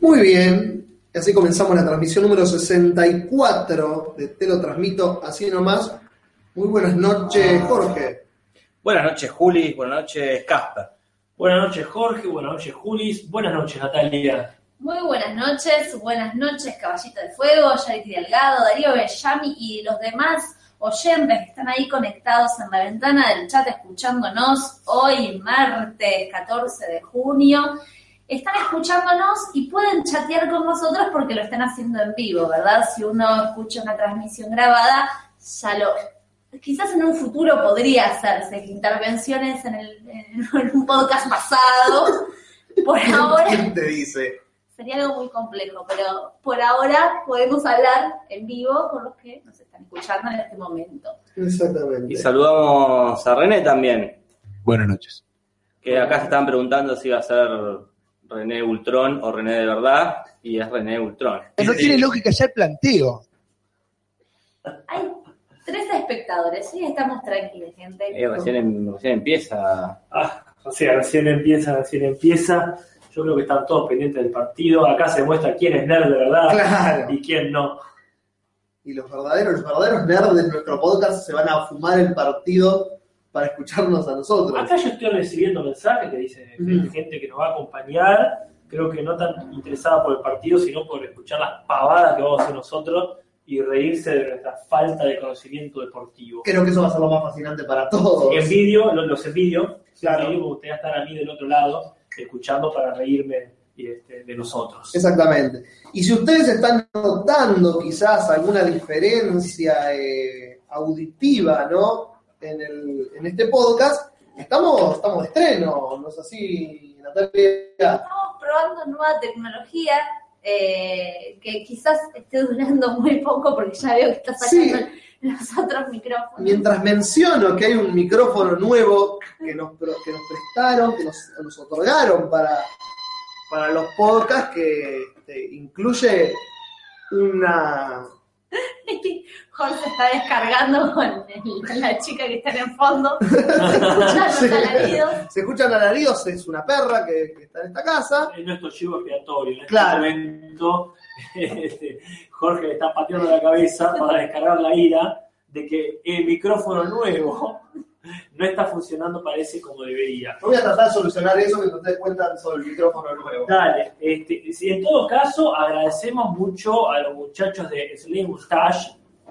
Muy bien, y así comenzamos la transmisión número 64 de Te lo transmito así nomás. Muy buenas noches, Jorge. Buenas noches, Juli. Buenas noches, Casper. Buenas noches, Jorge. Buenas noches, Julis. Buenas noches, Natalia. Muy buenas noches, buenas noches, Caballito de Fuego, Yariti Delgado, Darío Bellami y los demás oyentes que están ahí conectados en la ventana del chat escuchándonos hoy, martes 14 de junio. Están escuchándonos y pueden chatear con nosotros porque lo están haciendo en vivo, ¿verdad? Si uno escucha una transmisión grabada, ya lo, quizás en un futuro podría hacerse intervenciones en, el, en- en un podcast pasado. Por ahora ¿Quién te dice? sería algo muy complejo, pero por ahora podemos hablar en vivo con los que nos están escuchando en este momento. Exactamente. Y saludamos a René también, Buenas noches. que acá se estaban preguntando si iba a ser René Ultron o René de verdad, y es René Ultron. No eh, tiene lógica ya el planteo. Hay tres espectadores, sí, estamos tranquilos, gente. Eh, recién, em- recién empieza. Ah, o sea, recién empieza, recién empieza. Yo creo que están todos pendientes del partido. Acá se muestra quién es nerd de verdad Claro. y quién no. Y los verdaderos, los verdaderos nerds de nuestro podcast se van a fumar el partido para escucharnos a nosotros. Acá yo estoy recibiendo mensajes que dice Mm. gente que nos va a acompañar. Creo que no tan interesada por el partido, sino por escuchar las pavadas que vamos a hacer nosotros y reírse de nuestra falta de conocimiento deportivo. Creo que eso va a ser lo más fascinante para todos. Envidio, los, los envidio. Claro. Envidio porque ustedes están a mí del otro lado, escuchando para reírme este, de nosotros. Exactamente. Y si ustedes están notando quizás alguna diferencia eh, auditiva, ¿no? En, el, en este podcast, estamos, estamos de estreno, ¿no es así, Natalia? Estamos probando nueva tecnología eh, que quizás esté durando muy poco porque ya veo que está sacando los otros micrófonos. Mientras menciono que hay un micrófono nuevo que nos, pro- que nos prestaron, que nos, nos otorgaron para, para los podcasts, que este, incluye una, Jorge está descargando con el- la chica que está en el fondo. Escuchando Sí. los alaridos. Se escuchan alaridos, es una perra que, que está en esta casa. Es nuestro chivo expiatorio. En este Claro. momento, este, Jorge le está pateando la cabeza para descargar la ira de que el micrófono nuevo no está funcionando, parece como debería. Yo voy a tratar de solucionar eso mientras ustedes cuentan sobre el micrófono nuevo. Dale, este, si en todo caso, agradecemos mucho a los muchachos de Slim Mustache,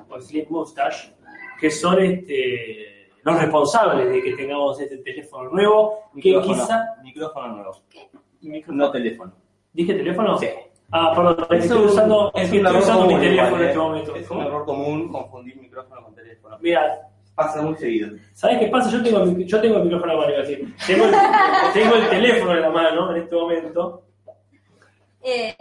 o Slim Mustache, que son este, los responsables de que tengamos este teléfono nuevo, que Micrófono, quizá... micrófono nuevo, micrófono. no teléfono. ¿Dije teléfono? Sí. Ah, perdón, estoy usando, estoy usando mi igual, teléfono en eh. este momento. Es un error común confundir micrófono con teléfono. Mira, Pasa muy seguido. ¿sabes qué pasa? Yo tengo, mi- yo tengo el micrófono en la mano, iba a decir. Tengo el, tengo el teléfono en la mano en este momento Eh,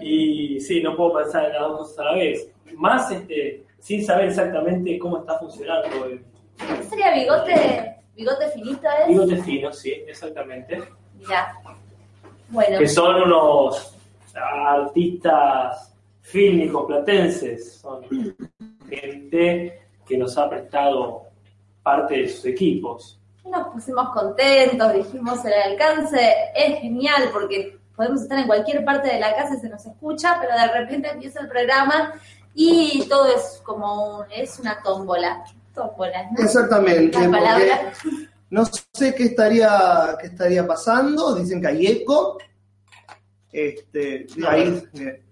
y sí, no puedo pensar en las dos cosas a la vez. Más este, sin saber exactamente cómo está funcionando el ¿qué sería bigote, bigote finito, eh? digo destino, sí, exactamente. Mirá. Bueno, Que son unos artistas fílmicos platenses, son gente que nos ha prestado parte de sus equipos. nos pusimos contentos, dijimos el alcance es genial porque podemos estar en cualquier parte de la casa y se nos escucha, pero de repente empieza el programa y todo es como un- es una tómbola. Tómbola, ¿no? Exactamente. Las palabras. porque No sé qué estaría, qué estaría pasando. Dicen que hay eco. Este, ahí, eh,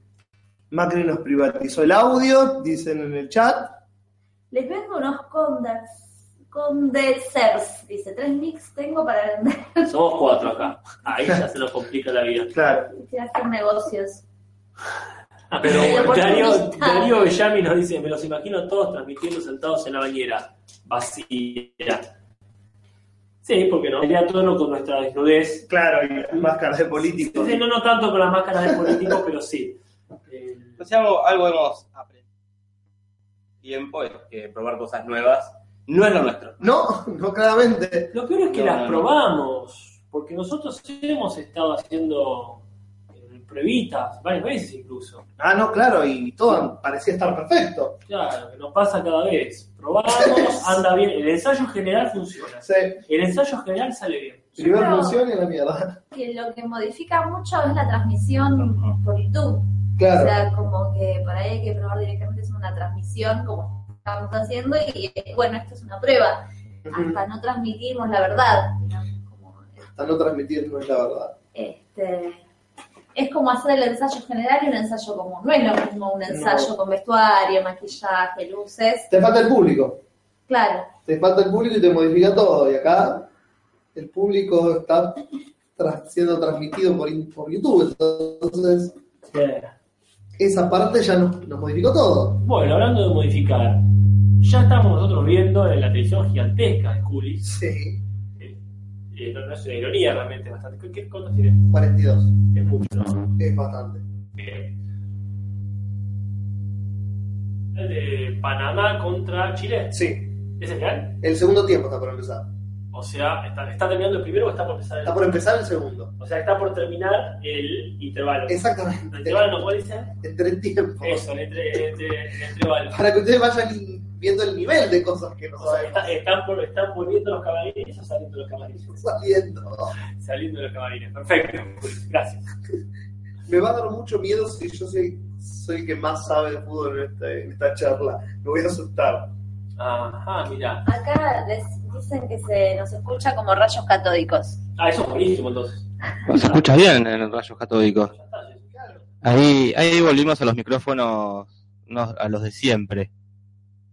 Macri nos privatizó el audio, dicen en el chat. Les vendo unos condas, condensers, dice, tres mix tengo para vender, Somos cuatro acá. Ahí ya se nos complica la vida. Claro. quiero hacer negocios. Ah, Pero Ay, Darío, oportunista. Darío Bellamy nos dice, me los imagino todos transmitiendo sentados en la bañera, vacía. Sí, porque no. Sería todo con nuestra desnudez. Claro, y máscaras de políticos. Sí, No, no tanto con las máscaras de políticos, pero sí. Eh, Entonces algo, algo hemos aprendido. Tiempo es que probar cosas nuevas no es lo nuestro. No, no claramente. lo peor es que No, las no, no. probamos, porque nosotros hemos estado haciendo eh, pruebitas, varias veces incluso. Ah, no, claro, y todo parecía estar perfecto. Claro, que nos pasa cada vez. Probamos, anda bien. El ensayo general funciona. Sí. El ensayo general sale bien. Primera creo- función es la mierda. que lo que modifica mucho es la transmisión Ajá. por YouTube. O Claro. sea, como que para ahí hay que probar directamente es una transmisión como estamos haciendo y eh, bueno, esto es una prueba. Ujú. Hasta no transmitimos la verdad. digamos, como, Hasta no transmitir no es la verdad. este, es como hacer el ensayo general y un ensayo común. No es lo mismo un ensayo con vestuario, maquillaje, luces. Te falta el público. Claro, Te falta el público y te modifica todo. Y acá el público está tras- siendo transmitido por, in- por YouTube. Entonces, Eh, esa parte ya nos, nos modificó todo. Bueno, hablando de modificar, ya estamos nosotros viendo en la televisión gigantesca de Julis. Sí. Eh, no, no es una ironía realmente, bastante. ¿Qué, qué cuántos tiene? 42. Es mucho, ¿no? Es bastante. Eh, el de Panamá contra Chile. Sí. ¿Es el final? El segundo tiempo está por empezar. O sea, está, está terminando el primero o está por empezar el Está por empezar el segundo. O sea, está por terminar el intervalo. El Exactamente. intervalo, ¿no puede ser? Entre tiempos. Eso, el, entre, entre- el intervalo. Para que ustedes vayan viendo el nivel de cosas que nos O sea, sabemos está- están, por- están volviendo los camarines o saliendo los camarines. saliendo. Saliendo de los camarines. Perfecto, Juli, gracias. Me va a dar mucho miedo si yo soy, soy el que más sabe de fútbol en, este- en esta charla. Me voy a asustar. Ajá, mira. acá des- dicen que se nos escucha como rayos catódicos. Ah, eso es buenísimo entonces. Nos escuchas bien en Rayos Catódicos. Ya está, ya está. Ahí, ahí volvimos a los micrófonos, no, a los de siempre.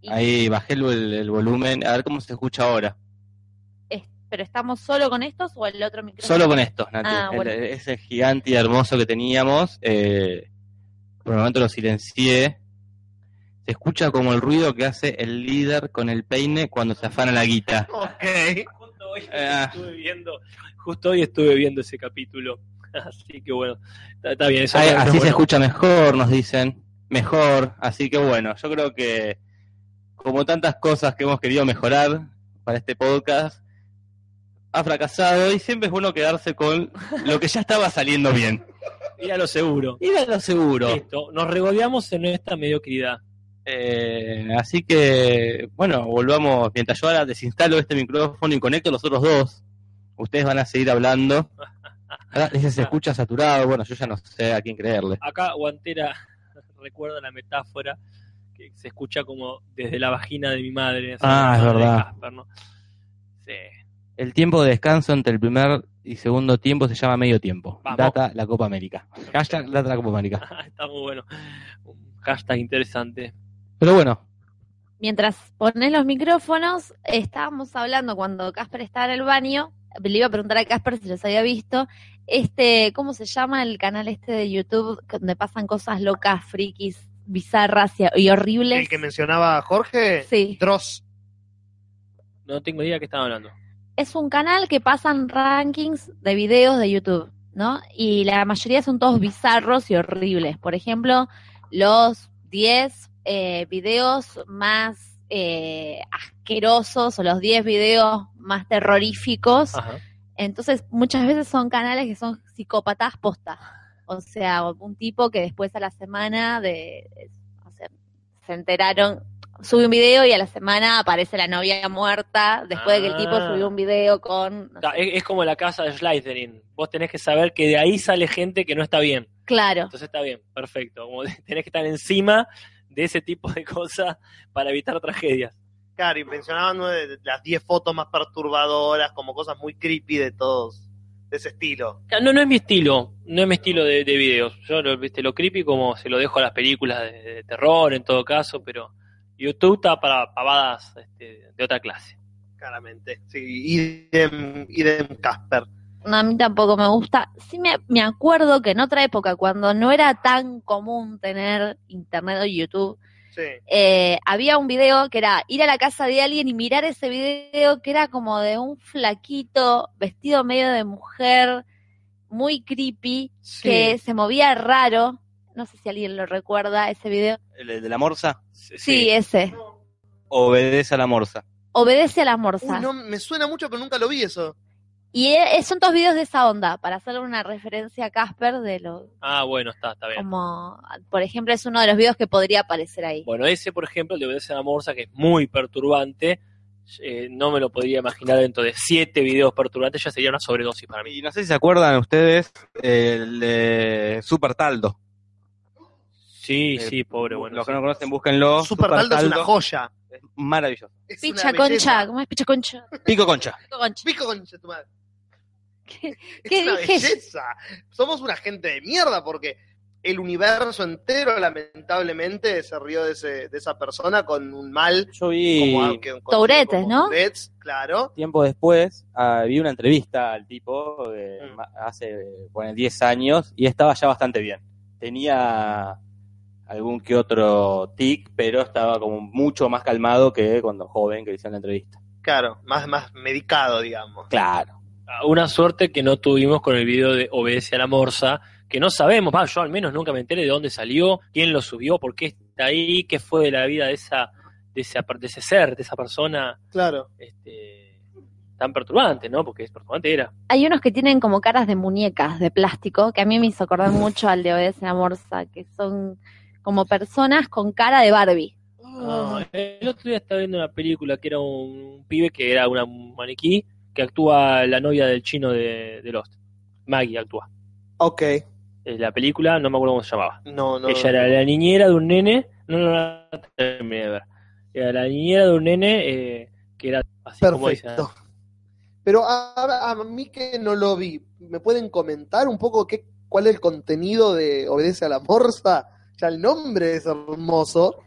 Y- Ahí bajé el, el volumen, a ver cómo se escucha ahora. es- ¿Pero estamos solo con estos o el otro micrófono? Solo con este, estos, Nati. Ah, El- bueno. ese gigante y hermoso que teníamos, eh, por el momento lo silencié. eh, Se escucha como el ruido que hace el líder con el peine cuando se afana la guita. Ok. Justo hoy Ah. Estuve viendo, justo hoy estuve viendo ese capítulo. Así que bueno, está, está bien. eso Ay, bueno, así se bueno. escucha mejor, nos dicen. Mejor. Así que bueno, yo creo que como tantas cosas que hemos querido mejorar para este podcast, ha fracasado y siempre es bueno quedarse con lo que ya estaba saliendo bien. Ir a lo seguro. Y a lo seguro. Listo, nos regodeamos en esta mediocridad. Eh, así que, bueno, volvamos. Mientras yo ahora desinstalo este micrófono y conecto los otros dos, ustedes van a seguir hablando. Ahora dicen, se escucha saturado. Bueno, yo ya no sé a quién creerle. Acá Guantera recuerda la metáfora que se escucha como desde la vagina de mi madre. o sea, Ah, la es madre de verdad. Casper, ¿no? Sí. El tiempo de descanso entre el primer y segundo tiempo se llama medio tiempo. Vamos. Data la Copa América. Hashtag data la Copa América. Está muy bueno. Un hashtag interesante. Pero bueno, Mientras pones los micrófonos, estábamos hablando cuando Casper estaba en el baño, le iba a preguntar a Casper si los había visto, este, ¿cómo se llama el canal este de YouTube donde pasan cosas locas, frikis, bizarras y, y horribles? El que mencionaba Jorge, Sí, Dross. No tengo idea de qué están hablando. es un canal que pasan rankings de videos de YouTube, ¿no? Y la mayoría son todos bizarros y horribles. Por ejemplo, los 10 eh, videos más eh, asquerosos o los 10 videos más terroríficos. Ajá. Entonces, muchas veces son canales que son psicópatas posta. O sea, un tipo que después a la semana de, o sea, se enteraron, sube un video y a la semana aparece la novia muerta después de que el tipo Ah. subió un video con... no Está, sé. Es, es como la casa de Slytherin. Vos tenés que saber que de ahí sale gente que no está bien. Claro, Entonces está bien, perfecto. Como tenés que estar encima de ese tipo de cosas para evitar tragedias. Claro, y mencionaban ¿no? de- de las 10 fotos más perturbadoras, como cosas muy creepy de todos, de ese estilo. No, no es mi estilo, no es mi estilo de, de videos. Yo lo, viste, lo creepy como se lo dejo a las películas de, de terror en todo caso, pero YouTube está para pavadas este, de otra clase. Claramente. Sí, idem, idem Casper. no, a mí tampoco me gusta. Sí me, me acuerdo que en otra época, cuando no era tan común tener internet o YouTube, Sí. eh, había un video que era ir a la casa de alguien y mirar ese video que era como de un flaquito vestido medio de mujer, muy creepy, que se movía raro. No sé si alguien lo recuerda ese video. el de la morsa Sí, Sí, eh. ese. obedece a la morsa. Obedece a la morsa. Uy, no, me suena mucho, pero nunca lo vi eso. Y eh, son todos videos de esa onda, para hacerle una referencia a Casper de lo Ah, bueno, está, está bien. como por ejemplo es uno de los videos que podría aparecer ahí. Bueno, ese, por ejemplo, le obedece a la morsa, que es muy perturbante, eh, no me lo podría imaginar dentro de siete videos perturbantes, ya sería una sobredosis para mí. Y no sé si se acuerdan ustedes el de Super Taldo. Sí, Eh, sí, pobre, bueno. Los sí. que no conocen, búsquenlo. Super Taldo es una joya. es maravilloso. Es Picha una belleza. concha, ¿cómo es picha concha? Pico Concha. Pico concha. Pico concha tu madre. Es ¿Qué una dije? belleza. Somos una gente de mierda porque el universo entero, lamentablemente, se rió de, ese- de esa persona con un mal. Yo vi como a- que- con- Tourettes, como ¿no? Tourettes, claro. tiempo después, ah, vi una entrevista al tipo de Mm. ma- hace bueno, 10 años y estaba ya bastante bien. Tenía algún que otro tic, pero estaba como mucho más calmado que cuando joven que le hicieron la entrevista. Claro, más, más medicado, digamos. Claro. Ah, Una suerte que no tuvimos con el video de Obedece a la Morsa, que no sabemos, va, yo al menos nunca me enteré de dónde salió, quién lo subió, por qué está ahí, qué fue de la vida de esa, de esa per- de ese ser, de esa persona Claro. este, tan perturbante, ¿no? Porque es perturbante era. Hay unos que tienen como caras de muñecas de plástico, que a mí me hizo acordar mucho al de Obedece la Morsa, que son como personas con cara de Barbie. Ah, el otro día estaba viendo una película que era un, pibe que era una maniquí que actúa la novia del chino de, de Lost. Maggie actúa. Ok. Eh, La película, no me acuerdo cómo se llamaba. No, no. Ella era la niñera de un nene. No, no, no, no terminé de ver. Era la niñera de un nene eh, que era así como dicen. Perfecto. Pero a, a mí que no lo vi, ¿me pueden comentar un poco qué, cuál es el contenido de Obedece a la Morsa? Ya el nombre es hermoso,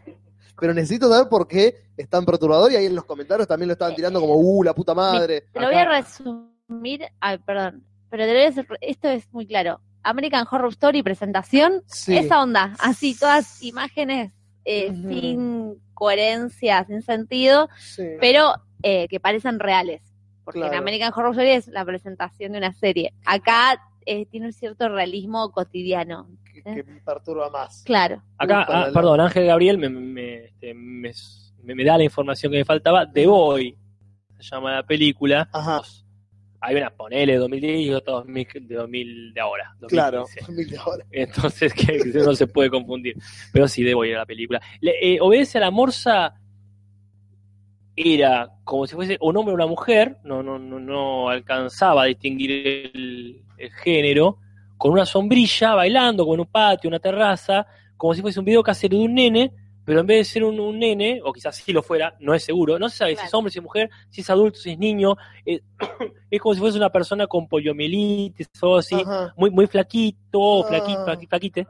pero necesito saber por qué es tan perturbador y ahí en los comentarios también lo estaban tirando como, uh, la puta madre. Te lo voy a resumir, ay, perdón, pero te lo voy a hacer- esto es muy claro. American Horror Story presentación, Sí. esa onda, así todas imágenes eh, Ujú. sin coherencia, sin sentido, Sí. pero eh, que parecen reales. Porque en Claro. American Horror Story es la presentación de una serie. Acá eh, tiene un cierto realismo cotidiano. Que, que me perturba más. Claro. Acá, Upa, ah, la, la. perdón, Ángel Gabriel me, me, este, me- me- me da la información que me faltaba de hoy. Se llama la película. Ajá, Hay una ponele de 2010 y otra 2000 de 2000 de ahora. 2015. claro. Mil de ahora. Entonces, que uno se puede confundir. Pero sí, debo ir a la película. Le- eh, Obedece a la morsa era como si fuese un hombre o una mujer, no, no, no, no alcanzaba a distinguir el, el género, con una sombrilla, bailando, con un patio, una terraza, como si fuese un video casero de un nene, pero en vez de ser un, un nene, o quizás sí lo fuera, no es seguro, no se sabe si es Claro. hombre, si es mujer, si es adulto, si es niño, eh, es como si fuese una persona con poliomielitis o algo así, Ajá. muy, muy flaquito, Ah. flaquito, flaqui- flaquite.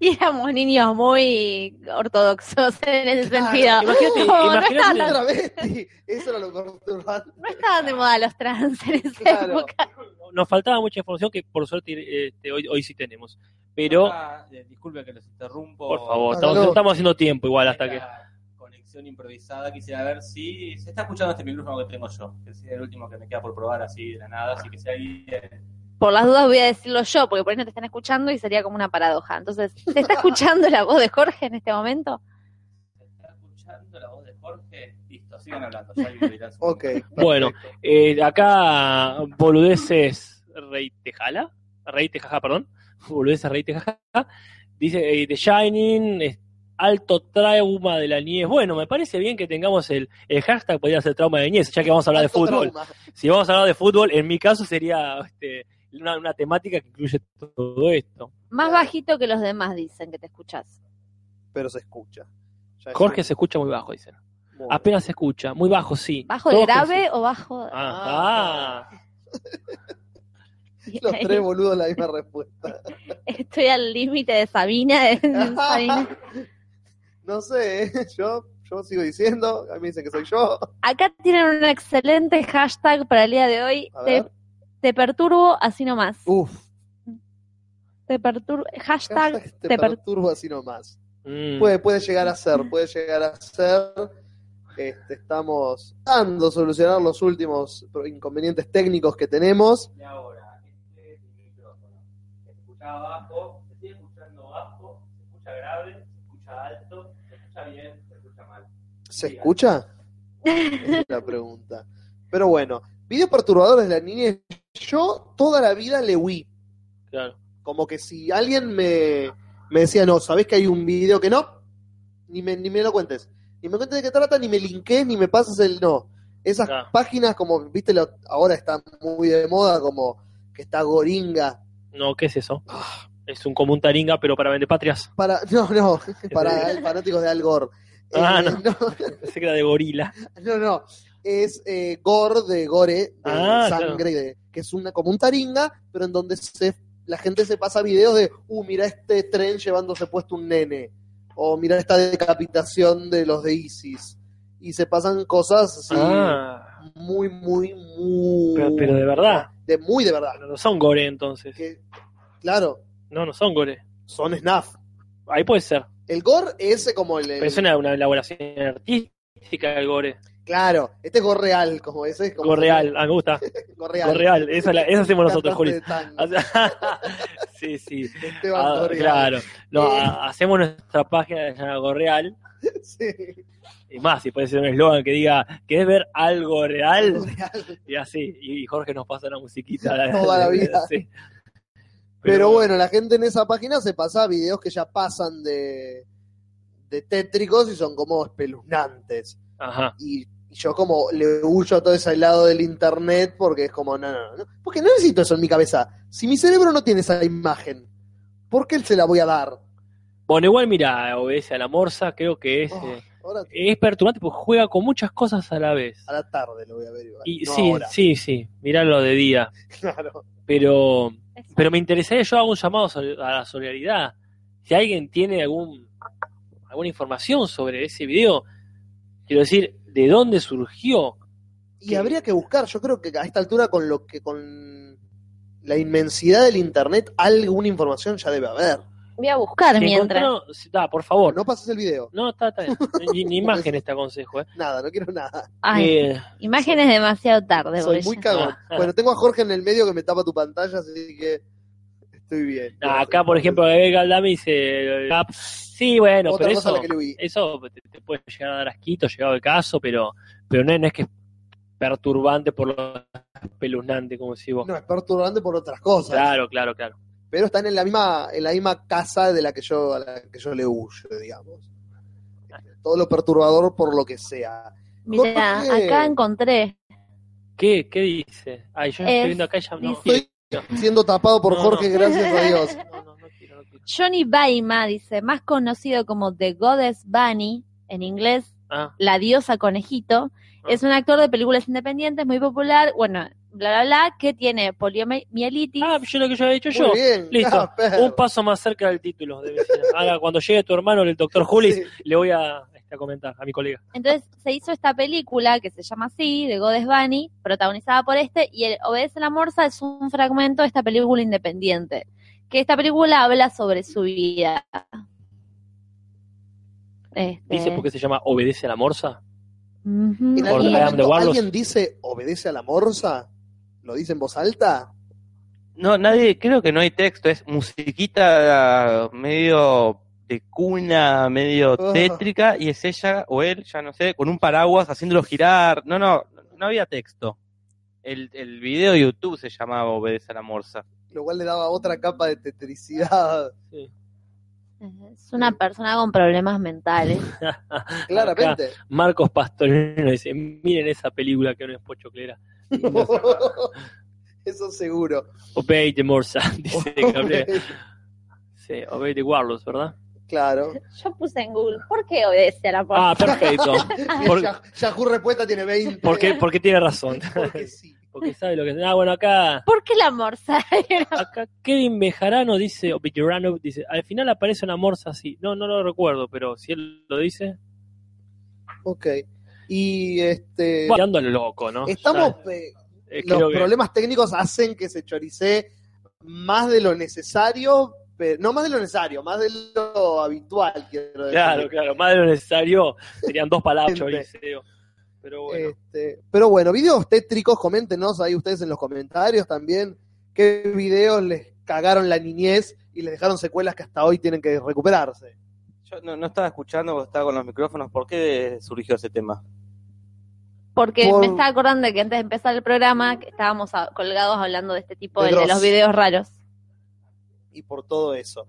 Y éramos niños muy ortodoxos en ese Claro. sentido. Imagínate, No, no imagínate. estaba- Travesti, Eso era lo perturbante. No estaban de moda los trans en esa Claro. época. Nos faltaba mucha información que por suerte este, hoy, hoy sí tenemos. Pero, Acá, eh, disculpe que los interrumpo. por Ah, favor, estamos, no. estamos haciendo tiempo igual hasta que... Esta Conexión improvisada, quisiera ver si se está escuchando este micrófono que tengo yo, que es el último que me queda por probar así de la nada, así que si alguien... Por las dudas voy a decirlo yo, porque por ahí no te están escuchando y sería como una paradoja. Entonces, ¿te está escuchando la voz de Jorge en este momento? ¿Se está escuchando la voz de Jorge? Listo, sigan hablando, ya alguien lo dirá en su Ok. momento. Bueno, eh, acá boludeces Rey Tejala, Rey Tejaja, perdón, boludeces Rey Tejaja, dice eh, The Shining, es alto trauma de la niñez. Bueno, me parece bien que tengamos el, el hashtag, podría ser trauma de niñez, ya que vamos a hablar de Tanto fútbol. trauma. Si vamos a hablar de fútbol, en mi caso sería este, una, una temática que incluye todo esto. Más bajito que los demás dicen que te escuchas. Pero se escucha. Ya es Jorge un- se escucha muy bajo, dicen. muy- Apenas se escucha, muy bajo, sí. ¿Bajo de Todos grave coinciden. o bajo de... Ah, ah. Los tres boludos la misma respuesta. Estoy al límite de Sabina. de- de Sabina. No sé, ¿eh? yo, yo sigo diciendo, a mí me dicen que soy yo. Acá tienen un excelente hashtag para el día de hoy. A Te, ver. Uh. te perturbo así nomás. Uf, Te perturbo... Hashtag, hashtag te te per- perturbo así nomás. Mm. Puede, puede llegar a ser, puede llegar a ser. Este, estamos dando solucionar los últimos inconvenientes técnicos que tenemos. Y ahora, este es el micrófono. Se escucha bajo, se sigue escuchando bajo, se escucha grave, se escucha alto, se escucha bien, se escucha mal. ¿Se escucha? Es la pregunta. Pero bueno, videos perturbadores de la niñez. Yo toda la vida le huí. Claro. Como que si alguien me, me decía, no, ¿sabés que hay un video que no? Ni me, ni me lo cuentes. Ni me cuentes de qué trata, ni me linkees, ni me pases el no. Esas Ah. páginas, como, viste, lo- ahora está muy de moda, como que está Goringa. No, ¿qué es eso? Es un común taringa, pero para vender patrias. Para, no, no, para fanáticos de Al Gore. Ah, Eh, no. no. Pensé que era de gorila. No, no. Es eh, gore de gore, de Ah, sangre, de- que es una como un taringa, pero en donde se, la gente se pasa videos de, uh, mira este tren llevándose puesto un nene, o mira esta decapitación de los de ISIS. Y se pasan cosas así, Ah, muy, muy, muy... pero, pero de verdad. De muy de verdad. Pero no son gore entonces. Que, claro, No, no son gore. son snuff. Ahí puede ser. El gore es como el... el- Pero es una, una elaboración artística del gore. Claro, este es gore real, como ese es como... Gorreal. Ah, me gusta. Gore real. Gorreal. Esa, la, esa hacemos nosotros, Juli. Cantante Eh, de tango, O sea, sí, sí. Esteban Ah, Gorreal. claro. No, Eh. ha- hacemos nuestra página de algo real. Sí. Y más, si puede ser un eslogan que diga, ¿querés ver algo real? Real. Y así. Y Jorge nos pasa una musiquita. Toda la vida. Sí. Pero bueno, la gente en esa página se pasa a videos que ya pasan de, de tétricos y son como espeluznantes. Ajá. Y, y yo como le huyo a todo ese lado del internet porque es como, no, no, no. Porque no necesito eso en mi cabeza. Si mi cerebro no tiene esa imagen, ¿por qué se la voy a dar? Bueno, igual mira, obedece a la morsa, creo que es, Oh, eh, ahora es perturbante porque juega con muchas cosas a la vez. a la tarde lo voy a ver. igual. Ah, Y No sí, ahora, sí, sí, mirarlo de día. claro. Pero, Exacto. pero me interesaría, yo hago un llamado sol- a la solidaridad. Si alguien tiene algún alguna información sobre ese video, quiero decir, ¿de dónde surgió? Y habría que buscar, yo creo que a esta altura con lo que con la inmensidad del internet alguna información ya debe haber. Voy a buscar Si mientras. encontraron- si- da, por favor. No, No pases el video. está, está bien. Ni, ni imágenes te aconsejo. ¿eh? Nada, no quiero nada. Ay, Eh, imágenes demasiado tarde, Soy Borella. muy cagón. Ah. Bueno, tengo a Jorge en el medio que me tapa tu pantalla, así que estoy bien. nah, Ah, acá, por ejemplo, Gabriel Galdami dice, ah, sí, bueno, otra pero cosa a eso... la que le vi. eso te, te puede llegar a dar asquito, llegado el caso, pero, pero no, no es que es perturbante por lo espeluznante, como decís vos. No, es perturbante por otras cosas. claro, claro, claro. Pero están en la misma, en la misma casa de la que yo, a la que yo le huyo, digamos. Todo lo perturbador por lo que sea. Mira, Jorge. acá encontré. ¿Qué, qué dice? Ay, yo Es- estoy viendo acá y ya no. dice- Estoy siendo tapado por No, Jorge, no. gracias a Dios. No, no, no quiero, no quiero. Johnny Baima dice, más conocido como The Goddess Bunny, en inglés, Ah, La diosa conejito, es un actor de películas independientes muy popular, bueno, bla bla bla, que tiene poliomielitis. Ah, yo lo que yo había hecho Muy yo. bien. Ah, Listo. Casper. Un paso más cerca del título. de vecino. Ahora, cuando llegue tu hermano, el doctor Julis, Sí. le voy a, este, a comentar a mi colega. Entonces se hizo esta película que se llama así, de Godes Bunny, protagonizada por este, y el Obedece la Morsa es un fragmento de esta película independiente, que esta película habla sobre su vida. Este, Dice porque se llama Obedece a la Morsa. ujú. En algún Por Adam de momento, Warlock. ¿Alguien dice obedece a la morsa? ¿Lo dice en voz alta? No, nadie, creo que no hay texto, es musiquita medio de cuna, medio Oh. tétrica, y es ella o él, ya no sé, con un paraguas haciéndolo girar. No, no, no había texto. El, el video de YouTube se llamaba Obedece a la Morsa. Lo cual le daba otra capa de tetricidad. Es una persona con problemas mentales. Claramente. Marcos Pastorino dice: Miren esa película que no es pochoclera. Eso seguro. Obey the Morsa, dice Oh, Gabriel. Sí, Obey the Warlords, ¿verdad? Claro. Yo puse en Google, ¿por qué obedece a la morsa? Ah, perfecto. Por- Ya- Yahoo respuesta tiene 20. porque, porque tiene razón. Porque sí. Porque sabe lo que Ah, bueno, acá, ¿Por qué la morsa? acá Kevin Bejarano dice, o Bejarano dice, al final aparece una morsa así. No, no lo recuerdo, pero si él lo dice, Ok. Y este. va tirando a lo loco, ¿no? estamos. Ya, eh, eh, creo los que- problemas técnicos hacen que se chorice más de lo necesario. Pero, no más de lo necesario, más de lo habitual, quiero decir. Claro, claro, más de lo necesario. Serían dos palabras, este Gente. choriceo. Pero bueno. Este, pero bueno, videos tétricos, coméntenos ahí ustedes en los comentarios también qué videos les cagaron la niñez y les dejaron secuelas que hasta hoy tienen que recuperarse. Yo no, no estaba escuchando, porque estaba con los micrófonos. ¿Por qué surgió ese tema? Porque Por- me estaba acordando que antes de empezar el programa que estábamos a- colgados hablando de este tipo De de, de Dross. los videos raros. Y por todo eso.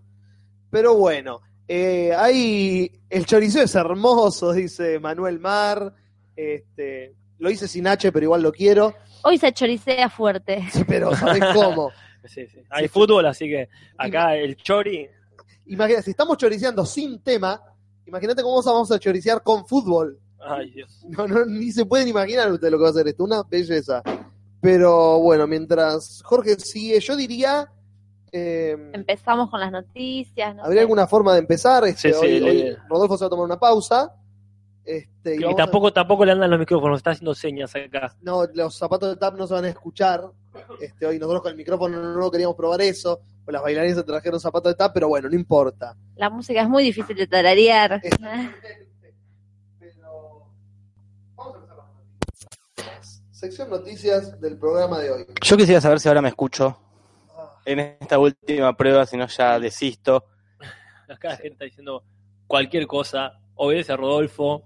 Pero bueno, eh, hay. El chorizo es hermoso, dice Manuel Mar. Este, lo hice sin H, pero igual lo quiero. Hoy se choricea fuerte. Pero ¿sabés cómo? Sí, sí. Hay fútbol, así que acá el Chori. Imagínate, si estamos choriceando sin tema, imagínate cómo vamos a choricear con fútbol. Ay, Dios. No, no, ni se pueden imaginar ustedes lo que va a hacer esto, una belleza. Pero bueno, mientras Jorge sigue, yo diría. eh, Empezamos con las noticias. no ¿Habría sé. alguna forma de empezar? Este, Sí, sí, hoy- le- hoy Rodolfo se va a tomar una pausa. Este, y Y vamos a- tampoco, tampoco le andan los micrófonos, está haciendo señas acá. No, los zapatos de tap no se van a escuchar. Este, hoy nosotros con el micrófono no, no queríamos probar eso. Pues las bailarinas trajeron zapatos de tap, pero bueno, no importa. La música es muy difícil de tararear. Es- Sección noticias del programa de hoy. Yo quisiera saber si ahora me escucho en esta última prueba, si no ya desisto. Acá la gente está diciendo cualquier cosa, obedece a Rodolfo.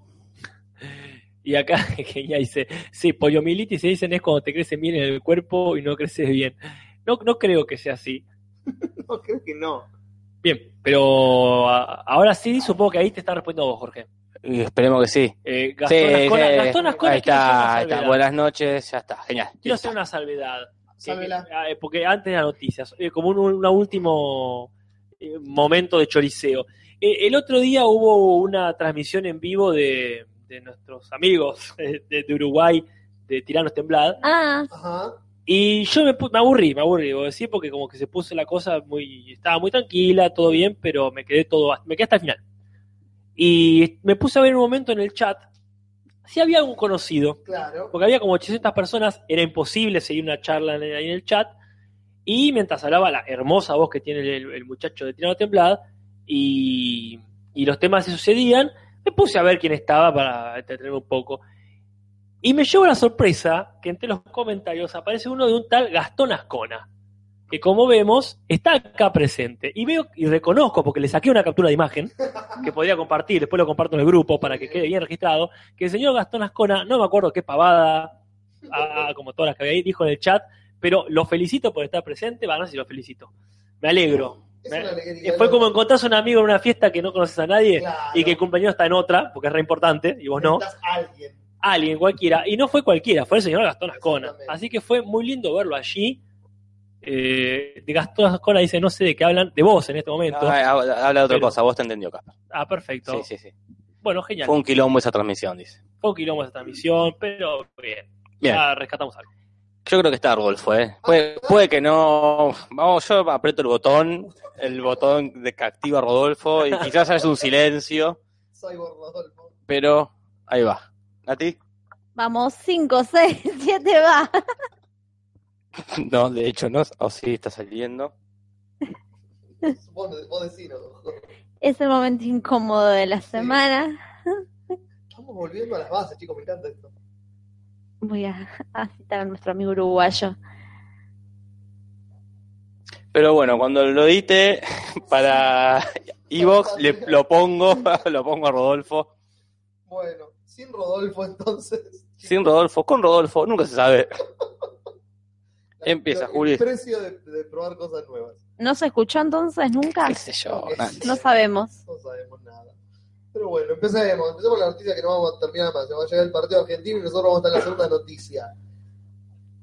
Y acá genial dice, sí, poliomielitis se dicen es cuando te crece bien en el cuerpo y no creces bien. No, no creo que sea así. No, creo que no. Bien, pero a- ahora sí, supongo que ahí te está respondiendo vos, Jorge. Y esperemos que sí. Eh, Gastón Sí, Ascona- sí. Gastón Ascona, ahí quiero hacer una está, ahí está. salvedad. Buenas noches, ya está, genial. Quiero Listo. hacer una salvedad. Salvedad. Eh, eh, eh, porque antes de las noticias, eh, como un, un último eh, momento de choriceo. Eh, el otro día hubo una transmisión en vivo de, de nuestros amigos eh, de, de Uruguay, de Tiranos Temblad, Ah, Ajá. y yo me, pu- me aburrí, me aburrí, debo decir, porque como que se puso la cosa muy. Estaba muy tranquila, todo bien, pero me quedé todo. Me quedé hasta el final. Y me puse a ver un momento en el chat si había algún conocido Claro. porque había como 800 personas, era imposible seguir una charla en- ahí en el chat. Y mientras hablaba la hermosa voz que tiene el, el muchacho de Tirano Temblad y, y los temas se sucedían, me puse a ver quién estaba para entretenerme un poco. Y me llevo la sorpresa que entre los comentarios aparece uno de un tal Gastón Ascona, que como vemos está acá presente. Y veo y reconozco, porque le saqué una captura de imagen que podría compartir, después lo comparto en el grupo para que quede bien registrado, que el señor Gastón Ascona, no me acuerdo qué pavada, ah, como todas las que había ahí, dijo en el chat, pero lo felicito por estar presente, va, no sé si lo felicito, me alegro. Es Me- una alegría. Fue como encontrás a un amigo en una fiesta que no conoces a nadie Claro. y que el compañero está en otra, porque es re importante, y vos no, Necesitas alguien. alguien cualquiera, y no fue cualquiera, fue el señor Gastón Ascona. Exactamente. Así que fue muy lindo verlo allí. Eh, de Gastón Ascona dice, no sé de qué hablan, de vos en este momento. No, ha- habla de otra Pero- cosa, vos te entendió, Casper. ah, perfecto. Ah, Sí, sí, sí. Bueno, genial. Fue un quilombo esa transmisión, dice. Fue un quilombo esa transmisión, pero bien. Bien. Ya rescatamos algo. Yo creo que está Rodolfo, ¿eh? Puede, puede que no. Vamos, yo aprieto el botón, el botón de que activa Rodolfo y quizás haya un silencio, Cyborg Rodolfo. pero ahí va. ¿A ti? vamos, 5, 6, 7, va. No, de hecho no. O sí, está saliendo. Vos, vos decilo. Es el momento incómodo de la semana. Estamos volviendo a las bases, chicos, me encanta esto. Voy a, a citar a nuestro amigo uruguayo. Pero bueno, cuando lo edite para Evox, le- lo pongo, lo pongo a Rodolfo. Bueno, sin Rodolfo entonces. Sin Rodolfo, con Rodolfo, nunca se sabe. Empieza, El Juli. precio de, de probar cosas nuevas. ¿No se escuchó entonces nunca? ¿Qué sé yo? Nancy. No sabemos. No sabemos nada. Pero bueno, empecemos. Empecemos con la noticia que no vamos a terminar más. Se va a llegar el partido argentino y nosotros vamos a estar en la segunda noticia.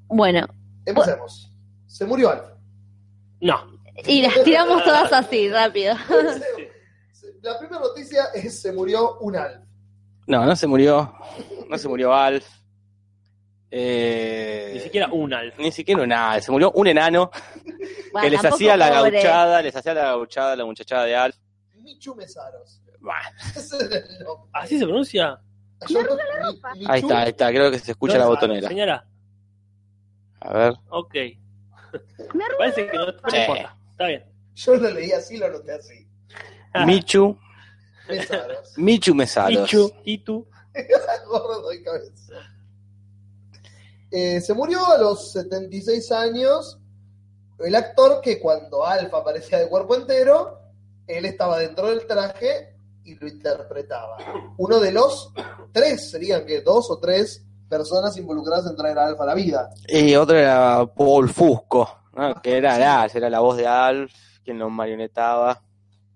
Bueno, Empecemos. Se murió Alf. No, y las tiramos todas así, rápido. Se- La primera noticia es se murió un Alf. No, no se murió. No se murió Alf. Eh, ni siquiera un alfa. Ni siquiera un Alf. Se murió un enano que Bueno, les tampoco hacía la pobre. gauchada, les hacía la gauchada a la muchachada de Alf. Michu Mesaros. Bah, Ese era el nombre. ¿Así se pronuncia? Yo no- Mi- Michu- ahí está, ahí está. Creo que se escucha la No, botonera. Señora, A ver. ok. Parece que no, no Sí. importa. Está bien. Yo lo leí así, lo anoté así. Michu. Mesaros. Michu Mesaros. Pichu, Titu. Gordo y cabeza. Eh, se murió a los 76 años el actor que cuando Alfa aparecía de cuerpo entero, él estaba dentro del traje y lo interpretaba. Uno de los tres, serían que dos o tres personas involucradas en traer a Alfa a la vida. Y otro era Paul Fusco, ¿no? que era Alf, era la voz de Alf, quien lo marionetaba.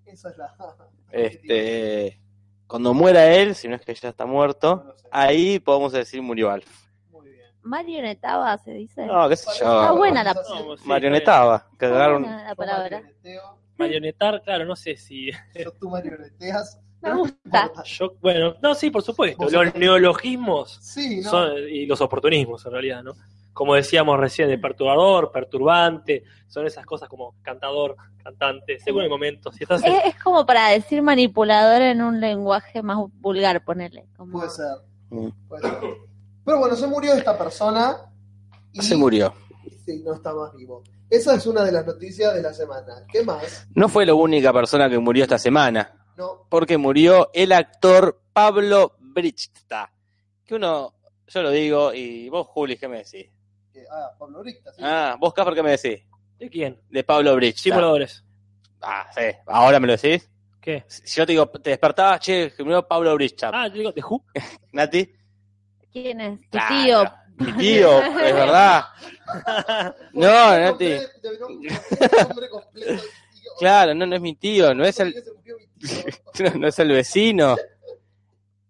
Esa es la. Este, cuando muera él, si no es que ya está muerto, No Ah, sé. ahí podemos decir murió Alf. Muy bien. Marionetaba, se dice. No, qué sé Está yo. buena la- No, sí, Marionetaba. Está Cagaron. buena la palabra. Marioneteo, Marionetar, claro, no sé si. yo tú marioneteas. Me gusta. Yo, bueno, no, sí, por supuesto. Los neologismos Sí, ¿no? son, y los oportunismos, en realidad, ¿no? Como decíamos recién, de perturbador, perturbante, son esas cosas como cantador, cantante, según el momento. Si estás en- Eh. Es, es como para decir manipulador en un lenguaje más vulgar, ponerle. Como... Puede ser. Mm. Puede ser. Pero bueno, se murió esta persona. Y Se murió. Sí, no está más vivo. Esa es una de las noticias de la semana. ¿Qué más? No fue la única persona que murió esta semana. No. porque murió el actor Pablo Brichta. Que uno, yo lo digo, y vos, Juli, ¿qué me decís? eh, ah, Pablo Bricta, sí. Ah, vos, Cafar, ¿qué me decís? ¿De quién? De Pablo Brichta. Simuladores. Ah, sí, ahora me lo decís. ¿Qué? Si yo te digo, te despertabas, che, que murió Pablo Brichta. Ah, yo digo, ¿de Who? Nati, ¿Quién es? Tu Claro. tío. mi tío, es verdad. No, Nati, Nombre- de- nombre- nombre completo, tío. claro, no, no es mi tío, no es el, Se murió mi tío. no, no es el vecino.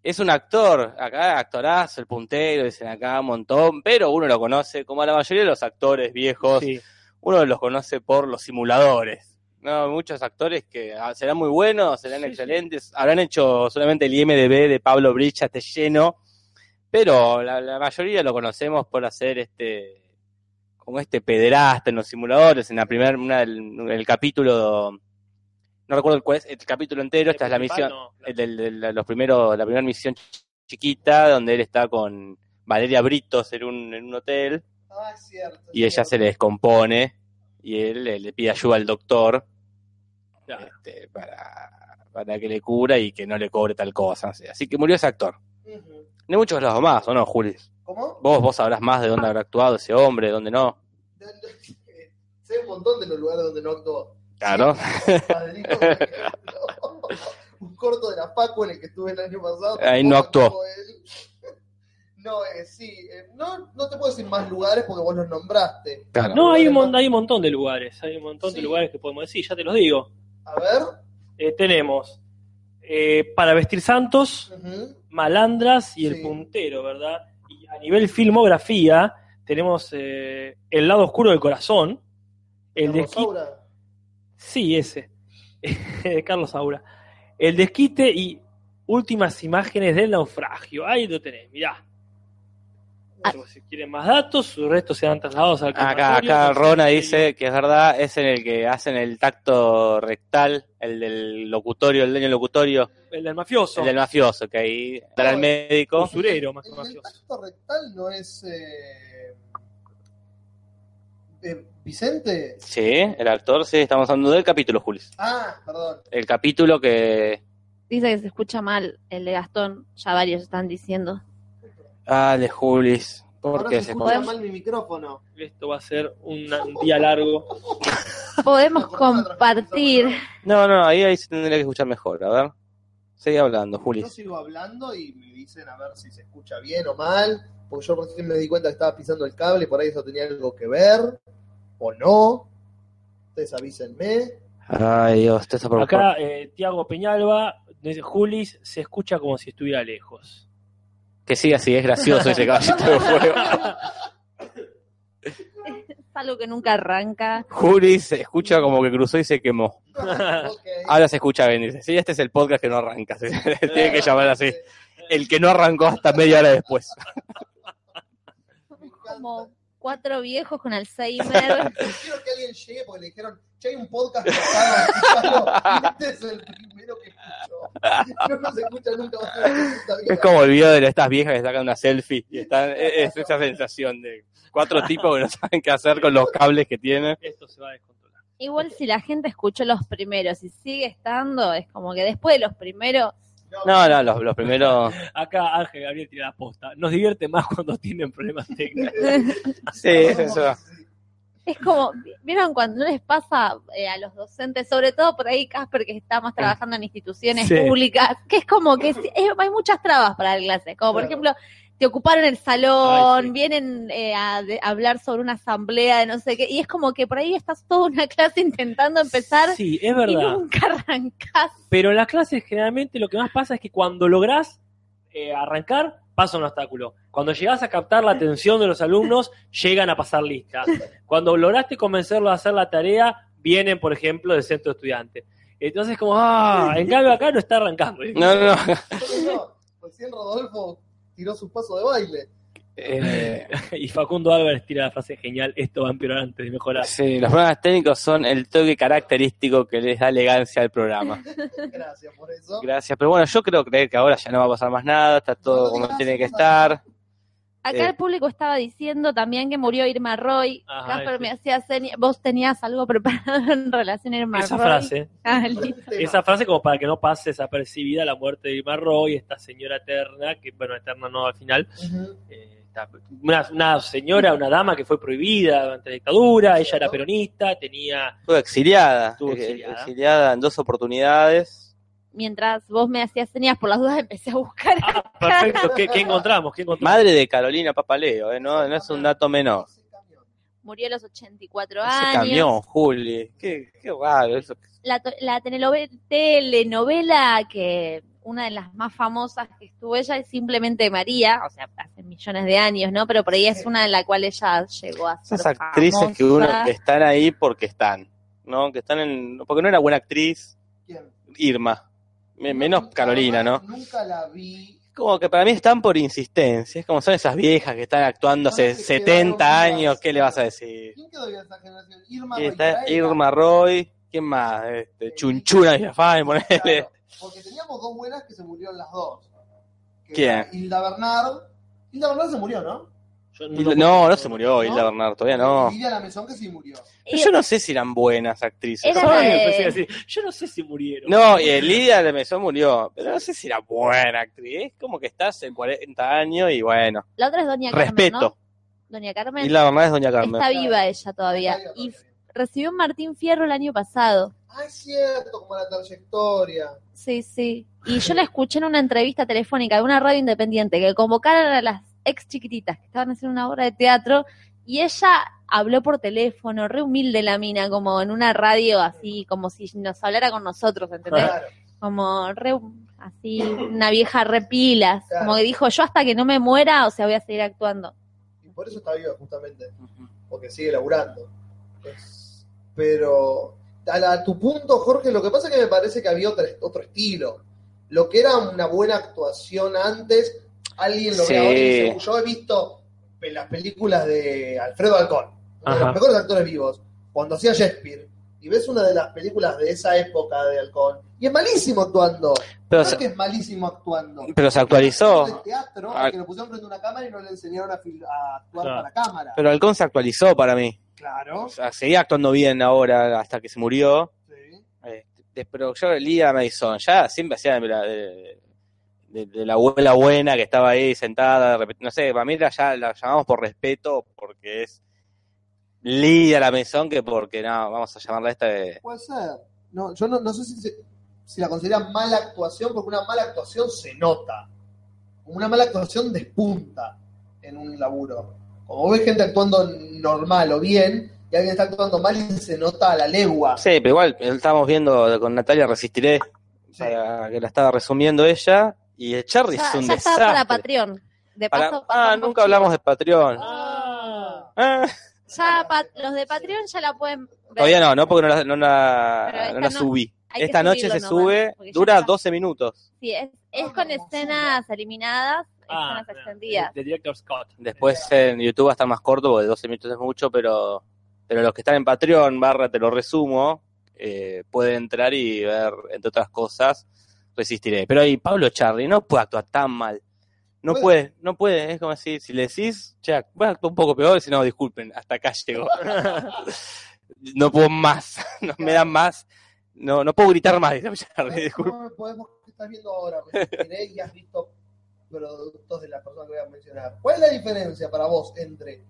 Es un actor, acá actorazo, el puntero, dicen acá un montón, pero uno lo conoce, como a la mayoría de los actores viejos, Sí. uno los conoce por los simuladores. No, muchos actores que ah, serán muy buenos, serán Sí, sí. excelentes, habrán hecho solamente el IMDB de Pablo Bricha, este lleno, pero la, la mayoría lo conocemos por hacer este como este pederasta en los simuladores, en la primera, el, capítulo, no recuerdo cuál es, el capítulo entero, esta es la misión, No, la- el del- del- la- los primeros, la primera misión chiquita, donde él está con Valeria Britos en un, en un hotel, Ah, es cierto. y ella se le descompone y él le, le pide ayuda al doctor Claro. este, para, para que le cura y que no le cobre tal cosa. así- Así que murió ese actor. Ujú. De muchos los más, ¿o no, Juli? ¿Cómo? Vos, vos sabrás más de dónde habrá actuado ese hombre, dónde no. Sé un montón de los lugares donde no actuó. Claro. Padrino, por ejemplo. un corto de la Facu en el que estuve el año pasado. Ahí no tampoco actuó. él. No, eh, sí, eh, no, no te puedo decir más lugares porque vos los nombraste. Claro. No, hay un, mon- hay un montón de lugares, hay un montón de Sí. lugares que podemos decir, ya te los digo. A ver. Eh, tenemos eh, Para Vestir Santos, ujú. Malandras y El Sí. Puntero, ¿verdad? Y a nivel filmografía, tenemos eh, El lado oscuro del corazón, El Carlos desquite. Saura. Sí, ese. de Carlos Aura. El desquite y últimas imágenes del naufragio. Ahí lo tenés, mirá. Ah. Si quieren más datos, sus restos serán trasladados al Acá, crematorio. acá Rona dice que es verdad, es en el que hacen el tacto rectal, el del locutorio, el dueño del locutorio, El del mafioso. el del mafioso, que ahí dará el médico. usurero, más que El, el mafioso. tacto rectal no es. eh, eh, ¿Vicente? Sí, el actor, sí, estamos hablando del capítulo, Juli. Ah, perdón. El capítulo que. Dice que se escucha mal el de Gastón. Ya varios están diciendo. Ah, el de Julis. ¿Por Ahora qué se se escucha esconde? mal mi micrófono. Esto va a ser un, un día largo. Podemos Cortá la compartir. transmisión, No, no, ahí, ahí se tendría que escuchar mejor. A ver. Sigue hablando, ¿no? Julis. Yo sigo hablando y me dicen a ver si se escucha bien o mal. Porque yo recién me di cuenta que estaba pisando el cable y por ahí eso tenía algo que ver. O no. Ustedes avísenme. Ay, Dios, te está Acá eh, Tiago Peñalba, dice, Julis, se escucha como si estuviera lejos. Que siga así, es gracioso ese caballito de fuego. Es algo que nunca arranca. Julis se escucha como que cruzó y se quemó. Ok. Ahora se escucha bien, dice. Sí, este es el podcast que no arranca. se- Tiene que llamar así. El que no arrancó hasta media hora después. Me encanta. Como cuatro viejos con Alzheimer. Quiero que alguien llegue porque le dijeron, che, hay un podcast que está Este es el primero que escucho. No nos escucha nunca más en esta vida. Es como el video de estas viejas que sacan una selfie. Y están, e, es esa sensación de cuatro tipos que no saben qué hacer con los cables que tienen. Esto se va a descontrolar. Igual si la gente escuchó los primeros y sigue estando, es como que después de los primeros. No, no, los, los primeros. Acá Ángel Gabriel tira la posta. Nos divierte más cuando tienen problemas técnicos. Sí, es eso. Es como, ¿vieron cuando no les pasa eh, a los docentes, sobre todo por ahí Casper que estamos trabajando en instituciones Sí. públicas, que es como que sí, es- hay muchas trabas para la clase, como por ejemplo te ocuparon el salón, Ay, sí. vienen eh, a, de- a hablar sobre una asamblea de no sé qué, y es como que por ahí estás toda una clase intentando empezar Sí, es y verdad. nunca arrancás. Pero en las clases generalmente lo que más pasa es que cuando lográs eh, arrancar, pasa un obstáculo. Cuando llegás a captar la atención de los alumnos, llegan a pasar listas. Cuando lograste convencerlos a hacer la tarea, vienen, por ejemplo, del centro estudiante. Entonces, como, ah, en cambio acá no está arrancando. No, no, no. No, recién Rodolfo tiró su paso de baile. Eh, Y Facundo Álvarez tira la frase genial, esto va a empeorar antes de mejorar. sí, los problemas técnicos son el toque característico que les da elegancia al programa. Gracias por eso. Gracias, pero bueno, yo creo creer que ahora ya no va a pasar más nada, está todo como tiene que estar. Acá Eh. el público estaba diciendo también que murió Irma Roy. Ajá, Casper sí. me hacía seña- Vos tenías algo preparado en relación a Irma Esa Roy. frase, Ah, listo. este esa frase como para que no pase desapercibida la muerte de Irma Roy, esta señora eterna, que bueno, eterna no al final, Ujú. eh, esta- una, una señora, una dama que fue prohibida durante la dictadura, ella era peronista, tenía... Estuvo exiliada, Estuvo eh, exiliada. exiliada en dos oportunidades. Mientras vos me hacías señas por las dudas, empecé a buscar. Ah, perfecto, ¿qué, qué encontramos? ¿Qué encontramos? Madre de Carolina Papaleo, eh, no, no es un dato menor. Murió a los 84 Ese años. camión, Juli. Qué, qué raro eso. La, to- la tenelove- telenovela que una de las más famosas que estuvo ella es simplemente María, o sea, hace millones de años, ¿no? Pero por ahí es una en la cual ella llegó a ser Esas actrices que uno famosa. que están ahí porque están, ¿no? Que están en porque no era buena actriz ¿Quién? Irma, Me- menos Carolina, ¿no? Nunca la vi. Como que para mí están por insistencia, es como son esas viejas que están actuando hace No se quedaron 70 vivas. años, ¿qué le vas a decir? ¿Quién quedó de esa generación? Irma Y está Goicoechea. Irma Roy, ¿quién más? Este, Eh, Chunchuna Villafán, ponele. Claro, porque teníamos dos buenas que se murieron las dos. Que ¿Quién? era Hilda Bernard. Hilda Bernard se murió, ¿no? Yo Hilda- lo- No, no se murió Hilda ¿No? Bernard, todavía no. Y Viviana Mesón que sí murió. Y- Yo no sé si eran buenas actrices. Era Ay, la de- empecé a decir, yo no sé si murieron. No, y el Lidia de Mesón murió, pero no sé si era buena actriz. Es como que está hace 40 años y bueno, La otra es Doña Carmen, respeto. ¿no? Doña Carmen. Y la verdad es Doña Carmen. Está viva ella todavía. Está Y bien, está bien. recibió un Martín Fierro el año pasado. Ah, es cierto, como la trayectoria. Sí, sí. Y yo la escuché en una entrevista telefónica de una radio independiente que convocaron a las ex chiquititas que estaban haciendo una obra de teatro y ella habló por teléfono, re humilde la mina, como en una radio así, como si nos hablara con nosotros, ¿entendés? Claro. Como re hum- así, una vieja re pilas. Claro. Como que dijo, yo hasta que no me muera, o sea, voy a seguir actuando. Y por eso está viva, justamente. Porque sigue laburando. Es- Pero a, la- a tu punto, Jorge, lo que pasa es que me parece que había otro, otro estilo. Lo que era una buena actuación antes, alguien lo Sí. ve ahora y dice, yo he visto pe- las películas de Alfredo Alcón, uno de Ajá. los mejores actores vivos, cuando hacía Shakespeare, y ves una de las películas de esa época de Alcón, y es malísimo actuando. No Pero, es se, que es malísimo actuando. pero se De actualizó. teatro, Ah. que lo pusieron frente a una cámara y no le enseñaron a, fil- a actuar Claro. para cámara. Pero Alcón se actualizó para mí. Claro. O sea, seguía actuando bien ahora hasta que se murió. Sí. Este, de- pero yo, Lidia Mason, ya siempre hacía de la, de- de- de la abuela buena que estaba ahí sentada. de repente, No sé, para mí era ya la llamamos por respeto porque es Lidia la Mason que porque no, vamos a llamarla esta de. Puede ser. No, yo no, no sé si, se- si la consideran mala actuación, porque una mala actuación se nota. Como Una mala actuación despunta en un laburo. Como ves gente actuando normal o bien, y alguien está actuando mal y se nota a la legua. Sí, pero igual estamos viendo con Natalia Resistiré, Sí. para que la estaba resumiendo ella, y el Charlie Ya, es un ya estaba desastre. para Patreon. De Para- paso, Ah, pasamos nunca hablamos de Patreon. Ah. Ah, Ya pa- los de Patreon ya la pueden ver. todavía no, no porque no la, no la- Pero esta no la no- subí. hay que esta noche subirlo se nomás, sube, porque ya dura está. 12 minutos. Sí, es, es con escenas eliminadas, Ah, Ah, escenas extendidas. de director Scott. Después en YouTube va a estar más corto, porque 12 minutos es mucho, pero, pero los que están en Patreon, barra, te lo resumo, eh, pueden entrar y ver, entre otras cosas, resistiré. Pero ahí Pablo Charlie no puede actuar tan mal. No Puede. puede, no puede, es como si, si le decís, ya, voy a actuar un poco peor, si no, disculpen, hasta acá llegó. no puedo más, no me dan más, no, no puedo gritar más, dice Charlie, disculpen. No podemos que estás viendo ahora, Resistiré, y has visto productos de la persona que voy a mencionar. ¿Cuál es la diferencia para vos entre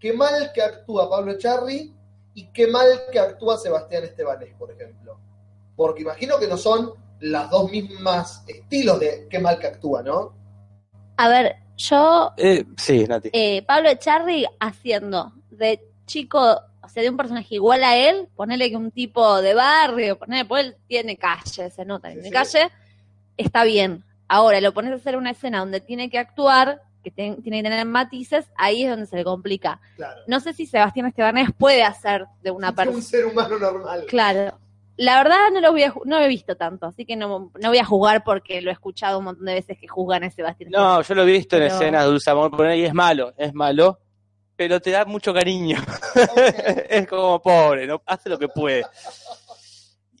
qué mal que actúa Pablo Charri y qué mal que actúa Sebastián Estebanés, por ejemplo? Porque imagino que no son las dos mismas estilos de qué mal que actúa, ¿no? A ver, Yo Eh, sí, Nati. eh, Pablo Echarri haciendo de chico, o sea, de un personaje igual a él, ponele que un tipo de barrio, ponele, pues él tiene calle, se nota, Sí, tiene sí. calle, está bien. Ahora, lo pones a hacer una escena donde tiene que actuar, que ten- tiene que tener matices, ahí es donde se le complica. Claro. No sé si Sebastián Estebanés puede hacer de una un persona. ser humano normal. Claro. La verdad no lo, voy a ju- no lo he visto tanto, así que no, no voy a juzgar porque lo he escuchado un montón de veces que juzgan a Sebastián. No, yo lo he visto en Pero- escenas de Dulce Amor por ahí, y es malo, es malo, pero te da mucho cariño. es como pobre, ¿no? hace lo que puede.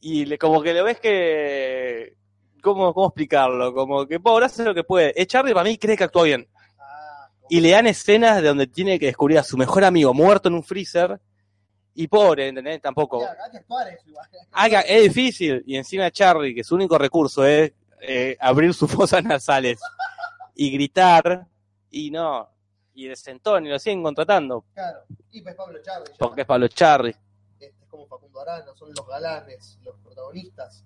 Y le- como que lo ves que. ¿Cómo, ¿Cómo explicarlo? Como que pobre, hace lo que puede. Echarle para mí cree que actúa bien. Ah, Y le dan escenas de donde tiene que descubrir a su mejor amigo muerto en un freezer. Y pobre, ¿entendés? Tampoco. Claro, hay que actuar eso igual. Ah, Haga, eh. es difícil. Y encima Charlie, que su único recurso es eh, abrir sus fosas nasales y gritar, y no, y desentón, y lo siguen contratando, Claro. Y pues Pablo Charri, ya. porque es Pablo Charlie. Este es como Facundo Arana, son los galanes, los protagonistas.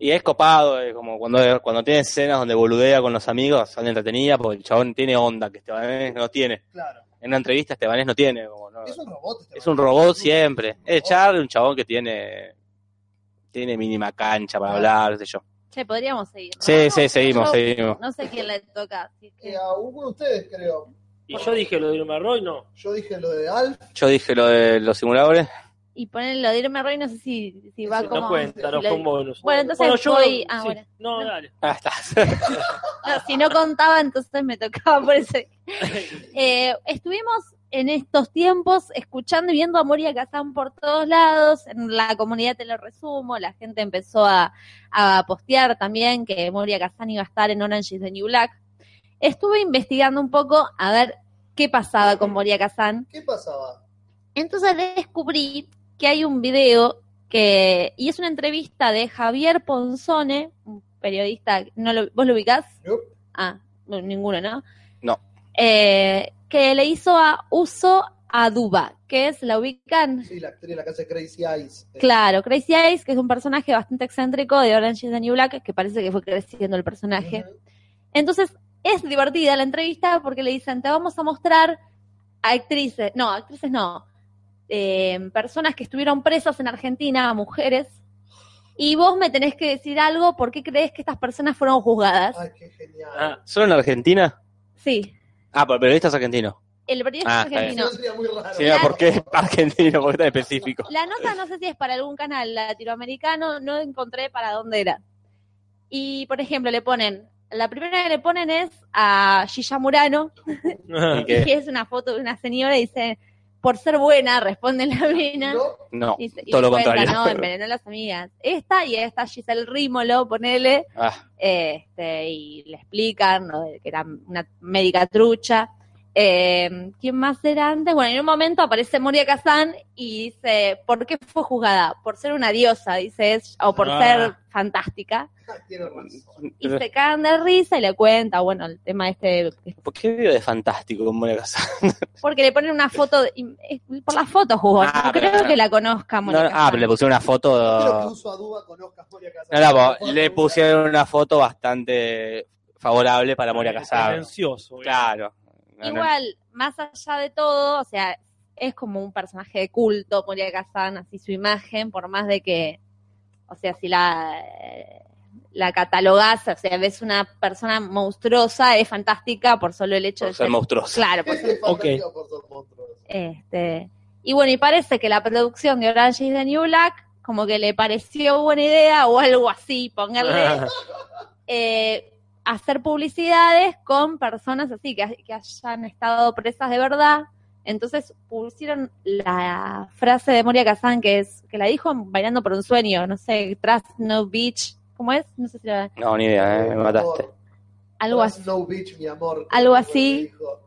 Y es copado, eh, como cuando, cuando tiene escenas donde boludea con los amigos, son entretenidas, porque el chabón tiene onda, que Estebanés no tiene. Claro. En una entrevista Estebanés no tiene. como no- Es un robot. este es un man. robot siempre. Es Oh. Charlie, un chabón que tiene tiene mínima cancha para hablar, qué sé yo. Che, podríamos seguir. ¿no? Sí, No, sí, seguimos, yo seguimos. No sé quién le toca. así que- Eh, ah. a uno de ustedes, creo. Y yo dije lo de Irma Roy, no. Yo dije lo de Alf. Yo dije lo de los simuladores. Y ponerlo de Irma Roy, no sé si, si va No como. No cuenta, no lo- fue un bonus. Bueno, entonces yo- voy- ah, sí. bueno. No, dale. Ah, estás. No, si no contaba, entonces me tocaba por ese. Eh, estuvimos en estos tiempos escuchando y viendo a Moria Kazan por todos lados. En la comunidad te lo resumo. La gente empezó a, a postear también que Moria Kazan iba a estar en Orange is the New Black. Estuve investigando un poco a ver qué pasaba con Moria Kazan. ¿Qué pasaba? Entonces descubrí que hay un video que y es una entrevista de Javier Ponzone, un periodista, ¿no lo- ¿vos lo ubicás? Nope. Ah, no, ninguno, ¿no? No. Eh, que le hizo a Uso Aduba, que es, la ubican, Sí, la actriz de la casa de Crazy Eyes. Eh, claro, Crazy Eyes, que es un personaje bastante excéntrico de Orange is the New Black, que parece que fue creciendo el personaje. ujú. Entonces, es divertida la entrevista porque le dicen, te vamos a mostrar actrices, no, actrices no, eh, personas que estuvieron presas en Argentina, mujeres, y vos me tenés que decir algo, ¿por qué crees que estas personas fueron juzgadas? Ay, qué genial. Ah, ¿Solo en Argentina? Sí, Ah, pero el periodista es argentino. el periodista Ah, está argentino. Eso sería muy raro. Sí, ¿por qué Ah. argentino? Porque está específico. La nota no sé si es para algún canal latinoamericano, no encontré para dónde era. Y, por ejemplo, le ponen, la primera que le ponen es a Gilla Murano, ¿Y qué? que es una foto de una señora y dice, por ser buena, responde la mina. No, No, Y se- y todo lo cuenta, contrario. No, envenenó a las amigas. Esta y esta Giselle Rímolo, ponele, Ah, este, y le explican ¿no? de que era una médica trucha. Eh, ¿Quién más era antes? Bueno, en un momento aparece Moria Kazan y dice, ¿por qué fue juzgada? Por ser una diosa, dice, es- o por Ah. ser fantástica. tiene razón. Y se cagan de risa y le cuenta, bueno, el tema este, ¿Por qué vivo de fantástico con Mónica Kazan? porque le ponen una foto, de- y- es por la foto jugó, Ah, no pero- creo que la conozca No, Moria no, ah, Kazan. pero le pusieron una Espero que foto. uso Aduba conozca a Moria Casas. Ah. No, no, po- le pusieron una foto bastante favorable para Moria Kazan. Tendencioso, obviamente. Claro. No, no. Igual, más allá de todo, o sea, es como un personaje de culto, Moria Kazan, así su imagen, por más de que, o sea, si la, eh, la catalogás, o sea, ves una persona monstruosa, es fantástica por solo el hecho Por de ser monstruoso. Claro, por ser- Es fantástico por ser monstruo. este, y bueno, y parece que la producción de Orange is the New Black como que le pareció buena idea o algo así, ponerle eh, hacer publicidades con personas así que, que hayan estado presas de verdad. Entonces pusieron la frase de Moria Kazan que es que la dijo en bailando por un sueño, no sé, Trust No Beach, ¿cómo es? No sé si era No, ni idea, eh, me mataste. Oh. Por- algo Trust así. No bitch, mi amor. Algo Fue lo que así. dijo.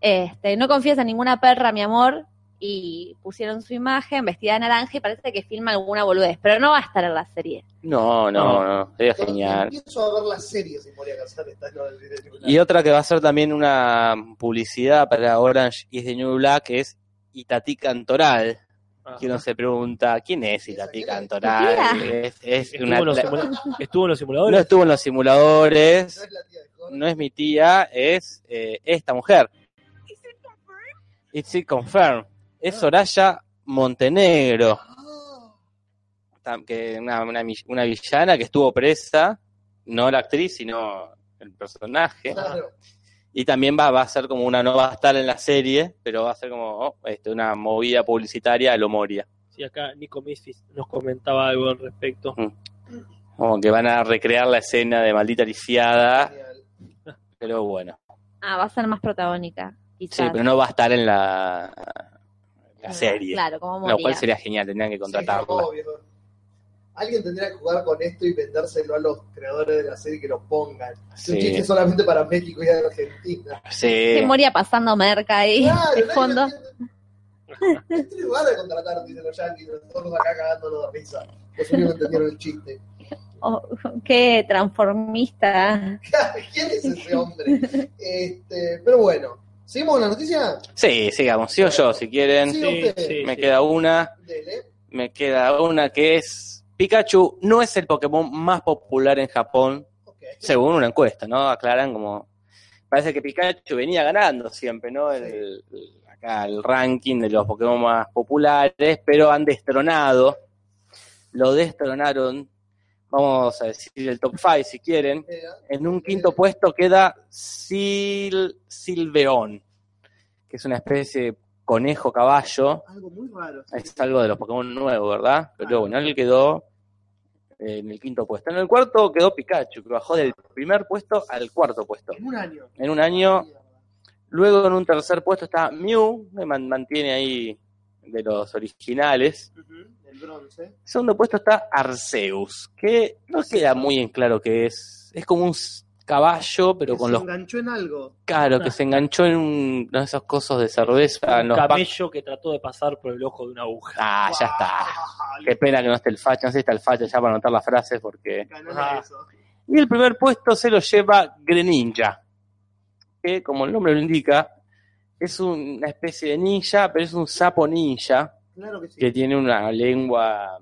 Este, no confías en ninguna perra, mi amor. Y pusieron su imagen vestida de naranja y parece que filma alguna boludez, pero no va a estar en la serie. No, no, no. Sería Entonces, genial. Empiezo a ver las series si Moria Casas está en la dirección. Y otra que va a ser también una publicidad para Orange is the New Black es Itatí Cantoral. Ajá. Que uno se pregunta, ¿quién es Itatí ¿Quién es? Cantoral? Es, es Estuvo, una, en los no simula- estuvo en los simuladores. estuvo en los No simuladores, es la tía de Jorge. no es mi tía, es eh, esta mujer. It's it confirmed. Es Soraya Montenegro, Ah, tam- que una, una, mi- una villana que estuvo presa, no la actriz, sino el personaje. Claro. Y también va, va a ser como una, no va a estar en la serie, pero va a ser como oh, este, una movida publicitaria a lo Moria. Sí, acá Nico Misfis nos comentaba algo al respecto. Como que van a recrear la escena de maldita lisiada, Genial. pero bueno. Ah, va a ser más protagónica. Sí, Quizás. Ah, pero no va a estar en la, la serie. Claro, como Lo cual Moria. sería genial, tendrían que Sí, contratarla. obvio. Alguien tendría que jugar con esto y vendérselo a los creadores de la serie que lo pongan. Es un Sí. chiste solamente para México y Argentina. Sí, Se moría pasando merca ahí de nadie fondo. entiende. Este lugar de contratar, dicen los yankees, nosotros acá cagándonos de risa. Los únicos que entendieron el chiste. Oh, qué transformista. ¿Quién es ese hombre? Este, pero bueno, ¿seguimos con la noticia? sí, sigamos. Sí o yo, si quieren. Sí, Sí, usted. sí, me sí. queda una. Dele. Me queda una que es. Pikachu no es el Pokémon más popular en Japón, Ok. según una encuesta, ¿no? Aclaran como. Parece que Pikachu venía ganando siempre, ¿no? El, el- acá el ranking de los Pokémon más populares, pero han destronado. Lo destronaron. Vamos a decir el top 5 si quieren. Mira, En un quinto puesto queda Sil Silveón, que es una especie de conejo caballo. algo muy raro. Es algo de los Pokémon nuevos, ¿verdad? Pero bueno, él quedó eh, en el quinto puesto. En el cuarto quedó Pikachu, que bajó del primer puesto al cuarto puesto. En un año. En un año. Luego en un tercer puesto está Mew, que man- mantiene ahí de los originales. Ujú, El bronce. En segundo puesto está Arceus, que no queda muy en claro qué es. Es como un s- caballo, pero Que con se los enganchó en algo. Claro, que Ah. se enganchó en un- uno de esos cosos de cerveza. en un los packs. camello que trató de pasar por el ojo de una aguja. Ah, ya está. Qué pena que no esté el facha. No sé si está el facha ya para anotar las frases porque... Ganó en Ah. eso. Y el primer puesto se lo lleva Greninja, que como el nombre lo indica, es una especie de ninja, pero es un sapo ninja Claro que sí. que tiene una lengua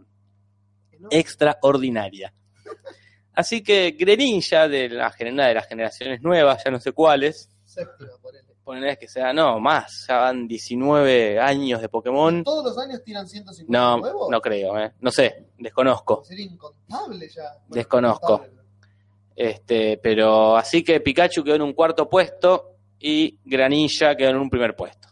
¿No? extraordinaria. Así que Greninja, de la, genera- de las generaciones nuevas, ya no sé cuáles, Séptima, ponele. poner que sea, no, más, ya van 19 años de Pokémon. Todos los años tiran 150 Mm. No, nuevos. no creo, eh. no sé, desconozco. Sería incontable ya. Bueno, Desconozco. incontable. Este, pero así que Pikachu quedó en un cuarto puesto y Granilla quedó en un primer puesto.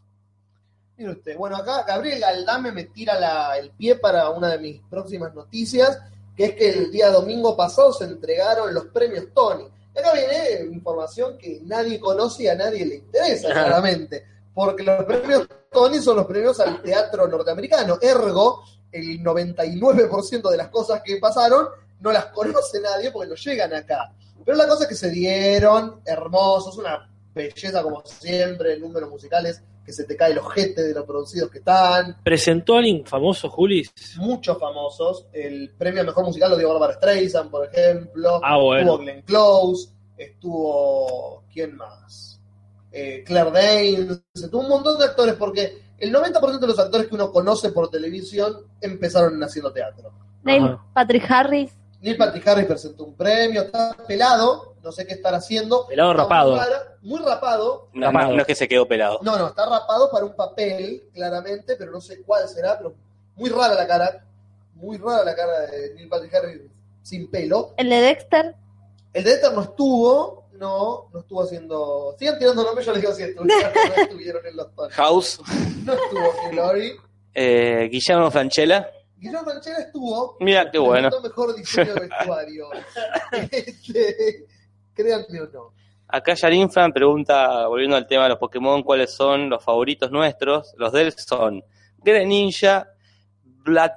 Mire usted, bueno, acá Gabriel Galdame me tira la- el pie para una de mis próximas noticias, que es que el día domingo pasado se entregaron los premios Tony. Y acá viene información que nadie conoce y a nadie le interesa, claramente, porque los premios Tony son los premios al teatro norteamericano, ergo, el 99% de las cosas que pasaron no las conoce nadie porque no llegan acá. Pero la cosa es que se dieron, hermosos, una belleza como siempre, números musicales que se te cae el ojete de los producidos que están, Presentó al infamoso Julis. muchos famosos, el premio al mejor musical lo dio Barbara Streisand, por ejemplo, Ah, bueno. estuvo Glenn Close, estuvo, ¿quién más? Eh, Claire Danes, estuvo un montón de actores porque el 90% de los actores que uno conoce por televisión empezaron haciendo teatro. Neil Ajá. Patrick Harris. Neil Patrick Harris presentó un premio, está pelado, no sé qué estará haciendo. Pelado Está muy rapado. raro, Muy rapado, No, no, no es que se quedó pelado. no, no, está rapado para un papel, claramente, pero no sé cuál será, pero muy rara la cara. Muy rara la cara de Neil Patrick Harris sin pelo. El de Dexter. El de Ether no estuvo, no, no estuvo haciendo. Siguen tirando nombres, yo les digo si estuvieron, no estuvieron en los tonos. House, No estuvo Hillary. eh, Guillermo Franchella. Guillermo Manchera estuvo. Mira qué bueno. presentó mejor diseño de vestuario. Este, créanme o no. Acá Yarin Fran pregunta, volviendo al tema de los Pokémon, cuáles son los favoritos nuestros. Los de él son Greninja, Black,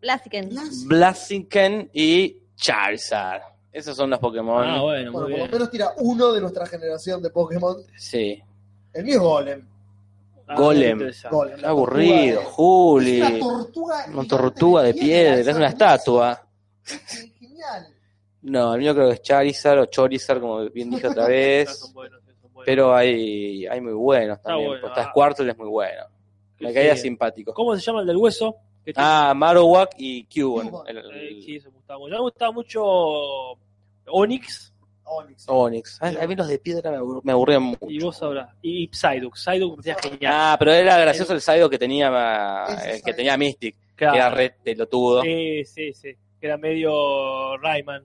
Blaziken. Blaziken y Charizard. Esos son los Pokémon. Ah, Bueno, bueno, muy por lo bien. menos tira uno de nuestra generación de Pokémon. Sí. El mío es Golem. Ah, Golem. interesante. Golem, Qué la aburrido, tortuga de- Juli. Es una tortuga. Una gigante tortuga de piedra, es una estatua. Es Genial. No, el mío creo que es Charizard o Chorizard, como bien dije otra Esos vez. son buenos, esos son buenos. Pero hay, hay muy buenos también. bueno, Está ah. Squirtle es muy bueno. Me Sí. caía simpático. ¿Cómo se llama el del hueso? Que tiene- Ah, Marowak y Cubone. Cubone. El- el- Eh, sí, eso me gustaba mucho. Ya me gustaba mucho Onix. Onix. Onix. Ay, Ah, A mí los de piedra me abur- me aburrían mucho. Y vos sabrás. Y Psyduck. Psyduck me parecía genial. Ah, pero era gracioso el Saido que tenía Ese eh, que Psyduck. tenía Mystic, que era Claro. re pelotudo. Sí, sí, sí. Que era medio Rayman.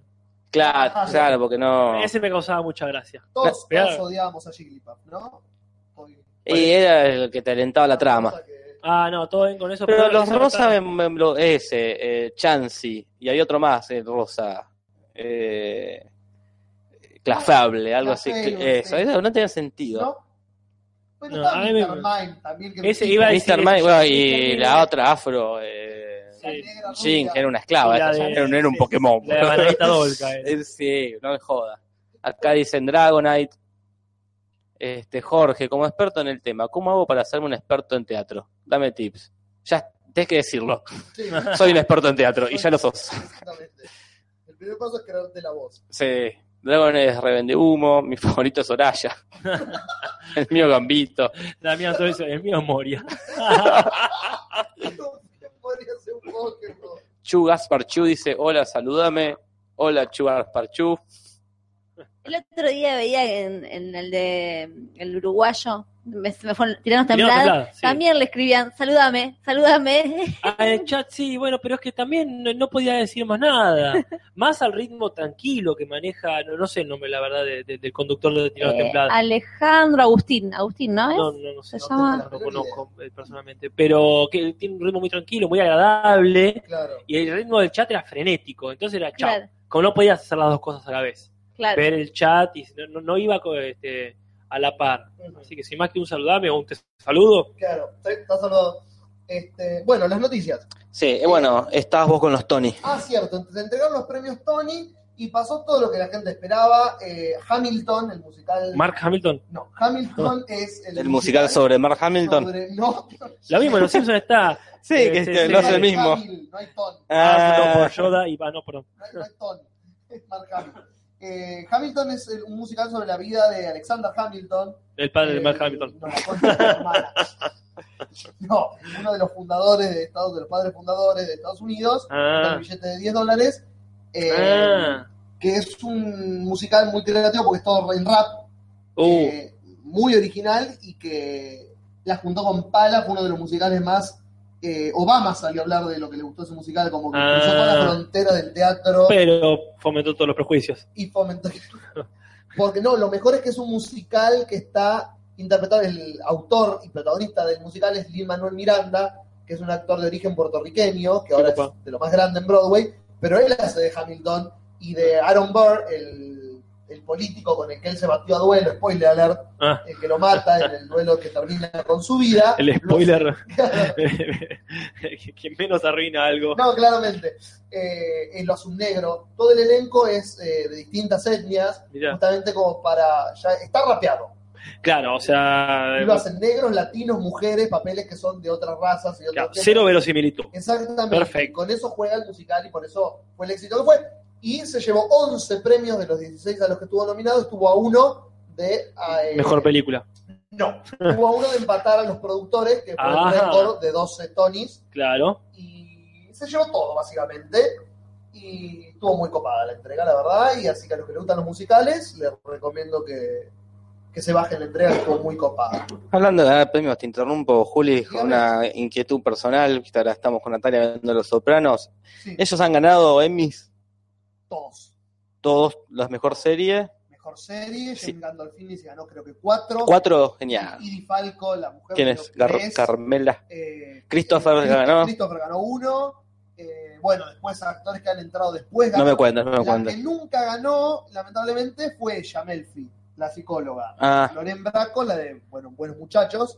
Claro, Ajá. claro, porque no. Ese me causaba mucha gracia. Todos, Claro. todos odiábamos a Jigglypuff, ¿no? Hoy- Y era el que te alentaba la Eh, trama. cosa que- Ah, no, todo bien con eso. Pero los eso rosas, está- me- me- lo- ese, eh, Chansey, y hay otro más, el rosa. Eh, clafable, algo así. Clafable, cl- Eso, sí. eso no tenía sentido. ¿No? Bueno, No, estaba a Mr. mí me- Mime también. Que Ese iba a decir- Mr. Mime, eso, bueno, Mr. y Mime. la otra afro, eh, La Sí. negra Jing, rubia. era una esclava, Y la esta ya de- no era- no era un sí, Pokémon. La de Margarita Dolca. eh. Eh, Sí, no me joda. Acá dicen Dragonite. Este, Jorge, como experto en el tema, ¿cómo hago para hacerme un experto en teatro? Dame tips. Ya tenés que decirlo. Sí, Soy un experto en teatro y ya lo sos. exactamente. El primer paso es crearte la voz. Sí. Dragonite es revende humo. Mi favorito es Soraya. el mío Gambito. La mía, todo eso. El mío Moria. Podría ser un Pokémon. Chu Gasparchu dice: Hola, salúdame. Hola, Chu Gasparchu. El otro día veía en, en el de el uruguayo, me, se me fueron tiranos Tiranos temblados, Temblados, sí. también le escribían, salúdame, salúdame. Ah, en el chat sí, bueno, pero es que también no, no podía decir más nada. Más al ritmo tranquilo que maneja, no, no sé el nombre, la verdad, de- de- del conductor de Tirano Eh, Templado. Alejandro Agustín, Agustín, ¿no es? No, no, no sé, Se no, llama- no lo conozco eh, personalmente, pero que tiene un ritmo muy tranquilo, muy agradable, Claro. y el ritmo del chat era frenético, entonces era chat. claro, Como no podías hacer las dos cosas a la vez, claro. ver el chat y no, no- no iba co- este, a la par. Ujú. Así que sin más que un saludame o un te saludo, Claro, te- estás saludado. Este, bueno, las noticias. Sí, eh, bueno, estabas vos con los Tony. Ah, cierto, se entregaron los premios Tony y pasó todo lo que la gente esperaba. Eh, Hamilton, el musical. Mark Hamilton. No, Hamilton es el, El musical sobre Mark Hamilton. sobre- No, Lo mismo, en los Simpsons está. Sí, Eh, que sí, este, sí, no es sí. el mismo. Hamill, no hay Tony. Ah, no, Ah, por Yoda y. Ah, no, perdón. No hay, no hay Tony, es Mark Hamill. Eh, Hamilton es el- un musical sobre la vida de Alexander Hamilton, El padre de Eh, Mark Hamilton. No, la concha de tu hermana. No, uno de los fundadores de Estados, de los padres fundadores de Estados Unidos, con Ah. un billete de 10 dólares, eh, Ah. que es un musical muy creativo porque es todo en rap, Uh, eh, muy original y que la juntó con Pala, fue uno de los musicales más. eh, Obama salió a hablar de lo que le gustó ese musical, como que cruzó Ah. toda la frontera del teatro pero fomentó todos los prejuicios. y fomentó. Porque no, lo mejor es que es un musical que está interpretado, el autor y protagonista del musical es Lin Manuel Miranda, que es un actor de origen puertorriqueño, que ahora copa. es de lo más grande en Broadway, pero él hace de Hamilton y de Aaron Burr, el, el político con el que él se batió a duelo, spoiler alert, Ah. el que lo mata en el duelo que termina con su vida. El spoiler que menos arruina algo. No, claramente. Eh, eh, lo hace un negro. Todo el elenco es eh, de distintas etnias, Mirá. justamente como para. Ya, está rapeado. Claro, o sea, Y lo hacen negros, latinos, mujeres, papeles que son de otras razas y de claro, otros cero verosimilitud. géneros. Exactamente. Perfecto. Y Con eso juega el musical y por eso fue el éxito que fue. Y se llevó 11 premios de los 16 a los que estuvo nominado. Estuvo a uno de. a, eh, Mejor película. No. Estuvo a uno de empatar a los productores, que fue un Ajá. récord de 12 Tonys. Claro. y se llevó todo básicamente y estuvo muy copada la entrega la verdad y así que a los que les gustan los musicales les recomiendo que, que se bajen la entrega que estuvo muy copada Hablando de ganar premios, te interrumpo, Juli, con Dígame. una inquietud personal. que Ahora estamos con Natalia viendo Los Sopranos. sí, Ellos han ganado Emmys, todos todos las mejor series. mejor serie Sí. Jim Gandolfini se ganó creo que cuatro, Cuatro, genial. Iri Falco la mujer ¿Quién creo es? que Gar- tres. Carmela. Eh, Christopher Christo- ganó. Christopher ganó uno Eh, bueno después actores que han entrado después No me cuentas, no me la que cuentas. nunca ganó lamentablemente fue ella Melfi la psicóloga Ah, Loren Braco, la de bueno, Buenos Muchachos.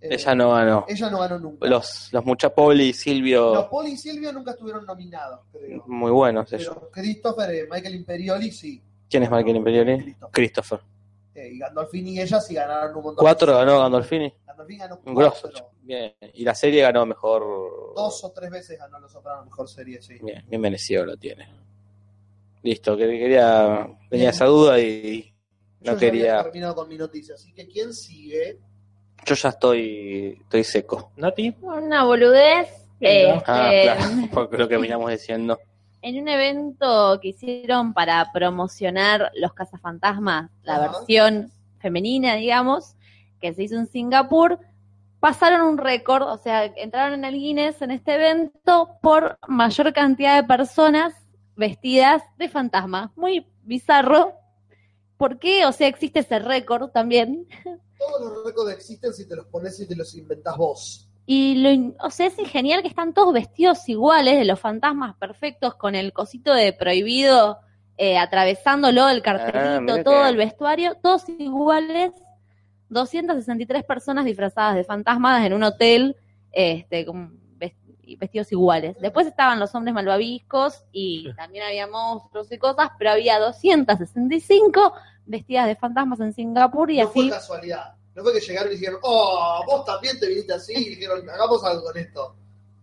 eh, ella no ganó. Ella no ganó nunca. Los, los Muchapoli y Los Silvio, Poli y Silvio nunca estuvieron nominados, creo. muy buenos ellos. Pero Christopher, eh, Michael Imperioli sí. ¿Quién es Michael Imperioli? Christopher. Christopher. Eh, y Gandolfini y ella sí ganaron un montón. Cuatro de ganó Gandolfini. Gandolfini ganó Un grosso. cuatro. Bien. Y la serie ganó mejor. Dos o tres veces ganó Los Sopranos Mejor Serie, sí. Bien, bien merecido lo tiene. Listo, que quería, tenía esa duda y Yo ya no había quería. terminado con mi noticia, así que ¿quién sigue? Yo ya estoy, estoy seco. Nati. Una boludez. Venga. este, Ah, claro, porque lo que veníamos diciendo. en un evento que hicieron para promocionar Los Cazafantasmas, la Ajá. versión femenina, digamos, que se hizo en Singapur, pasaron un récord, o sea, entraron en el Guinness en este evento por mayor cantidad de personas vestidas de fantasma. Muy bizarro. ¿Por qué? O sea, existe ese récord también. Todos los récords existen si te los pones y te los inventás vos. Y lo, in- o sea, es genial que están todos vestidos iguales, de los fantasmas perfectos, con el cosito de prohibido eh, atravesándolo, el Ah, cartelito, mira todo que- el vestuario, todos iguales. 263 personas disfrazadas de fantasmas en un hotel, este, con ves- y vestidos iguales. Después estaban los hombres malvaviscos y también había monstruos y cosas, pero había 265 vestidas de fantasmas en Singapur y No fue así. casualidad. No fue que llegaron y dijeron, oh, vos también te viniste así y dijeron, hagamos algo con esto.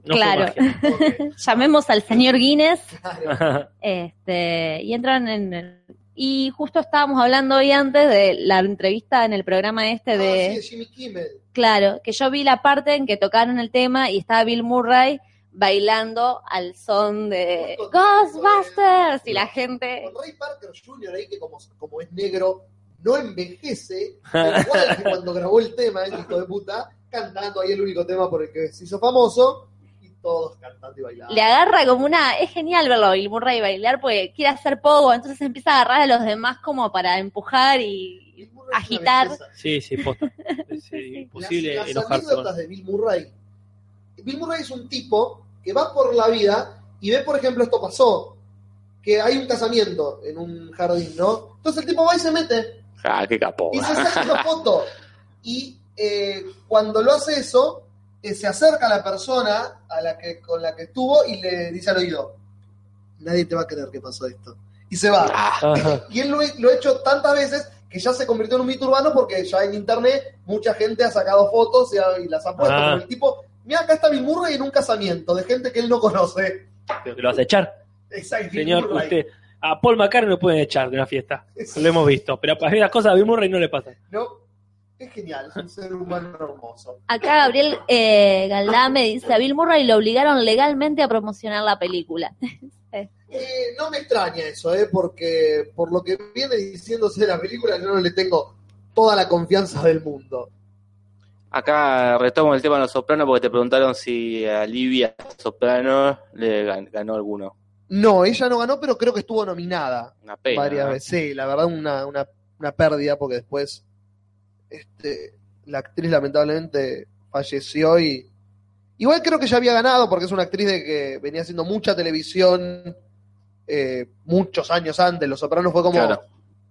No fue Claro. magia. Ok, Llamemos al señor Guinness. claro. Este, y entran en el- y justo estábamos hablando hoy antes de la entrevista en el programa este de Ah, sí, Jimmy Kimmel. claro, que yo vi la parte en que tocaron el tema y estaba Bill Murray bailando al son de Justo Ghostbusters y la gente Con Ray Parker Jr. ahí, que como, como es negro, no envejece. pero Igual que cuando grabó el tema, el hijo de puta, cantando ahí el único tema por el que se hizo famoso. Y todos cantando y bailando. le agarra como una, es genial verlo a Bill Murray bailar porque quiere hacer pogo, entonces empieza a agarrar a los demás como para empujar y Bill Murray es una agitar. belleza. Sí, sí, posta. Es eh, imposible las, las enojarse con- anécdotas de Bill Murray. Bill Murray es un tipo que va por la vida y ve, por ejemplo, esto pasó, que hay un casamiento en un jardín, ¿no? Entonces el tipo va y se mete Ah, qué capó. y se saca una foto. Y eh, cuando lo hace eso, eh, se acerca a la persona a la que, con la que estuvo y le dice al oído, nadie te va a creer que pasó esto. Y se va. Ah. Ajá. Y él lo, he- lo ha hecho tantas veces que ya se convirtió en un mito urbano porque ya en internet mucha gente ha sacado fotos y, ha- y las ha puesto. Ah. Como el tipo, mira, acá está Bill Murray en un casamiento de gente que él no conoce. Te lo vas a echar. Exacto. Bill Señor, Murray. usted. A Paul McCartney lo pueden echar de una fiesta. Lo hemos visto. Pero a las cosas a Bill Murray no le pasan. No, es genial, es un ser humano hermoso. Acá Gabriel eh, Galdá me dice, a Bill Murray lo obligaron legalmente a promocionar la película. Eh, no me extraña eso, eh, porque por lo que viene diciéndose de la película, yo no le tengo toda la confianza del mundo. Acá retomo el tema de los sopranos porque te preguntaron si a Livia Soprano le gan- ganó alguno. No, ella no ganó, pero creo que estuvo nominada. Una pena. varias ¿no? veces. Sí, la verdad, una, una, una pérdida porque después este, la actriz lamentablemente falleció y. Igual creo que ya había ganado porque es una actriz de que venía haciendo mucha televisión eh, muchos años antes. Los Sopranos fue como Claro.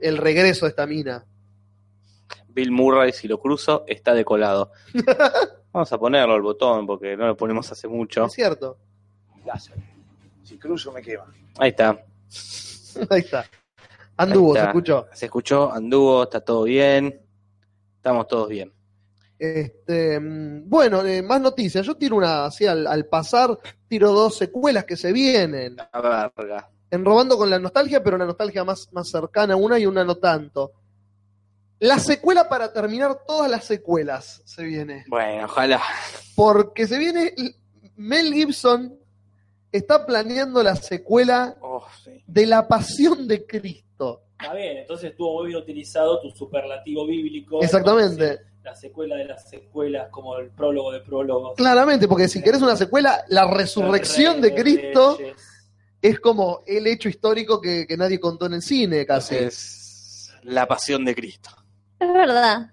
el regreso de esta mina. Bill Murray, si lo cruzo, está decolado. Vamos a ponerlo al botón porque no lo ponemos hace mucho. Es cierto. Si cruzo me quema. Ahí está. Ahí está. Anduvo, Ahí se está. escuchó. Se escuchó, anduvo, está todo bien. Estamos todos bien. Este, mm, bueno, eh, más noticias. Yo tiro una, así al, al pasar, tiro dos secuelas que se vienen. La verga. enrobando con la nostalgia, pero una nostalgia más, más cercana a una y una no tanto. La secuela para terminar todas las secuelas se viene. Bueno, ojalá. Porque se viene. Mel Gibson está planeando la secuela Oh, sí. de La Pasión de Cristo. Está bien, entonces estuvo muy bien utilizado tu superlativo bíblico. Exactamente. Entonces, La secuela de las secuelas, como el prólogo de prólogos. Claramente, porque si querés una secuela, la resurrección de Cristo es como el hecho histórico que, que nadie contó en el cine casi. Es la pasión de Cristo. Es verdad.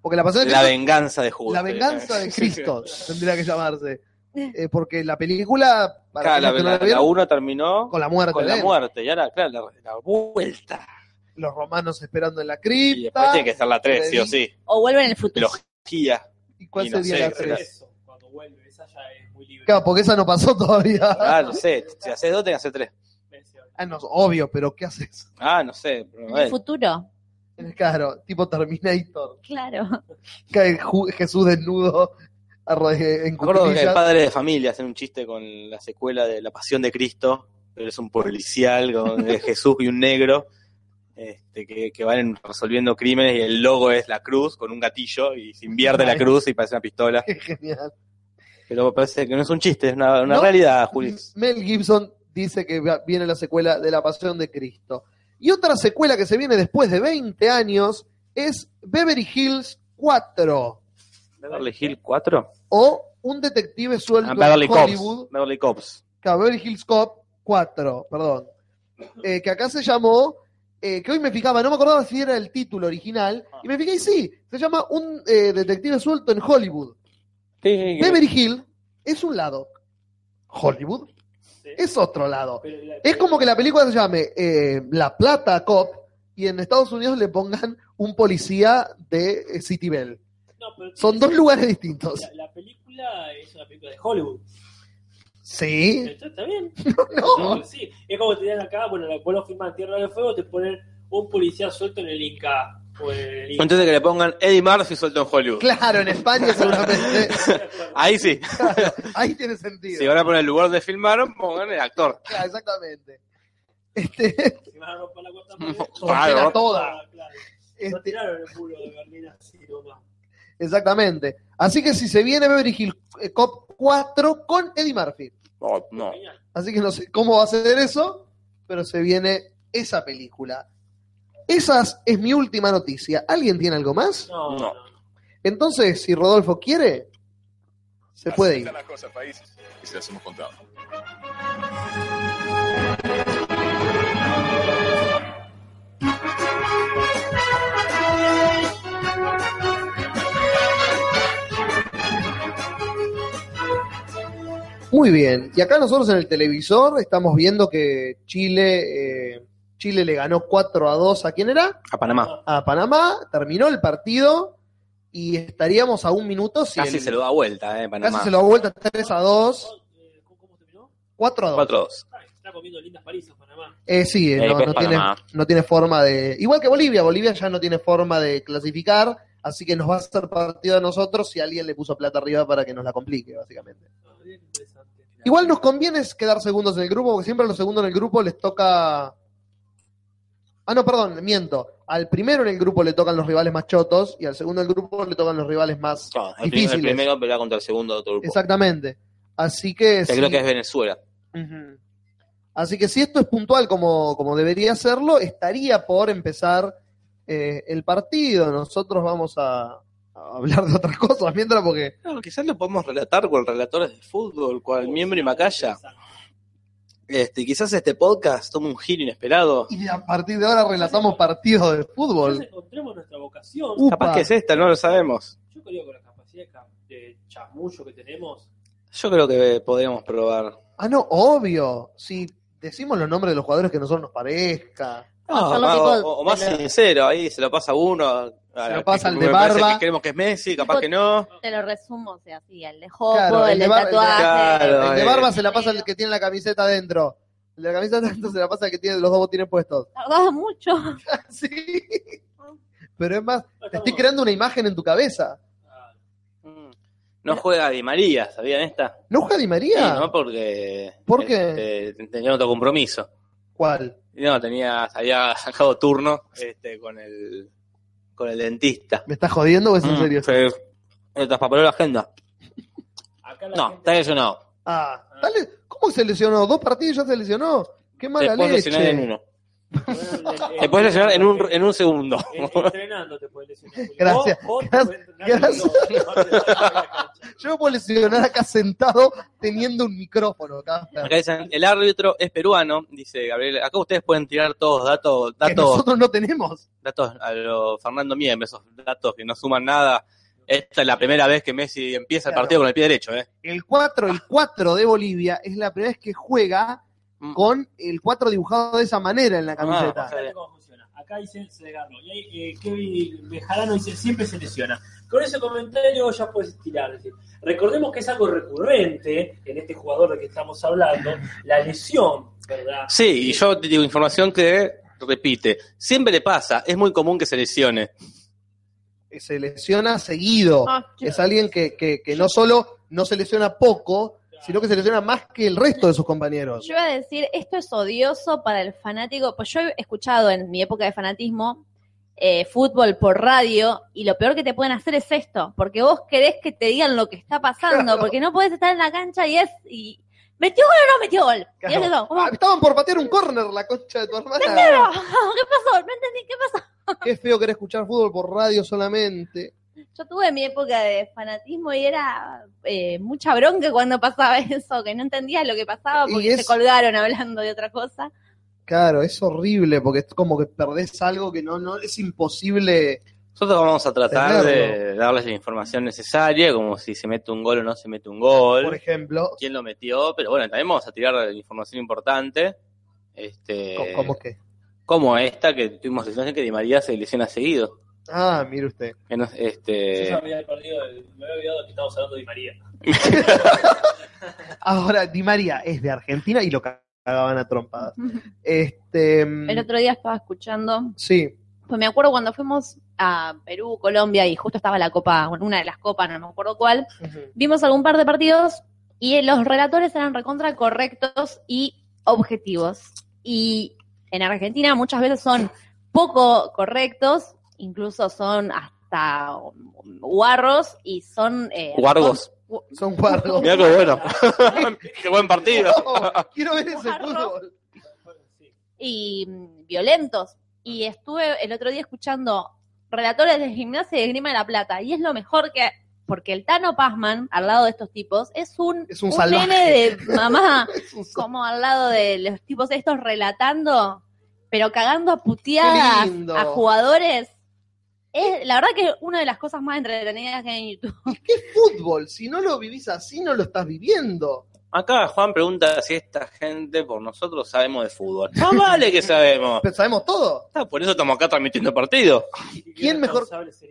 Porque la pasión de La Cristo venganza de Justo. La venganza de Cristo tendría que llamarse. Eh, porque la película, para Claro, aquellos que no la- la la vieron, 1 terminó con la muerte, con la de muerte. Y ahora, claro, la, la vuelta. los romanos esperando en la Y después cripta. tiene que ser la 3, sí o sí. O vuelven en el futuro. Logía. ¿Y cuál y no sería sé, la creo que tres? Eso, cuando vuelve, esa ya es muy libre. Claro, porque esa no pasó todavía. Ah, no sé. Si haces 2, tenés que hacer 3. Ah, no, obvio, pero ¿qué haces? Ah, no sé. pero, En bueno. el futuro. Claro, tipo Terminator. Claro. Cae Ju- Jesús desnudo arro- en Me acuerdo que el cuclillas. padre de familia hace un chiste con la secuela de La Pasión de Cristo, pero es un policial con de Jesús y un negro este, que, que van resolviendo crímenes y el logo es la cruz con un gatillo y se invierte la cruz y parece una pistola. Qué genial. Pero parece que no es un chiste, es una, una No. realidad, Juli. Mel Gibson dice que va- viene la secuela de La Pasión de Cristo. Y otra secuela que se viene después de 20 años es Beverly Hills 4 Beverly Hill 4. o Un Detective Suelto Ah, Beverly en Hollywood. Cops. Beverly Cops. Claro, Beverly Hills Cop 4, perdón. Eh, que acá se llamó, eh, que hoy me fijaba, no me acordaba si era el título original, Ah. y me fijé y sí, se llama Un eh, Detective Suelto en Hollywood. Sí, Beverly Hill es un lado, Hollywood es otro lado. Pero la- Es como que la película se llame eh, La Plata Cop y en Estados Unidos le pongan un policía de eh, City Bell. no, pero- Son dos lugares distintos. La, la película es una película de Hollywood. Sí, Está, está bien. no. No, Sí, es como tenían acá, bueno, la- vos lo filman Tierra del Fuego, te ponen un policía suelto en el Inca. O en el Inca. Entonces que le pongan Eddie Murphy suelto en Hollywood. Claro, en España seguramente. Ahí sí. Ahí tiene Si sentido. van a poner el lugar de filmaron, pongan el actor. Claro, exactamente. Este, Si van a romper la cuarta pared, Claro. rompen Toda. claro. No este, tiraron el culo de Berlina así nomás. exactamente. Así que si se viene Beverly Hills eh, Cop 4 con Eddie Murphy. Oh, no. Genial. Así que no sé cómo va a ser eso, pero se viene esa película. Esas es mi última noticia. ¿Alguien tiene algo más? No, no. No. Entonces, si Rodolfo quiere, se puede ir. las cosas, país, y se las hemos contado. Muy bien. Y acá nosotros en el televisor estamos viendo que Chile, eh, Chile le ganó 4 a 2 a quién era? A Panamá. A Panamá. Terminó el partido y estaríamos a un minuto si Casi el- se lo da vuelta, eh, Panamá. casi se lo da vuelta 3 a 2, Eh, ¿Cómo, cómo terminó? 4 a 2. 4-2. Ay, se está comiendo lindas parizas Panamá. Eh, sí, eh, Eh, no, pues no tiene, Panamá. no tiene forma de. Igual que Bolivia, Bolivia ya no tiene forma de clasificar, así que nos va a hacer partido a nosotros si alguien le puso plata arriba para que nos la complique, básicamente. Ah, bien interesante. Igual nos conviene es quedar segundos en el grupo, porque siempre a los segundos en el grupo les toca. Ah, no, perdón, miento. Al primero en el grupo le tocan los rivales más chotos y al segundo en el grupo le tocan los rivales más No, el, prim- el difíciles. primero pelea contra el segundo de otro grupo. Exactamente. Así que. Que sí. creo que es Venezuela. Ujú. Así que si esto es puntual como, como debería serlo, estaría por empezar eh, el partido. Nosotros vamos a, a hablar de otras cosas mientras porque No, quizás lo podemos relatar con relatores de fútbol, con el miembro y Macaya. Este, quizás este podcast tome un giro inesperado. y a partir de ahora relatamos partidos de Entonces fútbol. encontremos nuestra vocación. Upa. Capaz que es esta, no lo sabemos. Yo creo que con la capacidad de ca- de chamullo que tenemos, Yo creo que podríamos probar. Ah, no, obvio. Si decimos los nombres de los jugadores que a nosotros nos parezca. No, hacerlo más- tipo o, o más de la- sincero, ahí se lo pasa uno. a- a- lo pasa al me de parece barba. Que creemos que es Messi, capaz Tipo- que no. Te lo resumo, o sea, sí, el de Jopo, Claro, el, el de de bar- el de- tatuaje. Claro. El de eh. barba se la pasa el que tiene la camiseta adentro. El de la camiseta adentro se la pasa el que tiene los dos botines puestos. Tardaba mucho. Sí. Pero es más, te estoy Estamos- creando una imagen en tu cabeza. ah, No juega Di María, ¿sabían esta? ¿No juega Di Sí, María? no, porque. ¿Por qué? este, tenía otro compromiso. ¿Cuál? No, tenía, había sacado turno este, con el con el dentista. ¿Me estás jodiendo o es en Mm, serio? sí. Le traspapeló la agenda. acá la No, gente- está lesionado. Ah, dale, ¿cómo se lesionó? Dos partidos ya se lesionó. Qué mala Después leche. lesionar en uno. Bueno, el- el- Te puedes lesionar en un, en un segundo. en- Entrenando te puedes lesionar. Gracias. O- o te Gracias. puedes entrenar en Gracias. dos, aparte de estar en la cancha. Yo me puedo lesionar acá sentado teniendo un micrófono. acá. Acá dicen, el árbitro es peruano, dice Gabriel. Acá ustedes pueden tirar todos datos, Que datos, nosotros no tenemos. datos a lo Fernando Miem, esos datos que no suman nada. Esta es la primera vez que Messi empieza el Claro. partido con el pie derecho, ¿eh? El 4, el 4 de Bolivia es la primera vez que juega Mm. con el 4 dibujado de esa manera en la Ah, o camiseta. sea, Fíjate cómo funciona. Acá dice se agarró. Y ahí eh, Kevin Bejarano dice siempre se lesiona. Con ese comentario ya puedes tirar. Es decir, Recordemos que es algo recurrente en este jugador del que estamos hablando, la lesión, ¿verdad? Sí, y yo te digo información que repite. Siempre le pasa, es muy común que se lesione. Se lesiona seguido. Ah, Es alguien que, que- que no solo no se lesiona poco, sino que se lesiona más que el resto de sus compañeros. Yo iba a decir, esto es odioso para el fanático, pues yo he escuchado en mi época de fanatismo eh, fútbol por radio y lo peor que te pueden hacer es esto, porque vos querés que te digan lo que está pasando, Claro. porque no podés estar en la cancha y es... Y, ¿Metió gol o no metió gol? Y Claro. ellos son como, Ah, Estaban por patear un córner la concha de tu "Pero, hermana. ¿Qué pasó? No entendí, ¿qué pasó? Qué feo querer escuchar fútbol por radio solamente. Yo tuve mi época de fanatismo y era eh, mucha bronca cuando pasaba eso, que no entendía lo que pasaba Y porque se es- colgaron hablando de otra cosa. Claro, es horrible porque es como que perdés algo que no, no es imposible. Nosotros vamos a tratar de Tenerlo. darles la información necesaria, como si se mete un gol o no se mete un gol. Por ejemplo, quién lo metió, pero bueno, también vamos a tirar información importante. Este, co- ¿cómo que? como esta que tuvimos situación que Di María se lesiona seguido. Ah, mire usted. Que no- Yo este, ya me había perdido, el- me había olvidado que estábamos hablando de María. Ahora, Di María es de Argentina y lo cagaban a trompadas. Este. mm, El otro día estaba escuchando, Sí, pues me acuerdo cuando fuimos a Perú, Colombia y justo estaba la copa, bueno, una de las copas, no me acuerdo cuál, vimos algún par de partidos y los relatores eran recontra correctos y objetivos. Y en Argentina muchas veces son poco correctos, incluso son hasta guarros y son... eh, Guargos. gu- son guardos. Mirá qué bueno. qué buen partido. No, quiero ver ese Guardo. fútbol. y mm, violentos. Y estuve el otro día escuchando relatores de gimnasia y de Grima de la Plata. Y es lo mejor que. Porque el Tano Pazman, al lado de estos tipos, es un, Es un salvaje. nene de mamá, Es un so- como al lado de los tipos estos relatando, pero cagando a Qué puteadas lindo. a jugadores. Es la verdad que es una de las cosas más entretenidas que hay en YouTube. ¿Qué fútbol? Si no lo vivís así, no lo estás viviendo. Acá Juan pregunta si esta gente por nosotros sabemos de fútbol. Ah, vale que sabemos. Pero sabemos todo. Ah, por eso estamos acá transmitiendo partido. ¿Quién mejor-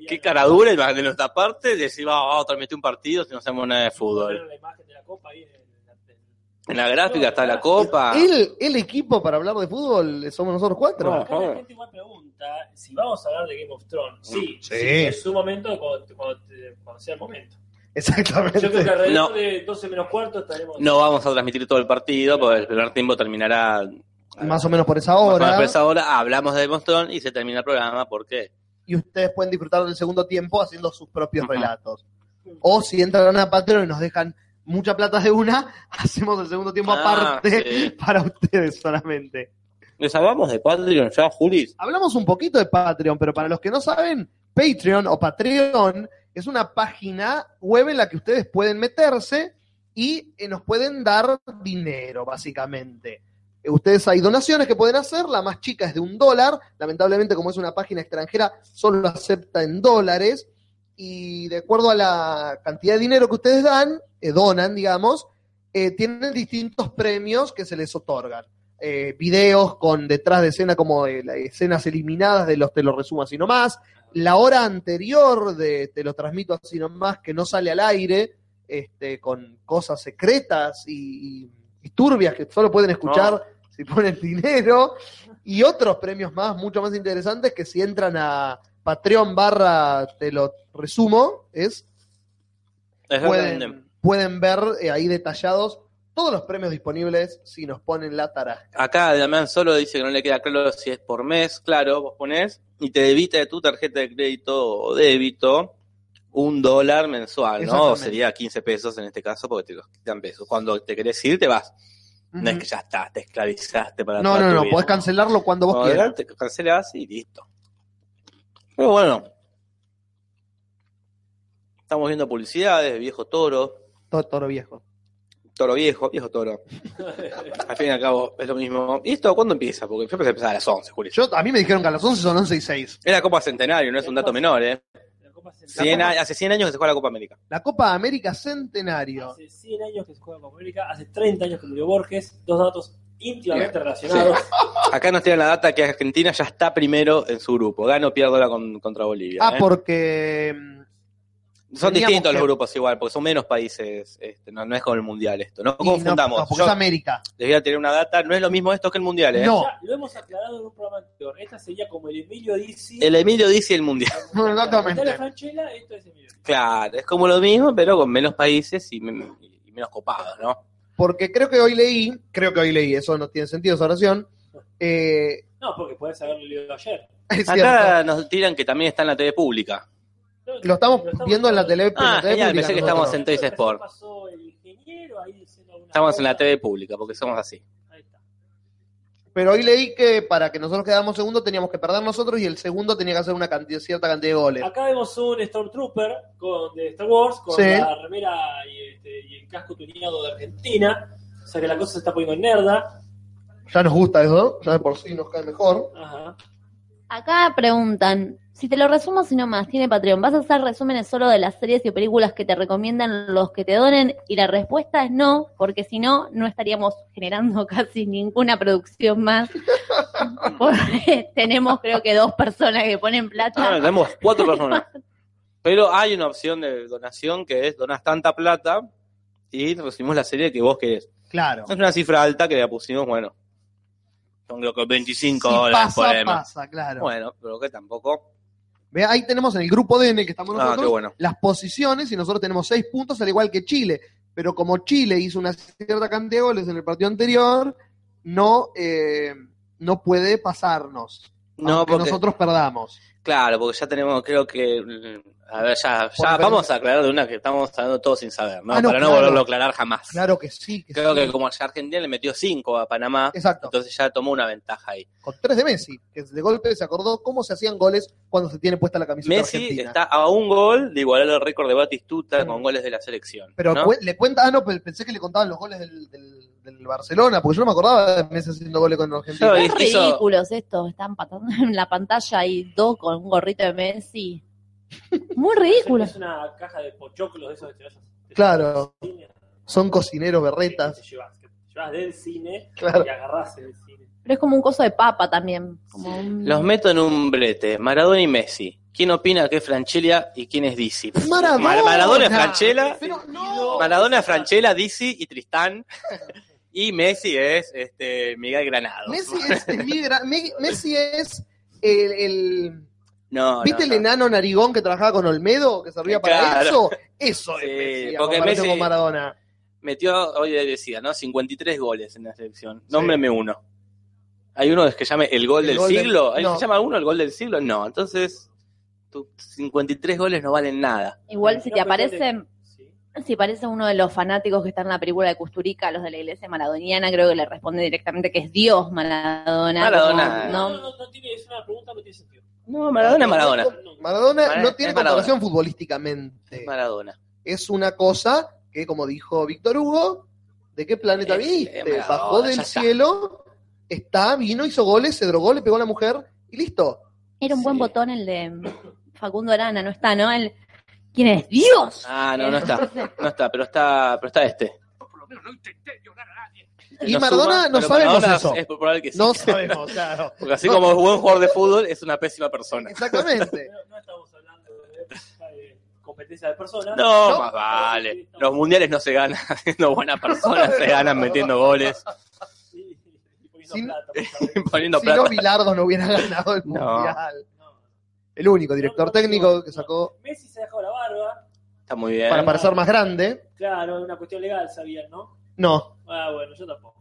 Qué cara dura el de nuestra parte decir, va, vamos a transmitir un partido si no sabemos nada de fútbol. La imagen de la copa ahí en la- En la gráfica está la copa. El, el equipo para hablar de fútbol somos nosotros cuatro. Ah. No. Acá la gente igual pregunta si vamos a hablar de Game of Thrones. Sí, Mm, Sí. sí. en su momento, cuando, cuando te- cuando sea el momento. Yo creo que Exactamente. alrededor No. de 12 menos cuarto estaremos. No vamos a transmitir todo el partido, porque el primer tiempo terminará Más o menos por esa Más o menos hora. por esa hora, hablamos de Monstrón y se termina el programa porque Y ustedes pueden disfrutar del segundo tiempo haciendo sus propios relatos. O si entran a Patreon y nos dejan mucha plata de una, hacemos el segundo tiempo Ah, aparte sí. para ustedes solamente. les hablamos de Patreon ya, Julis. Hablamos un poquito de Patreon, pero para los que no saben, Patreon o Patreon es una página web en la que ustedes pueden meterse y eh, nos pueden dar dinero, básicamente. Eh, Ustedes hay donaciones que pueden hacer, la más chica es de un dólar, lamentablemente como es una página extranjera, solo lo acepta en dólares, y de acuerdo a la cantidad de dinero que ustedes dan, eh, donan, digamos, eh, tienen distintos premios que se les otorgan eh, videos con detrás de escena como eh, las escenas eliminadas de los te lo resumo así nomás, la hora anterior de te lo transmito así nomás que no sale al aire, este, con cosas secretas y, y- y turbias que solo pueden escuchar si ponen dinero, y otros premios más, mucho más interesantes que si entran a Patreon barra te lo resumo, es pueden, pueden ver eh, ahí detallados todos los premios disponibles si nos ponen la tarasca. Acá Damián solo dice que no le queda claro si es por mes, claro, vos ponés y te debita de tu tarjeta de crédito o débito un dólar mensual, ¿no? Exactamente. Sería 15 pesos en este caso porque te los quitan pesos. Cuando te querés ir, te vas. No es que ya está, te esclavizaste para No, toda no, tu no, vida. podés cancelarlo cuando vos Cuando quieras. adelante, cancelás y listo. Pero bueno. Estamos viendo publicidades, viejo toro, Todo toro viejo. toro viejo, viejo toro. al fin y al cabo es lo mismo. ¿Y esto cuándo empieza? Porque yo pensé que empezaba a las 11, Julio. Yo, a mí me dijeron que a las 11 son 11 y 6. Es la Copa Centenario, no es un dato menor, ¿eh? La Copa se- Cien la a- hace 100 años que se juega la Copa América. La Copa América Copa- Centenario. Hace 100 años que se juega Copa América, hace 30 años que murió Borges, dos datos íntimamente relacionados. Acá nos tiran la data que Argentina ya está primero en su grupo. Gano o pierdo la con- contra Bolivia. Ah, ¿eh? porque mm, teníamos Son distintos los que- grupos igual, porque son menos países. este, no, no es con el Mundial esto. No y no- confundamos. no, porque Yo es América. les voy a tirar una data. No es lo mismo esto que el Mundial, ¿eh? No. Ya lo hemos aclarado en un programa anterior. Esta sería como el Emilio Dizzi. El Emilio dice el mundial. No, Está la exactamente. Franchella, esto es Emilio. Claro, es como lo mismo, pero con menos países y, men- y menos copados, ¿no? Porque creo que hoy leí, creo que hoy leí, eso no tiene sentido esa oración. Eh, No, porque podés haberlo leído ayer. es cierto. Acá nos tiran que también está en la TV pública. No, Lo estamos viendo en la tele. en Ah, la tele genial, pública pensé que nosotros. estamos en Toys Sport. Pasó el ingeniero, negro ahí diciendo alguna Estamos en la cosa. TV pública porque somos así. Ahí está. Pero hoy leí que para que nosotros quedáramos segundos teníamos que perder nosotros y el segundo tenía que hacer una cantidad, cierta cantidad de goles. Acá vemos un Stormtrooper con, de Star Wars con Sí. la remera y, este, y el casco tuneado de Argentina. O sea que la cosa se está poniendo en nerda. Ya nos gusta eso, ya de por sí nos cae mejor. Ajá. Acá preguntan, si te lo resumo si no más, tiene Patreon, ¿vas a hacer resúmenes solo de las series y películas que te recomiendan los que te donen? Y la respuesta es no, porque si no, no estaríamos generando casi ninguna producción más. Porque tenemos creo que dos personas que ponen Ah, plata. tenemos cuatro personas. Pero hay una opción de donación que es donas tanta plata y recibimos la serie que vos querés. Claro. Es una cifra alta que la pusimos, bueno. Son creo que 25 Si dólares por pasa, el mes. pasa, claro. Bueno, pero que tampoco. Ve, ahí tenemos en el grupo DN que estamos Ah, nosotros qué bueno. las posiciones y nosotros tenemos seis puntos al igual que Chile. Pero como Chile hizo una cierta cantidad de goles en el partido anterior, no, eh, no puede pasarnos. No, aunque porque, nosotros perdamos. claro, porque ya tenemos, creo que, mm, a ver, ya, ya Porque- vamos a aclarar de una que estamos hablando todos sin saber, ¿no? Ah, no, Para no claro. volverlo a aclarar jamás. Claro que sí. que Creo sí. que como ya Argentina le metió 5 a Panamá, Exacto. entonces ya tomó una ventaja ahí. Con tres de Messi, que de golpe se acordó cómo se hacían goles cuando se tiene puesta la camiseta Messi argentina. está a un gol de igualar el récord de Batistuta Mm. con goles de la selección. Pero ¿no? cu- le cuenta, ah, no, pe- pensé que le contaban los goles del, del- del Barcelona, porque yo no me acordaba de Messi haciendo goles con Argentina. Yo- Qué hizo- ridículos estos, están patando en la pantalla y dos con un gorrito de Messi. Muy ridículo. Es una caja de pochoclos de esos que te vas a- Claro. te llevas al cine, Son cocineros que berretas. Te llevas, que te llevas del cine Claro. y agarrás el cine. Pero es como un coso de papa también. Como un- Los meto en un brete, Maradona y Messi. ¿Quién opina que es Franchella y quién es Dizzy? Maradona. Mar- Maradona es Franchella, Pero no. Maradona es Franchella, Dizzy y Tristán. Y Messi es este Miguel Granado. Messi es, es mi gran- Me- Messi es el, el- No, no, ¿Viste el no. enano narigón que trabajaba con Olmedo, que servía para Claro. eso? Eso Sí, es Messi, a porque comparación Messi- con Maradona. Metió, hoy decía, ¿no? 53 goles en la selección. Nómbreme uno. ¿Hay uno que se llame el gol El del gol del- siglo? ¿Hay no. que se llama uno el gol del siglo? No, entonces tus 53 goles no valen nada. Igual si No, te pero yo aparecen... le- sí. Si parece uno de los fanáticos que está en la película de Custurica, los de la iglesia maradoniana, creo que le responde directamente que es Dios Maradona. Maradona. como, No, No, no, no, no tiene, es una pregunta, no tiene sentido. No, Maradona es Maradona. No, no. Maradona Maradona- no tiene es Maradona. comparación futbolísticamente. Es Maradona. es una cosa que, como dijo Víctor Hugo, ¿de qué planeta Es- viniste? es Maradona, Bajó ya del está. cielo, está, vino, hizo goles, se drogó, le pegó a la mujer y listo. Era un buen Sí. botón el de Facundo Arana, no está, ¿no? El, ¿Quién es Dios? Ah, no, no está. No está, pero está, pero está este. Y No Maradona suma, no pero sabemos Maradona eso. Es probable que sí. No sabemos, claro. Porque así como es buen jugador de fútbol, es una pésima persona. Exactamente. No, no estamos hablando de, de competencia de personas. No, más vale. Los mundiales no se ganan siendo buenas personas, se ganan metiendo goles, Sí, y poniendo Sin- plata, por favor. poniendo si no, plata. Bilardo no hubiera ganado el No. mundial. No. El único director técnico que sacó Messi se dejó la barba. Está muy bien. para parecer más grande. Claro, es una cuestión legal, sabían, ¿no? No. Ah, bueno, yo tampoco.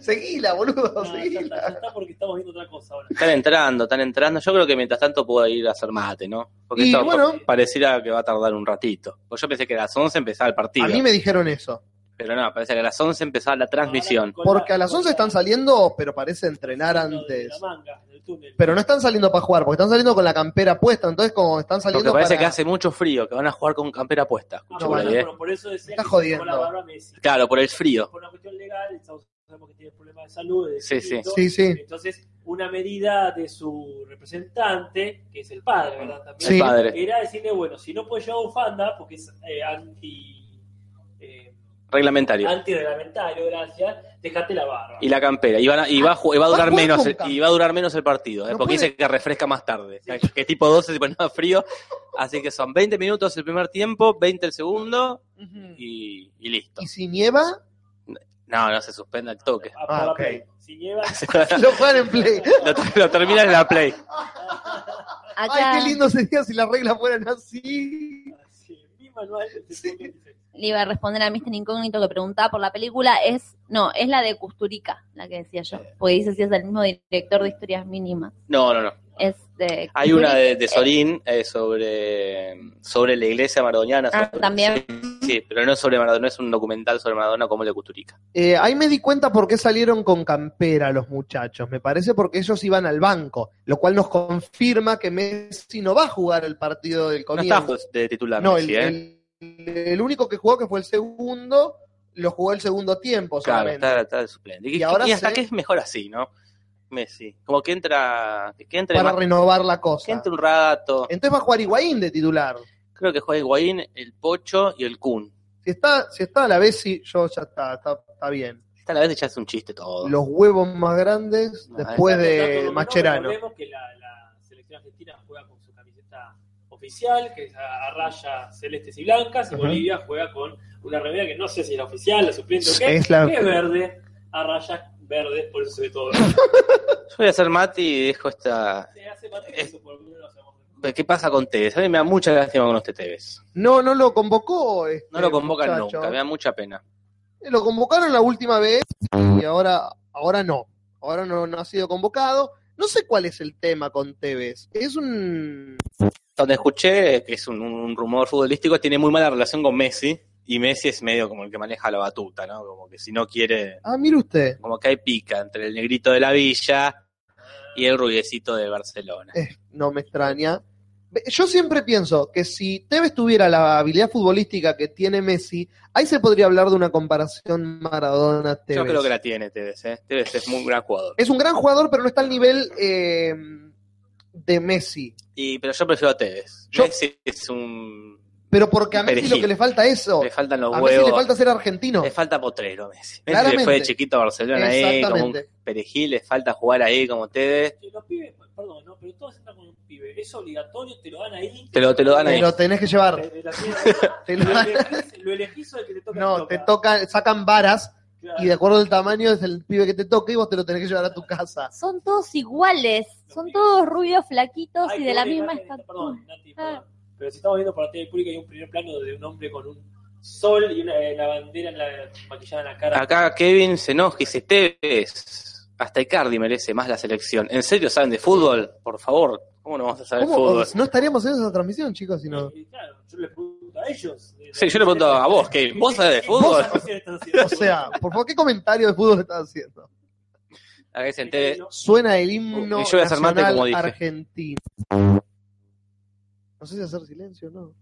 seguila, boludo, No, ya, está, ya seguila. está porque estamos viendo otra cosa ahora. Están entrando, están entrando. Yo creo que mientras tanto puedo ir a hacer mate, ¿no? Porque Y esto bueno. pareciera que va a tardar un ratito. Porque yo pensé que a las 11 empezaba el partido. A mí me dijeron eso. Pero no, parece que a las 11 empezaba la transmisión. Ahora, con Porque a las 11 están saliendo, pero parece entrenar saliendo de antes. la manga, del túnel. pero no están saliendo para jugar, porque están saliendo con la campera puesta, entonces como están Porque saliendo parece para... que hace mucho frío, que van a jugar con campera puesta. Ah, Escucho por bueno, ahí, ¿eh? pero por eso decía Está que se dejó la jodiendo. barba Messi. Claro, por el frío. Por una cuestión legal, estamos- sabemos que tiene problemas de salud. de Sí, sí. salud. Sí, sí. Entonces, una medida de su representante, que es el padre, ¿verdad? También, Sí. El padre. Era decirle, bueno, si no puedes llevar bufanda, porque es eh, anti... Eh, Reglamentario. Ah, antirreglamentario, gracias, dejate la barba. Y la campera. Y, van a- y va, a ju- y va a ¿Va a durar Ah, jugar menos, con el- campera? y va a durar menos el partido, ¿eh? No porque puede. dice que refresca más tarde. O sea, que tipo 12 se pone más frío. Así que son 20 minutos el primer tiempo, 20 el segundo Ujú. y, y listo. Y si nieva, No, no se suspenda el toque. A prueba Ah, ok. play. Si lleva, lo juegan en play. lo, terminas termina en la play. Acá Ay, qué lindo sería si las reglas fueran así. sí, mi manual este de Sí. fútbol. le iba a responder a Mr. Incógnito que preguntaba por la película, es, no, es la de Custurica, la que decía yo, porque dice si es el mismo director de historias mínimas. No, no, no. Es de Hay una de, de Custurica. Sorín eh, sobre, sobre la iglesia maradoniana. Ah, sobre- también. Sí, Sí, pero no es sobre Maradona, no es un documental sobre Maradona como el de Custurica. Eh, ahí me di cuenta por qué salieron con campera los muchachos. Me parece porque ellos iban al banco, lo cual nos confirma que Messi no va a jugar el partido del No está comienzo. pues, de titular, No, el, Messi, ¿eh? el- el único que jugó, que fue el segundo, lo jugó el segundo tiempo Claro, solamente. está, está de suplente. Y, Y ahora y hasta se- que es mejor así, ¿no? Messi. Como que entra. Que entre, para más- renovar la que cosa. entre un rato. Entonces va a jugar Higuaín de titular. Creo que juega Higuaín, el Pocho y el Kun. Si está, si está a la vez, sí, yo ya está, está, está bien. Esta la vez ya es un chiste todo. Los huevos más grandes No, después Está tratando de un Macherano. Recordemos que la, la selección argentina juega con su camiseta oficial, que es a, a rayas celestes y blancas, y Ajá. Bolivia juega con una remera que no sé si es la oficial, la suplente o qué, Es la- que es verde, a rayas verdes, por eso se ve todo. Yo voy a ser Mati y dejo esta. se hace parte de eso, por lo menos lo hacemos. ¿Qué pasa con Tevez? A mí me da mucha lástima con los TVs. No, no lo convocó. este No lo convocan muchacho. nunca, me da mucha pena. Eh, Lo convocaron la última vez y ahora, ahora no. Ahora no, no ha sido convocado. No sé cuál es el tema con Tevez. Es un. Donde escuché que es un, un rumor futbolístico, tiene muy mala relación con Messi. Y Messi es medio como el que maneja la batuta, ¿no? Como que si no quiere. Ah, mire usted. Como que hay pica entre el negrito de la villa y el rubiecito de Barcelona. Eh, no me extraña. Ve, Yo siempre pienso que si Tevez tuviera la habilidad futbolística que tiene Messi, ahí se podría hablar de una comparación Maradona-Tevez. Yo creo que la tiene Tevez, ¿eh? Tevez es muy gran jugador. Es un gran jugador, pero no está al nivel eh, de Messi. Y, pero yo prefiero a Tevez. Yo- Messi es un. Pero porque a Messi Perejil. lo que le falta es eso. Le faltan los A Messi huevos. le falta ser argentino. Le falta potrero a Messi. Messi Claramente. le fue de chiquito a Barcelona ahí, como un Exactamente. perejil, le falta jugar ahí como Tevez. Que Los pibes, perdón, no, pero todos entran con un pibe, es obligatorio, te lo dan ahí. Te lo- te lo dan ahí. Pero tenés que llevar. Te- te- te- Te lo- Lo elegís, lo elegís o el que te toca. no, te toca, sacan varas Claro. y de acuerdo al tamaño es el pibe que te toca y vos te lo tenés que llevar a tu casa. Son todos iguales, son todos rubios, flaquitos Ay, y de la pobre misma Ah. Nati, estatura. Perdón, Nati, perdón. Pero si estamos viendo por la tele pública, hay un primer plano de un hombre con un sol y una eh, la bandera en la, maquillada en la cara. Acá Kevin se enoja y dice, Tevez, hasta Icardi merece más la selección. ¿En serio saben de fútbol? Por favor, ¿cómo no vamos a saber ¿Cómo? fútbol? No estaríamos en esa transmisión, chicos, si no. Y claro, yo les pregunto a ellos. Sí, yo le pregunto a vos, Kevin, ¿vos sabés de fútbol? O sea, por favor, ¿qué comentario de fútbol estás haciendo? Acá dicen Tevez, Suena el himno Y yo voy a hacer mate, nacional como dije. argentino. No sé si hacer silencio o no.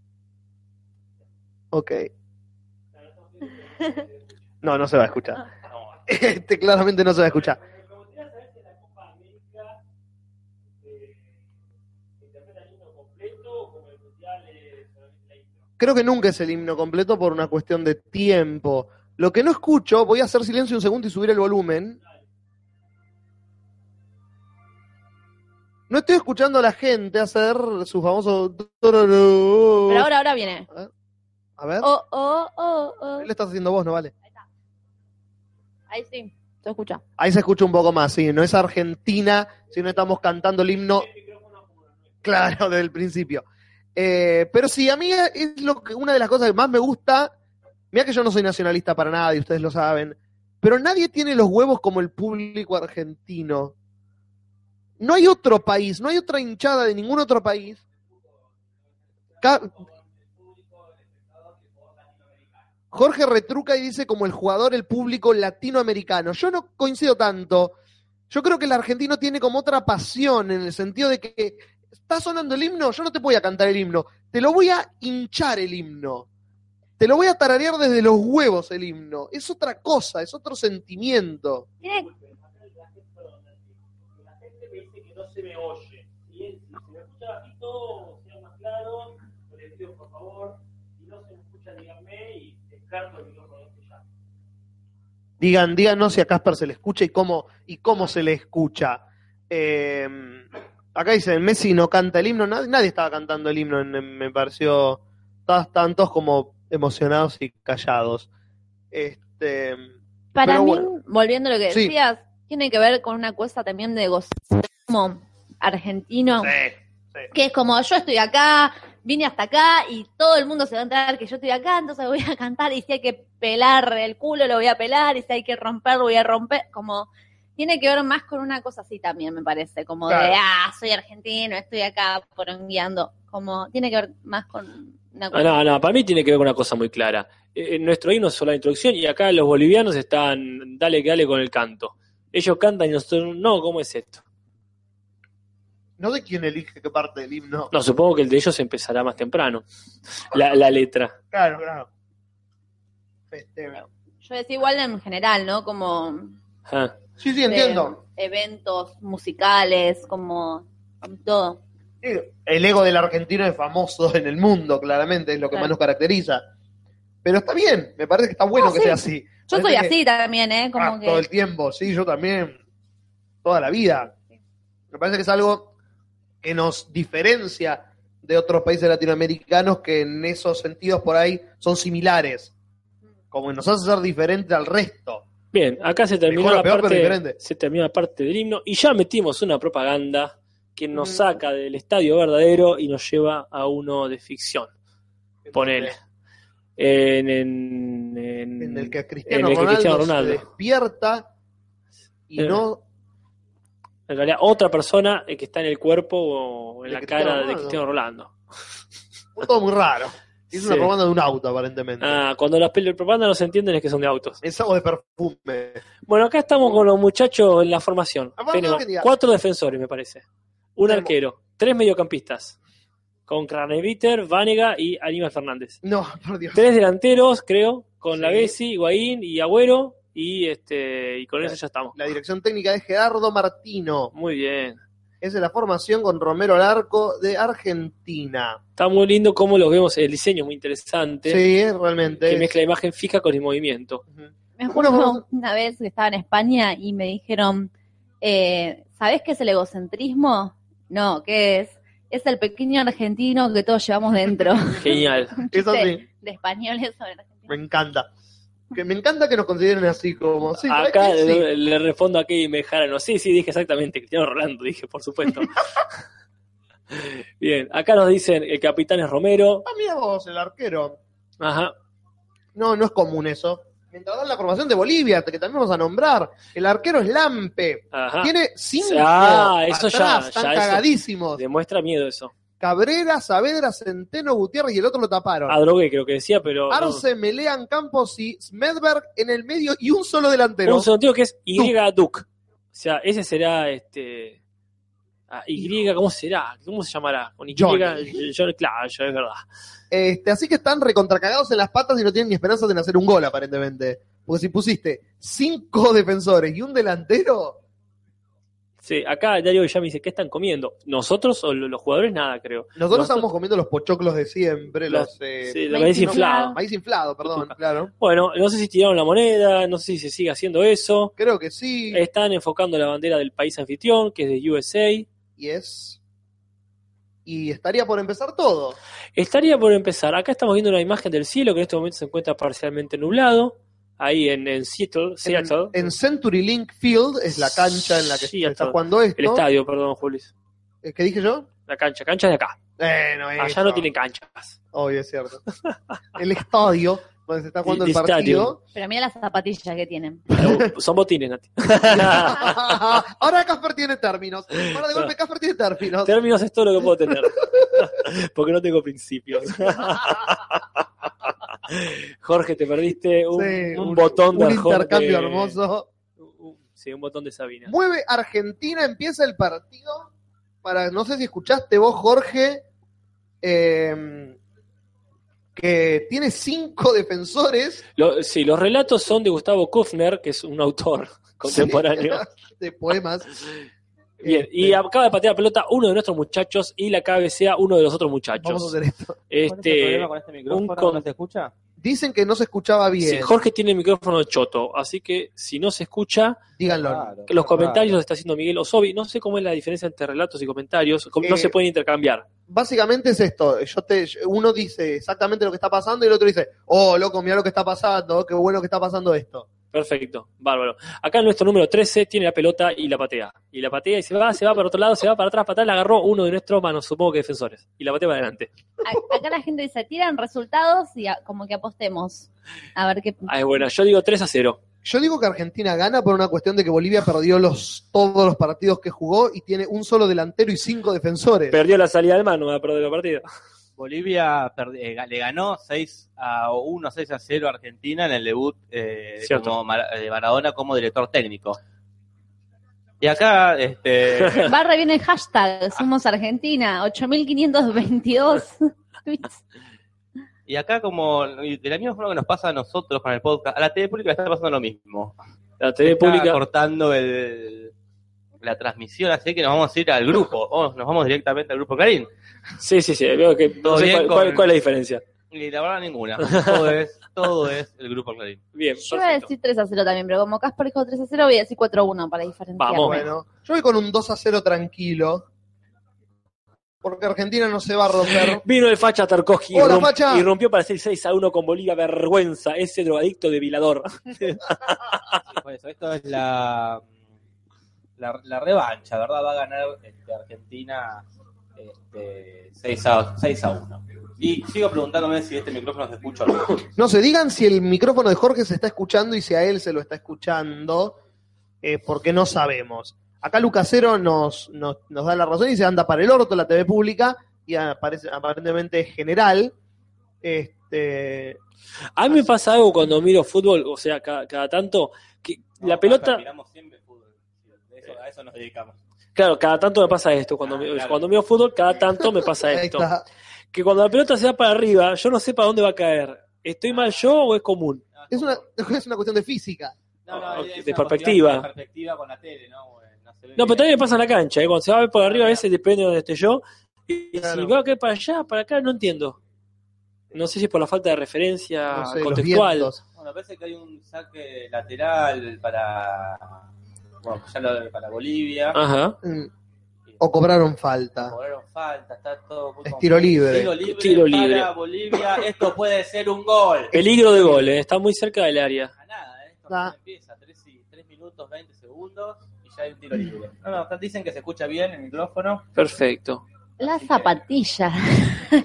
Ok. No, no se va a escuchar. Este claramente no se va a escuchar. Creo que nunca es el himno completo por una cuestión de tiempo. Lo que no escucho, voy a hacer silencio un segundo y subir el volumen. No estoy escuchando a la gente hacer su famoso... tororó. Pero ahora, ahora viene. A ver, Oh, oh, oh, oh. lo estás haciendo vos, ¿no vale? Ahí sí, se escucha. Ahí se escucha un poco más, sí. No es Argentina, si no estamos cantando el himno. Claro, desde el principio. Eh, pero sí, a mí es lo que, una de las cosas que más me gusta. Mira que yo no soy nacionalista para nada y ustedes lo saben. Pero nadie tiene los huevos como el público argentino. No hay otro país, no hay otra hinchada de ningún otro país. Ca- Jorge retruca y dice como el jugador, el público latinoamericano. Yo no coincido tanto. Yo creo que el argentino tiene como otra pasión en el sentido de que está sonando el himno, yo no te voy a cantar el himno, te lo voy a hinchar el himno. Te lo voy a tararear desde los huevos el himno. Es otra cosa, es otro sentimiento. Tiene- La gente me dice que no se me oye. Y él, si se me escucha bajito, sea más claro, le pido por favor. Si no se me escucha, díganme y descarto el micrófono de este ya. Digan, díganos si a Casper se le escucha y cómo, y cómo se le escucha. Eh, acá dicen, Messi no canta el himno, nadie, nadie estaba cantando el himno, en- en- me pareció todos tantos como emocionados y callados. Este, Para Pero mí, bueno. volviendo a lo que Sí. decías, tiene que ver con una cosa también de egocentrismo argentino. Que es como yo estoy acá, vine hasta acá y todo el mundo se va a enterar que yo estoy acá, entonces voy a cantar y si hay que pelar el culo lo voy a pelar y si hay que romper lo voy a romper. Como tiene que ver más con una cosa así también, me parece. Como de, Claro. ah, soy argentino, estoy acá porongueando. Como tiene que ver más con Una Ah, cosa- no, no, para mí tiene que ver con una cosa muy clara. Eh, eh, nuestro himno es la introducción y acá los bolivianos están, dale, que dale con el canto. Ellos cantan y nosotros, no, ¿cómo es esto? No sé quién elige qué parte del himno. No, supongo que el de ellos empezará más temprano. La, la letra. Claro, claro. Este, Festejame. Yo decía igual en general, ¿no? Como Ah. Sí, sí, entiendo. de eventos musicales, como todo. El ego del argentino es famoso en el mundo, claramente, es lo que Claro. más nos caracteriza. Pero está bien, me parece que está bueno Ah, que sí. sea así. Yo soy Parece que- así también, ¿eh? Como Ah, que... Todo el tiempo, sí, yo también. Toda la vida. Me parece que es algo que nos diferencia de otros países latinoamericanos que en esos sentidos por ahí son similares. Como que nos hace ser diferente al resto. Bien, acá se terminó, Mejor o la peor, pero parte, diferente. se terminó la parte del himno y ya metimos una propaganda que nos saca del estadio verdadero y nos lleva a uno de ficción. Ponele. En, en, en- En el que Cristiano, en el que Cristiano Ronaldo se Ronaldo. despierta y Eh, no En realidad, otra persona eh, que está en el cuerpo o en De la Cristiano cara de Ronaldo. Cristiano Rolando. Todo muy raro. Es una Sí. propaganda de un auto, aparentemente. Ah, cuando las pel- propagandas no se entienden es que son de autos. Es algo de perfume. Bueno, acá estamos con los muchachos en la formación. Aparte, Tenemos quería- cuatro defensores, me parece. Un Tenemos- arquero, tres mediocampistas, con Craneviter, Vanega y Aníbal Fernández. No, por Dios. Tres delanteros, creo, con Sí. Lavezzi, Higuaín y Agüero, y este y con eso ya estamos. La dirección técnica es Gerardo Martino. Muy bien. Es de la formación con Romero Larco de Argentina. Está muy lindo cómo los vemos, el diseño es muy interesante, Sí, realmente. que es- mezcla imagen fija con el movimiento. Ujú. Me Bueno, acuerdo vamos- una vez que estaba en España y me dijeron, eh, ¿sabés qué es el egocentrismo? No, ¿qué es? Es el pequeño argentino que todos llevamos dentro. Genial. Es así. Sí, De españoles sobre Me argentinos. encanta. Que me encanta que nos consideren así como. Sí, ¿sabés Acá qué? Sí. le, le respondo a Kevin Mejarano. Sí, sí, dije exactamente, Cristiano Rolando, dije, por supuesto. Bien, acá nos dicen el capitán es Romero. Ah, mira vos, el arquero. Ajá. No, no es común eso. Mientras dan la formación de Bolivia, que también vamos a nombrar. El arquero es Lampe. Ajá. Tiene cinco. Ah, eso ya, atrás, ya, Están eso. cagadísimos. Demuestra miedo eso. Cabrera, Saavedra, Centeno, Gutiérrez y el otro lo taparon. Adrogué creo que decía, pero. no. Arce, Melean, Campos y Smedberg en el medio y un solo delantero. Un sentido que es Y Duc. O sea, ese será este. ah, y, ¿cómo será? ¿Cómo se llamará? Con Y, Johnny. John- claro, es verdad. Este, así que están recontracagados en las patas y no tienen ni esperanzas de hacer un gol, aparentemente. Porque si pusiste cinco defensores y un delantero, Sí, acá Darío ya me dice, ¿qué están comiendo? ¿Nosotros o lo- los jugadores? Nada, creo. nosotros Nosotros- estamos comiendo los pochoclos de siempre, Los- los eh, Sí, lo que dice Maíz inflado. maíz inflado, perdón, claro. Bueno, no sé si tiraron la moneda, no sé si se sigue haciendo eso. Creo que sí. Están enfocando la bandera del país anfitrión, que es de USA. Y es. Y estaría por empezar todo. Estaría por empezar. Acá estamos viendo una imagen del cielo que en este momento se encuentra parcialmente nublado. Ahí en, en Seattle, Seattle, En, en Century Link Field es la cancha en la que Sí, se está hasta- jugando el esto. estadio, perdón, Julis. Eh, ¿Qué dije yo? La cancha, cancha de acá. Bueno, Allá eso. no tienen canchas. Obvio, es cierto. El estadio donde se está jugando el, El partido. Pero mira las zapatillas que tienen. Pero Son botines, Nati. Ahora Casper tiene términos. Ahora de golpe Casper tiene términos. Términos es todo lo que puedo tener. Porque no tengo principios. Jorge, te perdiste un, Sí, un botón de un Jorge. intercambio hermoso. Uh, Sí, un botón de Sabina. Mueve Argentina, empieza el partido. Para, no sé si escuchaste vos, Jorge, eh, que tiene cinco defensores Lo- sí, los relatos son de Gustavo Kufner, que es un autor contemporáneo. de poemas. Este, Bien, y acaba de patear la pelota uno de nuestros muchachos y la cabecea uno de los otros Vamos a muchachos. hacer esto. ¿Cuál es el Este, problema con este micrófono? con- ¿No se escucha? Dicen que no se escuchaba sí, bien. Jorge tiene el micrófono choto, así que si no se escucha, Díganlo. Ah, Claro, que los claro. comentarios los está haciendo Miguel Osobi. No sé cómo es la diferencia entre relatos y comentarios, com- no Eh, se pueden intercambiar. básicamente es esto. Yo te, uno dice exactamente lo que está pasando y el otro dice, oh, loco, mira lo que está pasando, qué bueno que está pasando esto. Perfecto, bárbaro. Acá nuestro número 13 tiene la pelota y la patea. Y la patea y se va, se va para otro lado, se va para atrás, para atrás, la agarró uno de nuestros manos, supongo que defensores. Y la patea para adelante. A- Acá la gente dice, tiran resultados y a- como que apostemos. A ver qué... Ah, es buena, yo digo 3 a 0. Yo digo que Argentina gana por una cuestión de que Bolivia perdió los, todos los partidos que jugó y tiene un solo delantero y cinco defensores. Perdió la salida del mano, va a perder la partida. Bolivia perdi- eh, ga- le ganó 6 a 1, 6 a 0 a Argentina en el debut eh, de Cierto. como Mara- de Maradona como director técnico. Y acá, este, Va re bien el hashtag, somos Argentina, 8522 tweets. y acá como y de la misma forma que nos pasa a nosotros con el podcast, a la tele pública le está pasando lo mismo. La TV Está pública. cortando el, la transmisión, así que nos vamos a ir al grupo, o nos vamos directamente al grupo Clarín. Sí, sí, sí. Veo que, Todo no sé bien cuál, con- cuál- cuál es la diferencia. Y la verdad ninguna, todo es, todo es el grupo Clarín. Bien, Yo iba a perfecto. decir 3 a 0 también, pero como Casper dijo 3 a 0, voy a decir 4 a 1 para diferenciar. Vamos. Bueno, yo voy con un 2 a 0 tranquilo. Porque Argentina no se va a romper. Vino el facha Tarkovsky Hola, y, romp- facha. y rompió para hacer 6 a 1 con Bolivia. Vergüenza, ese drogadicto de Vilador. Por eso, esto es la, la, la revancha, ¿verdad? Va a ganar este, Argentina este, 6, a, 6 a 1. Y sigo preguntándome si este micrófono se escucha o no. No se digan si el micrófono de Jorge se está escuchando y si a él se lo está escuchando, eh, porque no sabemos. Acá Lucasero nos, nos, nos da la razón y dice anda para el orto la TV pública y aparece, aparentemente es general. Este, A mí me pasa algo cuando miro fútbol, o sea, cada, cada tanto, que la No, pelota, Miramos siempre fútbol. De eso- a eso nos dedicamos. claro, cada tanto me pasa esto, cuando, mi- Ah, claro. cuando miro fútbol, cada tanto me pasa ahí esto. está. Que cuando la pelota se va para arriba, yo no sé para dónde va a caer. ¿Estoy mal yo o es común? Es una, es una cuestión de física. No, no, es- es de una perspectiva. cuestión De perspectiva con la tele, ¿no? Eh, se ve No, pero bien. también me pasa en la cancha, ¿eh? cuando se va a ver por arriba, a veces depende de donde esté yo. Y Claro. si va a caer para allá, para acá, no entiendo. No sé si es por la falta de referencia No sé, los Ah, contextual. vientos. Bueno, parece que hay un saque lateral para, bueno, ya lo- para Bolivia. Ajá. Mm, O cobraron falta. Cobraron falta, está todo muy Es tiro libre. Tiro libre Tiro para libre. Bolivia, esto puede ser un gol. Peligro de gol, ¿eh? está muy cerca del área. A nada, ¿eh? esto Ah. no empieza. 3, minutos 20 segundos y ya hay un tiro libre. No, no, acá dicen que se escucha bien el micrófono. Perfecto. Las zapatillas,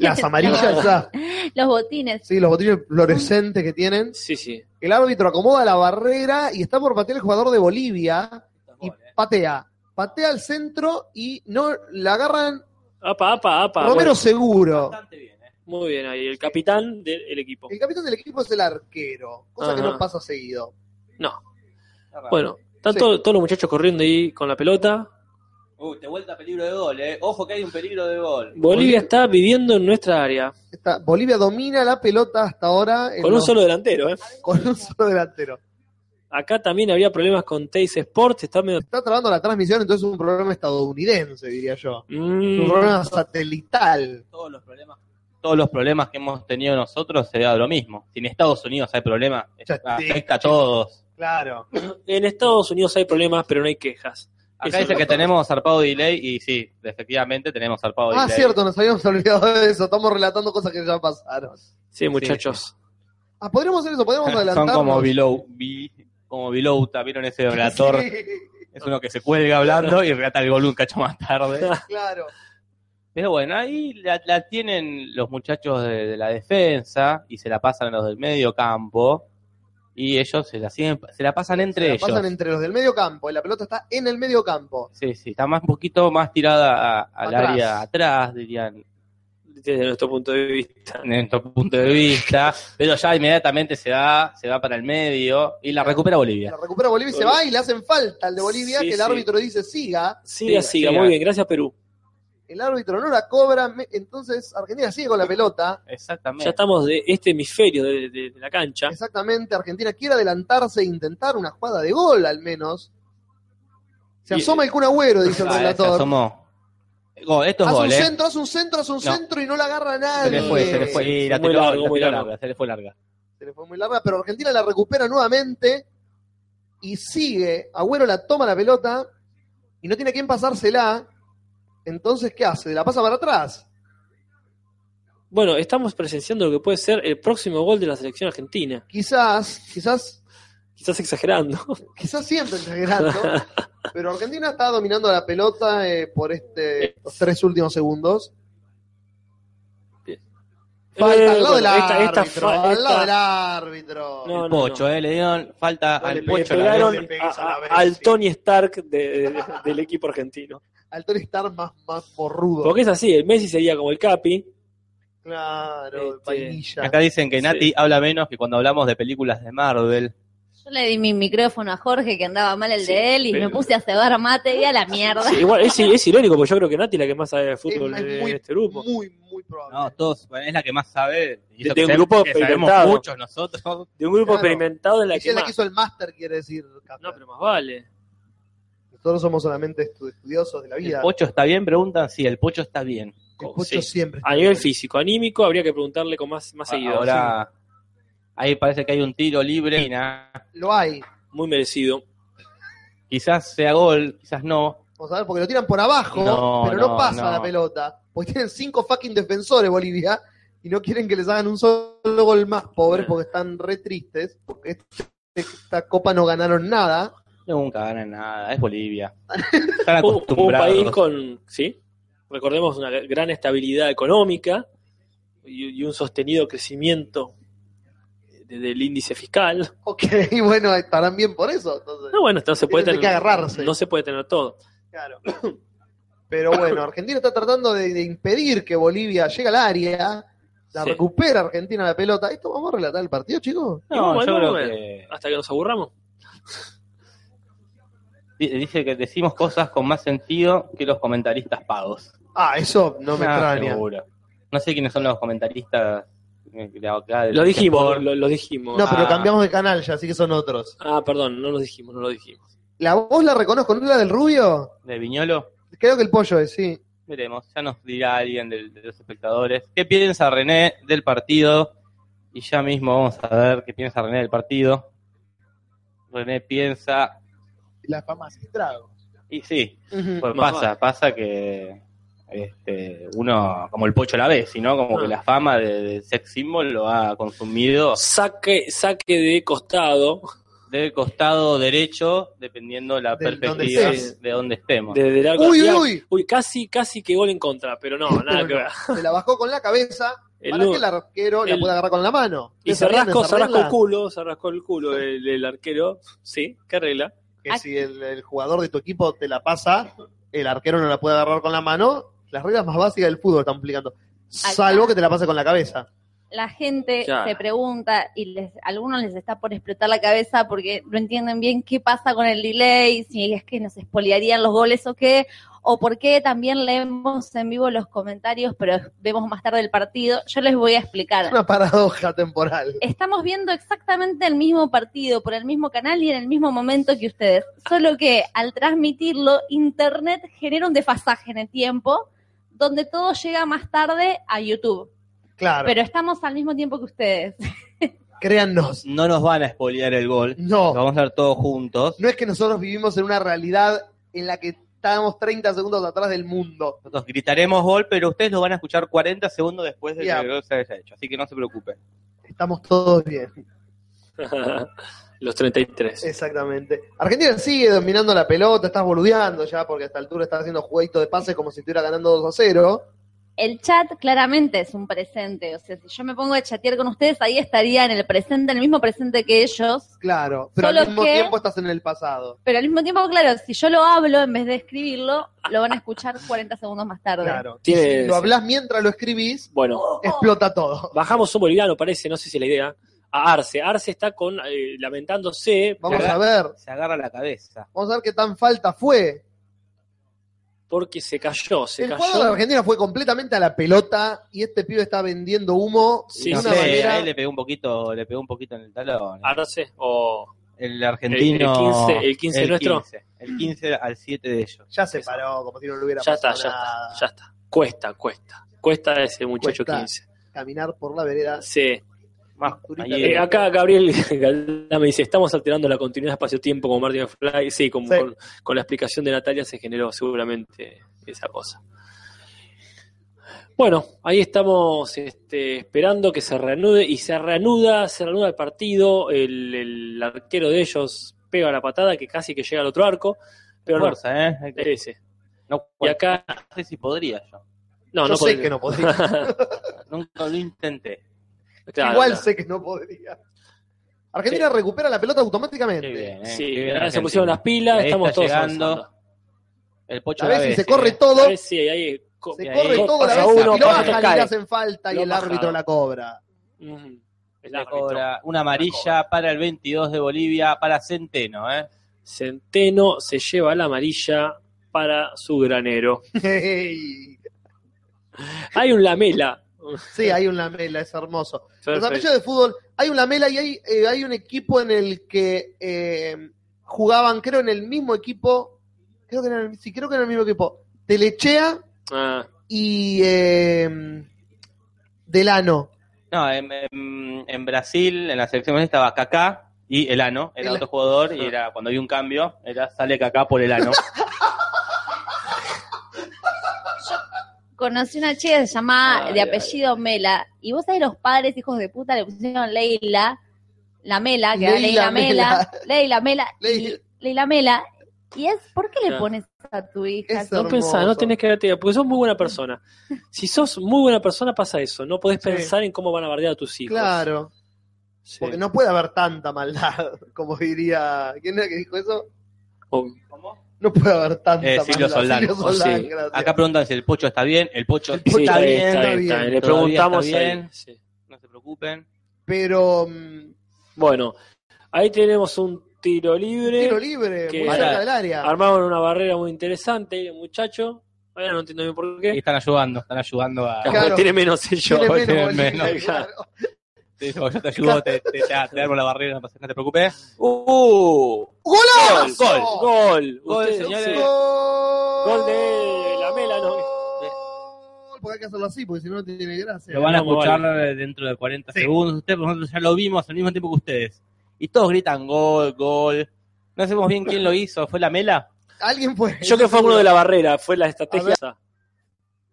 Las amarillas, ah, los botines. sí, los botines fluorescentes que tienen. Sí, sí. El árbitro acomoda la barrera y está por patear el jugador de Bolivia. Esto es y gol, ¿eh? patea. Patea al centro y no la agarran Apa, apa, apa. Romero Bueno, seguro. Bastante bien, ¿eh? muy bien ahí. El capitán del el equipo. El capitán del equipo es el arquero, cosa que Ajá. no pasa seguido. No. Está raro. Bueno, están Sí. todos, todos los muchachos corriendo ahí con la pelota. Uh, te vuelta peligro de gol, ¿eh? Ojo que hay un peligro de gol. Bolivia está viviendo en nuestra área. Está- Bolivia domina la pelota hasta ahora en Con un los- solo delantero, ¿eh? con un solo delantero. Acá también había problemas con Teis Sports. Está medio. Está trabando la transmisión, entonces es un programa estadounidense, diría yo. Mm, Un programa satelital. Todos los problemas todos los problemas que hemos tenido nosotros se da lo mismo. Si en Estados Unidos hay problemas, Ya afecta a todos. Claro. en Estados Unidos hay problemas, pero no hay quejas. Acá Eso dice no que pasa. tenemos zarpado delay y sí, efectivamente tenemos zarpado Ah, delay. cierto, nos habíamos olvidado de eso. Estamos relatando cosas que ya pasaron. Sí, muchachos. Ah, podríamos hacer eso, podríamos Son adelantarnos. como Bilou, Bi- como Bilouta, ¿vieron ese relator? Sí, Es uno que se cuelga hablando y reata el gol un cacho más tarde. claro. Pero bueno, ahí la, la tienen los muchachos de, de la defensa y se la pasan a los del medio campo y ellos se la, siguen, se la pasan entre Se la ellos. pasan entre los del medio campo, y la pelota está en el medio campo. Sí, sí, está más un poquito más tirada a- al Atrás. área atrás, dirían, Desde nuestro punto de vista. en nuestro punto de vista, pero ya inmediatamente se va, se va para el medio y la recupera Bolivia. La recupera Bolivia y se va y le hacen falta al de Bolivia, Sí, que el sí. árbitro dice siga. Siga, siga, siga. Muy bien, gracias Perú. El árbitro no la cobra, me- entonces Argentina sigue con la pelota. Exactamente. Ya estamos de este hemisferio de, de- de la cancha. Exactamente, Argentina quiere adelantarse e intentar una jugada de gol al menos. Se Y- asoma el Kun Agüero, dice el Ah, se relator. asomó. Gol, esto es Hace un gol, ¿eh? centro, hace un centro, hace un No. centro y no la agarra nadie. Se le fue, se le fue. Y la Muy tiró, largo, la muy tiró largo. larga, se le fue larga. Se le fue muy larga, pero Argentina la recupera nuevamente y sigue. Agüero la toma la pelota y no tiene quien pasársela. Entonces, ¿qué hace? La pasa para atrás. Bueno, estamos presenciando lo que puede ser el próximo gol de la selección argentina. Quizás, quizás, Quizás exagerando. quizás siempre exagerando, pero Argentina está dominando la pelota eh, por este, los tres últimos segundos. Falta al lado Eh, del bueno, esta- árbitro. esta fa- al lado esta- del árbitro. No, el pocho, ¿eh? Le dieron falta No le al pegues, Le pocho. la pegaron vez, le pegues a la a- vez, al sí. Tony Stark de- de- del equipo argentino. Al Tony Stark más, más borrudo. Porque es así, el Messi sería como el Capi, Claro, Este, vainilla. Acá dicen que Sí. Nati habla menos que cuando hablamos de películas de Marvel. Yo le di mi micrófono a Jorge que andaba mal el Sí, de él y pero- me puse a cebar mate y a la mierda. Sí, igual es, es irónico, porque yo creo que Nati es la que más sabe de fútbol Es- es de muy- este grupo. Muy, muy probable. No, todos, bueno, es la que más sabe. Y De- eso de que un sabemos- grupo que sabemos experimentado. muchos nosotros. De un grupo Claro. experimentado en la Ella que es la más. que hizo el máster, quiere decir. Capra. No, pero más vale. Nosotros somos solamente estu- estudiosos de la vida. ¿El pocho está bien? Preguntan si el pocho está bien. El Oh, pocho sí. siempre. está A nivel bien. físico, anímico, habría que preguntarle con más, Ah, más seguido. Ahora, ahí parece que hay un tiro libre. Ah. Lo hay. Sí, Muy merecido. Quizás sea gol, quizás no. Vamos a ver, porque lo tiran por abajo, No, pero no, no, pasa no. la pelota. Porque tienen cinco fucking defensores Bolivia y no quieren que les hagan un solo gol más, pobres, Bien. porque están re tristes. Porque este- esta copa no ganaron nada. Nunca ganan nada, es Bolivia. Están Un, un acostumbrados. país con, sí, recordemos una gran estabilidad económica y, y un sostenido crecimiento de- del índice fiscal. Ok, bueno, estarán bien por eso. Entonces, No, bueno, no se puede Tienen tener, que agarrarse. no se puede tener todo. claro. Pero bueno, Argentina está tratando de, de impedir que Bolivia llegue al área. La Sí. recupera Argentina la pelota. ¿Esto vamos a relatar el partido, chicos? No, Bueno, yo creo bueno. que Hasta que nos aburramos. di- dice que decimos cosas con más sentido que los comentaristas pagos. Ah, eso no me Ah, extraña. seguro. No sé quiénes son los comentaristas eh, de acá. del- Lo dijimos, lo, lo dijimos. No, pero Ah. cambiamos de canal ya, así que son otros. Ah, perdón, no lo dijimos, no lo dijimos. ¿La voz la reconozco? ¿No es la del rubio? de Viñolo. Creo que el pollo es, sí. Veremos, ya nos dirá alguien del- de los espectadores. ¿Qué piensa René del partido? Y ya mismo vamos a ver qué piensa René del partido. René piensa, La fama hace estragos. y sí, pues Más pasa, pasa que este, uno, como el pocho la ve, sino como Ah. que la fama de, de sex symbol lo ha consumido Saque, saque de costado, del costado derecho, dependiendo la Del donde perspectiva estés. de donde estemos. desde el arco Uy, lateral. uy. Uy, casi, casi que gol en contra, pero no, nada que ver. Se la bajó con la cabeza El para uno. que el arquero la El- pueda agarrar con la mano. Y ¿Ustedes se sabían rascó, esa se rascó regla? el culo, se rascó el culo el, el arquero. Sí, qué regla. Que si el, el jugador de tu equipo te la pasa, el arquero no la puede agarrar con la mano. Las reglas más básicas del fútbol están aplicando. Salvo que te la pase con la cabeza. La gente Claro. se pregunta y les, a algunos les está por explotar la cabeza porque no entienden bien qué pasa con el delay, si es que nos espoliarían los goles o qué, o por qué también leemos en vivo los comentarios, pero vemos más tarde el partido. Yo les voy a explicar. Una paradoja temporal. Estamos viendo exactamente el mismo partido por el mismo canal y en el mismo momento que ustedes. Solo que al transmitirlo, Internet genera un desfasaje en el tiempo donde todo llega más tarde a YouTube. Claro, Pero estamos al mismo tiempo que ustedes. créannos. No nos van a spoilear el gol, lo No, vamos a ver todos juntos. no es que nosotros vivimos en una realidad en la que estábamos 30 segundos atrás del mundo. Nosotros gritaremos gol, pero ustedes lo van a escuchar 40 segundos después de Ya. que el gol se haya hecho. Así que no se preocupen. Estamos todos bien. Los 33. Eh. Exactamente. Argentina sigue dominando la pelota, estás boludeando ya, porque a esta altura estás haciendo jueguito de pases como si estuviera ganando 2 a 0. El chat claramente es un presente. O sea, si yo me pongo a chatear con ustedes, ahí estaría en el presente, en el mismo presente que ellos. Claro, pero Solo al mismo que- tiempo estás en el pasado. Pero al mismo tiempo, claro, si yo lo hablo en vez de escribirlo, lo van a escuchar 40 segundos más tarde. Claro. Y Tiene- si lo hablas mientras lo escribís, Bueno, explota todo. bajamos un boliviano, parece, no sé si es la idea, a Arce. Arce está con eh, lamentándose Vamos Claro. a ver, Se agarra la cabeza. vamos a ver qué tan falta fue. porque se cayó, se el jugador de cayó. Argentina fue completamente a la pelota y este pibe está vendiendo humo Sí, de no una sé, manera. ahí le pegó un poquito, le pegó un poquito en el talón. Arce o El argentino. Eh, El- el 15, el 15 nuestro. 15, el 15 al 7 de ellos. Ya se paró, como si no le hubiera ya está, pasado ya está, nada. ya está. Cuesta, cuesta. Cuesta ese muchacho Cuesta. 15. Caminar por la vereda. Sí. Más Turita ahí, Eh, acá Gabriel Galdá me dice, estamos alterando la continuidad espacio-tiempo con Martin Fly. Sí, con, Sí. Con, con la explicación de Natalia se generó seguramente esa cosa. Bueno, ahí estamos este, esperando que se reanude y se reanuda, se reanuda el partido, el, el arquero de ellos pega la patada que casi que llega al otro arco, pero no, fuerza, ¿eh? Hay que- ese. No, Y acá, no sé si podría yo. no, Yo no sé podría. que no podría. Nunca lo intenté. Claro, Igual claro. sé que no podría. Argentina recupera la pelota Qué automáticamente. bien, ¿eh? Sí, Qué bien ahora se Argentina. pusieron las pilas, Ahí estamos está todos llegando. avanzando. El pocho A la ver si ve, se sí, corre ¿eh? todo. Sí, ahí come Se ahí. corre todo la pasa vez uno, y lo pasa bajan y cae. le hacen falta y Lo el bajaron. árbitro la cobra. Ujú. El La árbitro. cobra, una amarilla para el 22 de Bolivia, para Centeno, ¿eh? Centeno se lleva la amarilla para su granero. sí, Hay un lamela. hay un lamela, es hermoso. Los Perfecto. apellidos de fútbol, hay un lamela y hay, eh, hay un equipo en el que eh, jugaban, creo, en el mismo equipo. Creo que era el, sí, creo que era el mismo equipo. Telechea Ah, y eh, Delano. No, en, en- en Brasil, en la selección brasileña estaba Kaká y Elano, era El- otro jugador y era cuando había un cambio, era sale Kaká por Elano. Conocí una chica que se llama Ay, de ay, apellido Mela. Y vos sabés, los padres, hijos de puta, le pusieron Leila, la Mela, que era Leila Leila Mela, Leila Mela, Leila. y- Leila Mela. Y es, ¿por qué le Claro. pones a tu hija? Es No, no pensás, no hermoso. tenés que darte idea, porque sos muy buena persona. Si sos muy buena persona, pasa eso. No podés Sí. pensar en cómo van a bardear a tus hijos. Claro. Sí. Porque no puede haber tanta maldad, como diría. ¿Quién era que dijo eso? O- No puede haber tanta Eh, maldad. Silvio Soldán. Silvio Soldán, Sí. gracias. Acá preguntan si el Pocho está bien, el Pocho Sí, está, bien, está bien. Le Todavía preguntamos está bien. ahí. Sí. no se preocupen. Pero. mm, Bueno, ahí tenemos un tiro libre. tiro libre, que- muy Pará. cerca del área. Armaron una barrera muy interesante ahí, el muchacho. Ahora no entiendo bien por Y qué. están ayudando, están ayudando a... Claro. Tiene menos sello. Tiene menos tiene Bolivia, menos. claro. Te digo, yo te ayudo, te, te, te- te armo la barrera, no, pasa- no te preocupes. ¡Uh! ¡Golazo! Gol, ¡Gol! Gol, Ustedes, señores. sí. Gol. Gol de Lamela, ¿no? Gol. Porque hay que hacerlo así, porque si no, no tiene gracia. Lo van a Vamos, escuchar dentro de 40 Sí. segundos. Ustedes, porque nosotros ya lo vimos al mismo tiempo que ustedes. Y todos gritan gol, gol. No sabemos bien quién lo hizo. ¿Fue la mela? Alguien fue. Yo que fue uno de la barrera, fue la estrategia. esa.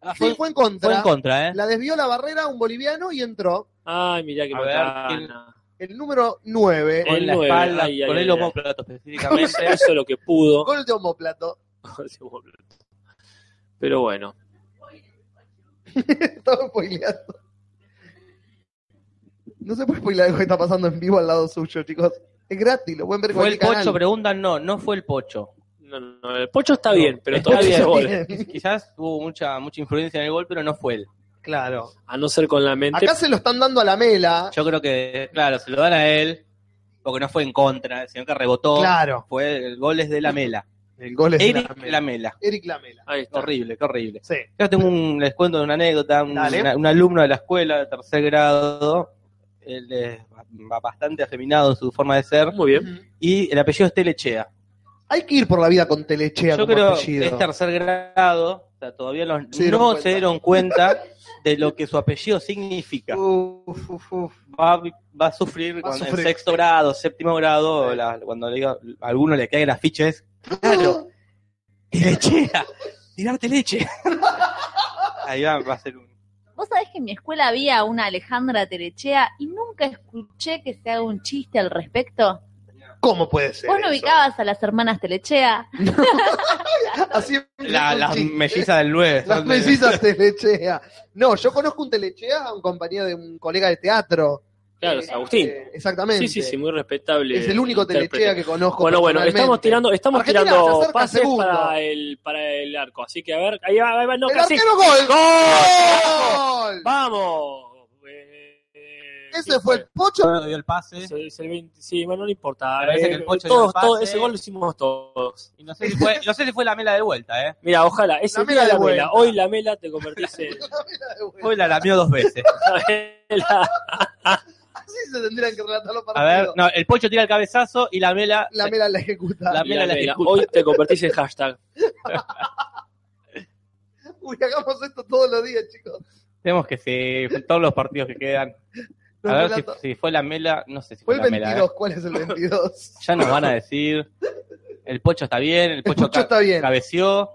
Ah, Sí, fue, fue, en contra. fue en contra, ¿eh? La desvió la barrera un boliviano y entró Ay, mirá que A ver, macana. el número 9. Eh. Con el la nueve, espalda, ay, ay, con ay, el ay. homóplato específicamente. Hizo lo que pudo. Gol de homóplato. Pero bueno. Estaba spoileando. No se puede spoilear algo que está pasando en vivo al lado suyo, chicos. Es gratis, lo pueden ver en ¿Fue el cualquier pocho? canal. Preguntan, no, no fue el pocho. No, no, no, el pocho está bien, pero está todavía bien. se goles. Quizás hubo mucha mucha influencia en el gol, pero no fue él. Claro. A no ser con la mente. Acá se lo están dando a la mela. Yo creo que, claro, se lo dan a él, porque no fue en contra, sino que rebotó. Claro. Fue el gol es de la mela. El gol es de Eric la mela. Lamela. Eric Lamela. Ahí está. Horrible, qué horrible. Sí. Yo tengo un, les cuento una anécdota, un, Dale. una- un alumno de la escuela de tercer grado, él es ba- bastante afeminado en su forma de ser, Muy bien. y el apellido es Telechea. Hay que ir por la vida con Telechea Yo como creo apellido. que es tercer grado, o sea, todavía los- Se dieron no cuenta. se dieron cuenta de lo que su apellido significa. Uf, uf, uf. Va, va a sufrir a cuando sufrir. en sexto grado, séptimo grado, Sí. la- cuando le diga, a alguno le caiga las fichas, Claro. Telechea, tirarte leche. Ahí va, va a ser un... Vos sabés que en mi escuela había una Alejandra Terechea y nunca escuché que se haga un chiste al respecto. ¿Cómo puede ser? Vos no eso? ubicabas a las hermanas Telechea. Así empieza La- Ah, un las chiste. mellizas del 9. Las mellizas Telechea. No, yo conozco un Telechea a un compañero de un colega de teatro. Claro, es Agustín. Eh, exactamente. Sí, sí, sí, muy respetable. Es el único intérprete. Telechea que conozco. Bueno, bueno, personalmente. estamos tirando, estamos Argentina se tirando acerca pases segundo. para el, para el arco. Así que a ver, ahí va, ahí va, no, ¡El casi. arquero gol! ¡Gol! ¡Vamos! Eh, eh, Ese fue el pocho. dio el pase. Es el- es el 20 sí, bueno, no importa. Me parece eh, que el Pocho dio todos, el pase. todos- ese gol lo hicimos todos. Y no sé si fue, no sé si fue la mela de vuelta, ¿eh? Mira, ojalá, ese La día mela de la mela. vuelta. Hoy la mela te convertís en. Hoy la lamió dos veces. la mela. Así se tendrían que relatar los A partidos. ver, no, el pocho tira el cabezazo y la mela. La mela la ejecuta. La- mela La mela. ejecuta. Hoy te convertís en hashtag. Uy, hagamos esto todos los días, chicos. Tenemos que sí, todos los partidos que quedan. A Los ver si, relatos. si fue la mela, no sé si Fue fue, el la mela. 22. ¿eh? ¿Cuál es el 22? Ya nos van a decir. El pocho está bien, el pocho, Pocho está bien. cabeció.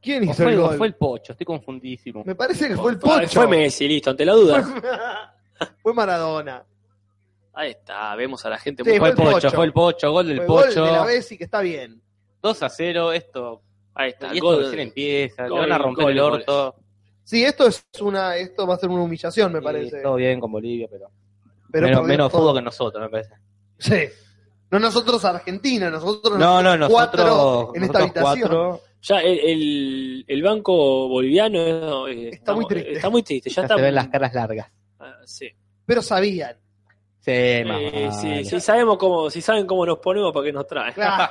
¿Quién ¿O hizo fue, el o gol? fue el pocho, estoy confundísimo. Me parece que fue el Ah, Fue, pocho. fue Messi, listo, ante la duda. Fue Maradona. Ahí está, vemos a la gente Sí, muy Fue fue el el pocho, Pocho. fue el pocho, gol del Fue pocho. Gol de la Bessi, que está bien. 2 a 0, esto. Ahí Y está, esto gol. recién empieza, le Gol, van a romper gol, el gol. orto. Sí, esto es una, esto va a ser una humillación, me Sí, parece. todo bien con Bolivia, pero. Pero menos por menos Dios, fútbol que nosotros, me parece. Sí. No nosotros Argentina, nosotros No, no, nosotros, cuatro en esta nosotros habitación. cuatro, Ya el, el, el banco boliviano eh, Está muy triste. Está muy triste. Ya, ya está, se ven las caras largas. Ah, sí. Pero sabían. Sí, más Eh, sí, vale. sí, sabemos cómo, si saben cómo nos ponemos, ¿para qué nos traen? Claro.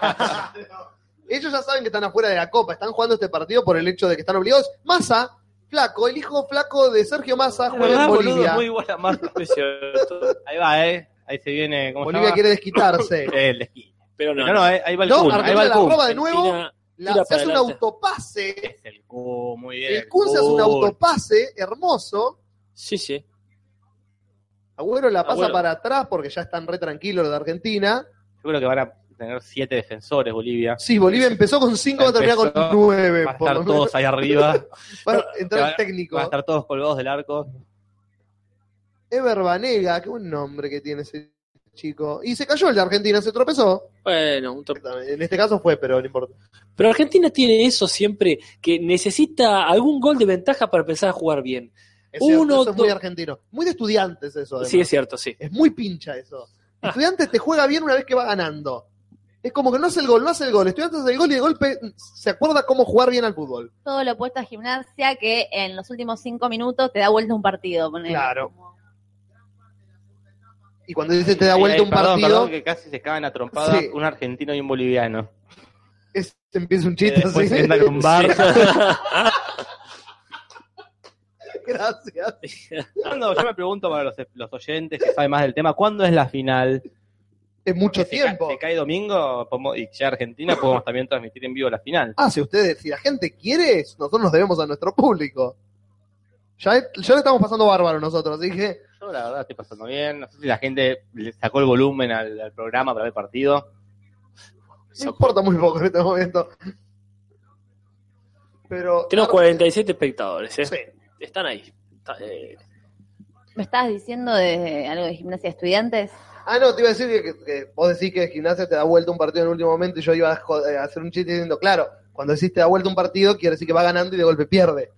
Ellos ya saben que están afuera de la copa, están jugando este partido por el hecho de que están obligados. Massa, flaco, el hijo flaco de Sergio Massa juega en ¿Verdad, boludo? Bolivia. Muy igual a Marta. Es cierto. Ahí va, eh. Ahí se viene. ¿Cómo Bolivia se quiere desquitarse. llama? El esquí. Pero no. No, no, ahí, ahí va el No, Kun, ahí Argentina va el la Kun. roba de nuevo, Argentina la- tira se para hace un adelante. autopase. Es el Kun, muy bien. El Kun se hace un Kun. autopase hermoso. Sí, sí. Agüero la pasa Agüero. para atrás porque ya están re tranquilos los de Argentina. Yo creo que van a tener siete defensores, Bolivia. Sí, Bolivia empezó con 5, va a terminar con Empezó, 9. Va a estar todos ahí arriba. Para entrar va- el técnico. Van a estar todos colgados del arco. Ever Banega, qué buen nombre que tiene ese chico. Y se cayó el de Argentina, se tropezó. Bueno, un top. En este caso fue, pero no importa. Pero Argentina tiene eso siempre, que necesita algún gol de ventaja para empezar a jugar bien. Es cierto, Uno, eso es muy dos. argentino. Muy de estudiantes eso. además. Sí, es Ah. cierto, sí. Es muy pincha eso. Estudiantes te juega bien una vez que va ganando. Es como que no hace el gol, no hace el gol. Estudiantes hace el gol y de golpe se acuerda cómo jugar bien al fútbol. Todo lo opuesto a gimnasia que en los últimos cinco minutos te da vuelta un partido. ponele. Claro. Y cuando dice te da vuelta Eh, un perdón, partido, Perdón, que casi se cagan a trompadas Sí. un argentino y un boliviano. es- empieza un Eh, chiste después así. se entran en un bar. Gracias. ¿Cuándo? yo me pregunto para los, los oyentes que saben más del tema, ¿cuándo es la final? Es mucho Se ca- tiempo. Se cae domingo podemos- y ya Argentina podemos también transmitir en vivo la final. Ah, si ustedes, si la gente quiere, nosotros nos debemos a nuestro público. Ya, ya le estamos pasando bárbaro nosotros, así que Yo la verdad estoy pasando bien. No sé si la gente le sacó el volumen al, al programa para ver el partido. me importa muy poco en este momento. Pero. Tenemos Ar- 47 espectadores, ¿eh? Sí. Están ahí. Está- eh, ¿Me estabas diciendo de algo de gimnasia de estudiantes? Ah, no, te iba a decir que, que- que vos decís que gimnasia te da vuelta un partido en el último momento y yo iba a, jo- a hacer un chiste diciendo, claro, cuando decís te da vuelta un partido, quiere decir que va ganando y de golpe pierde.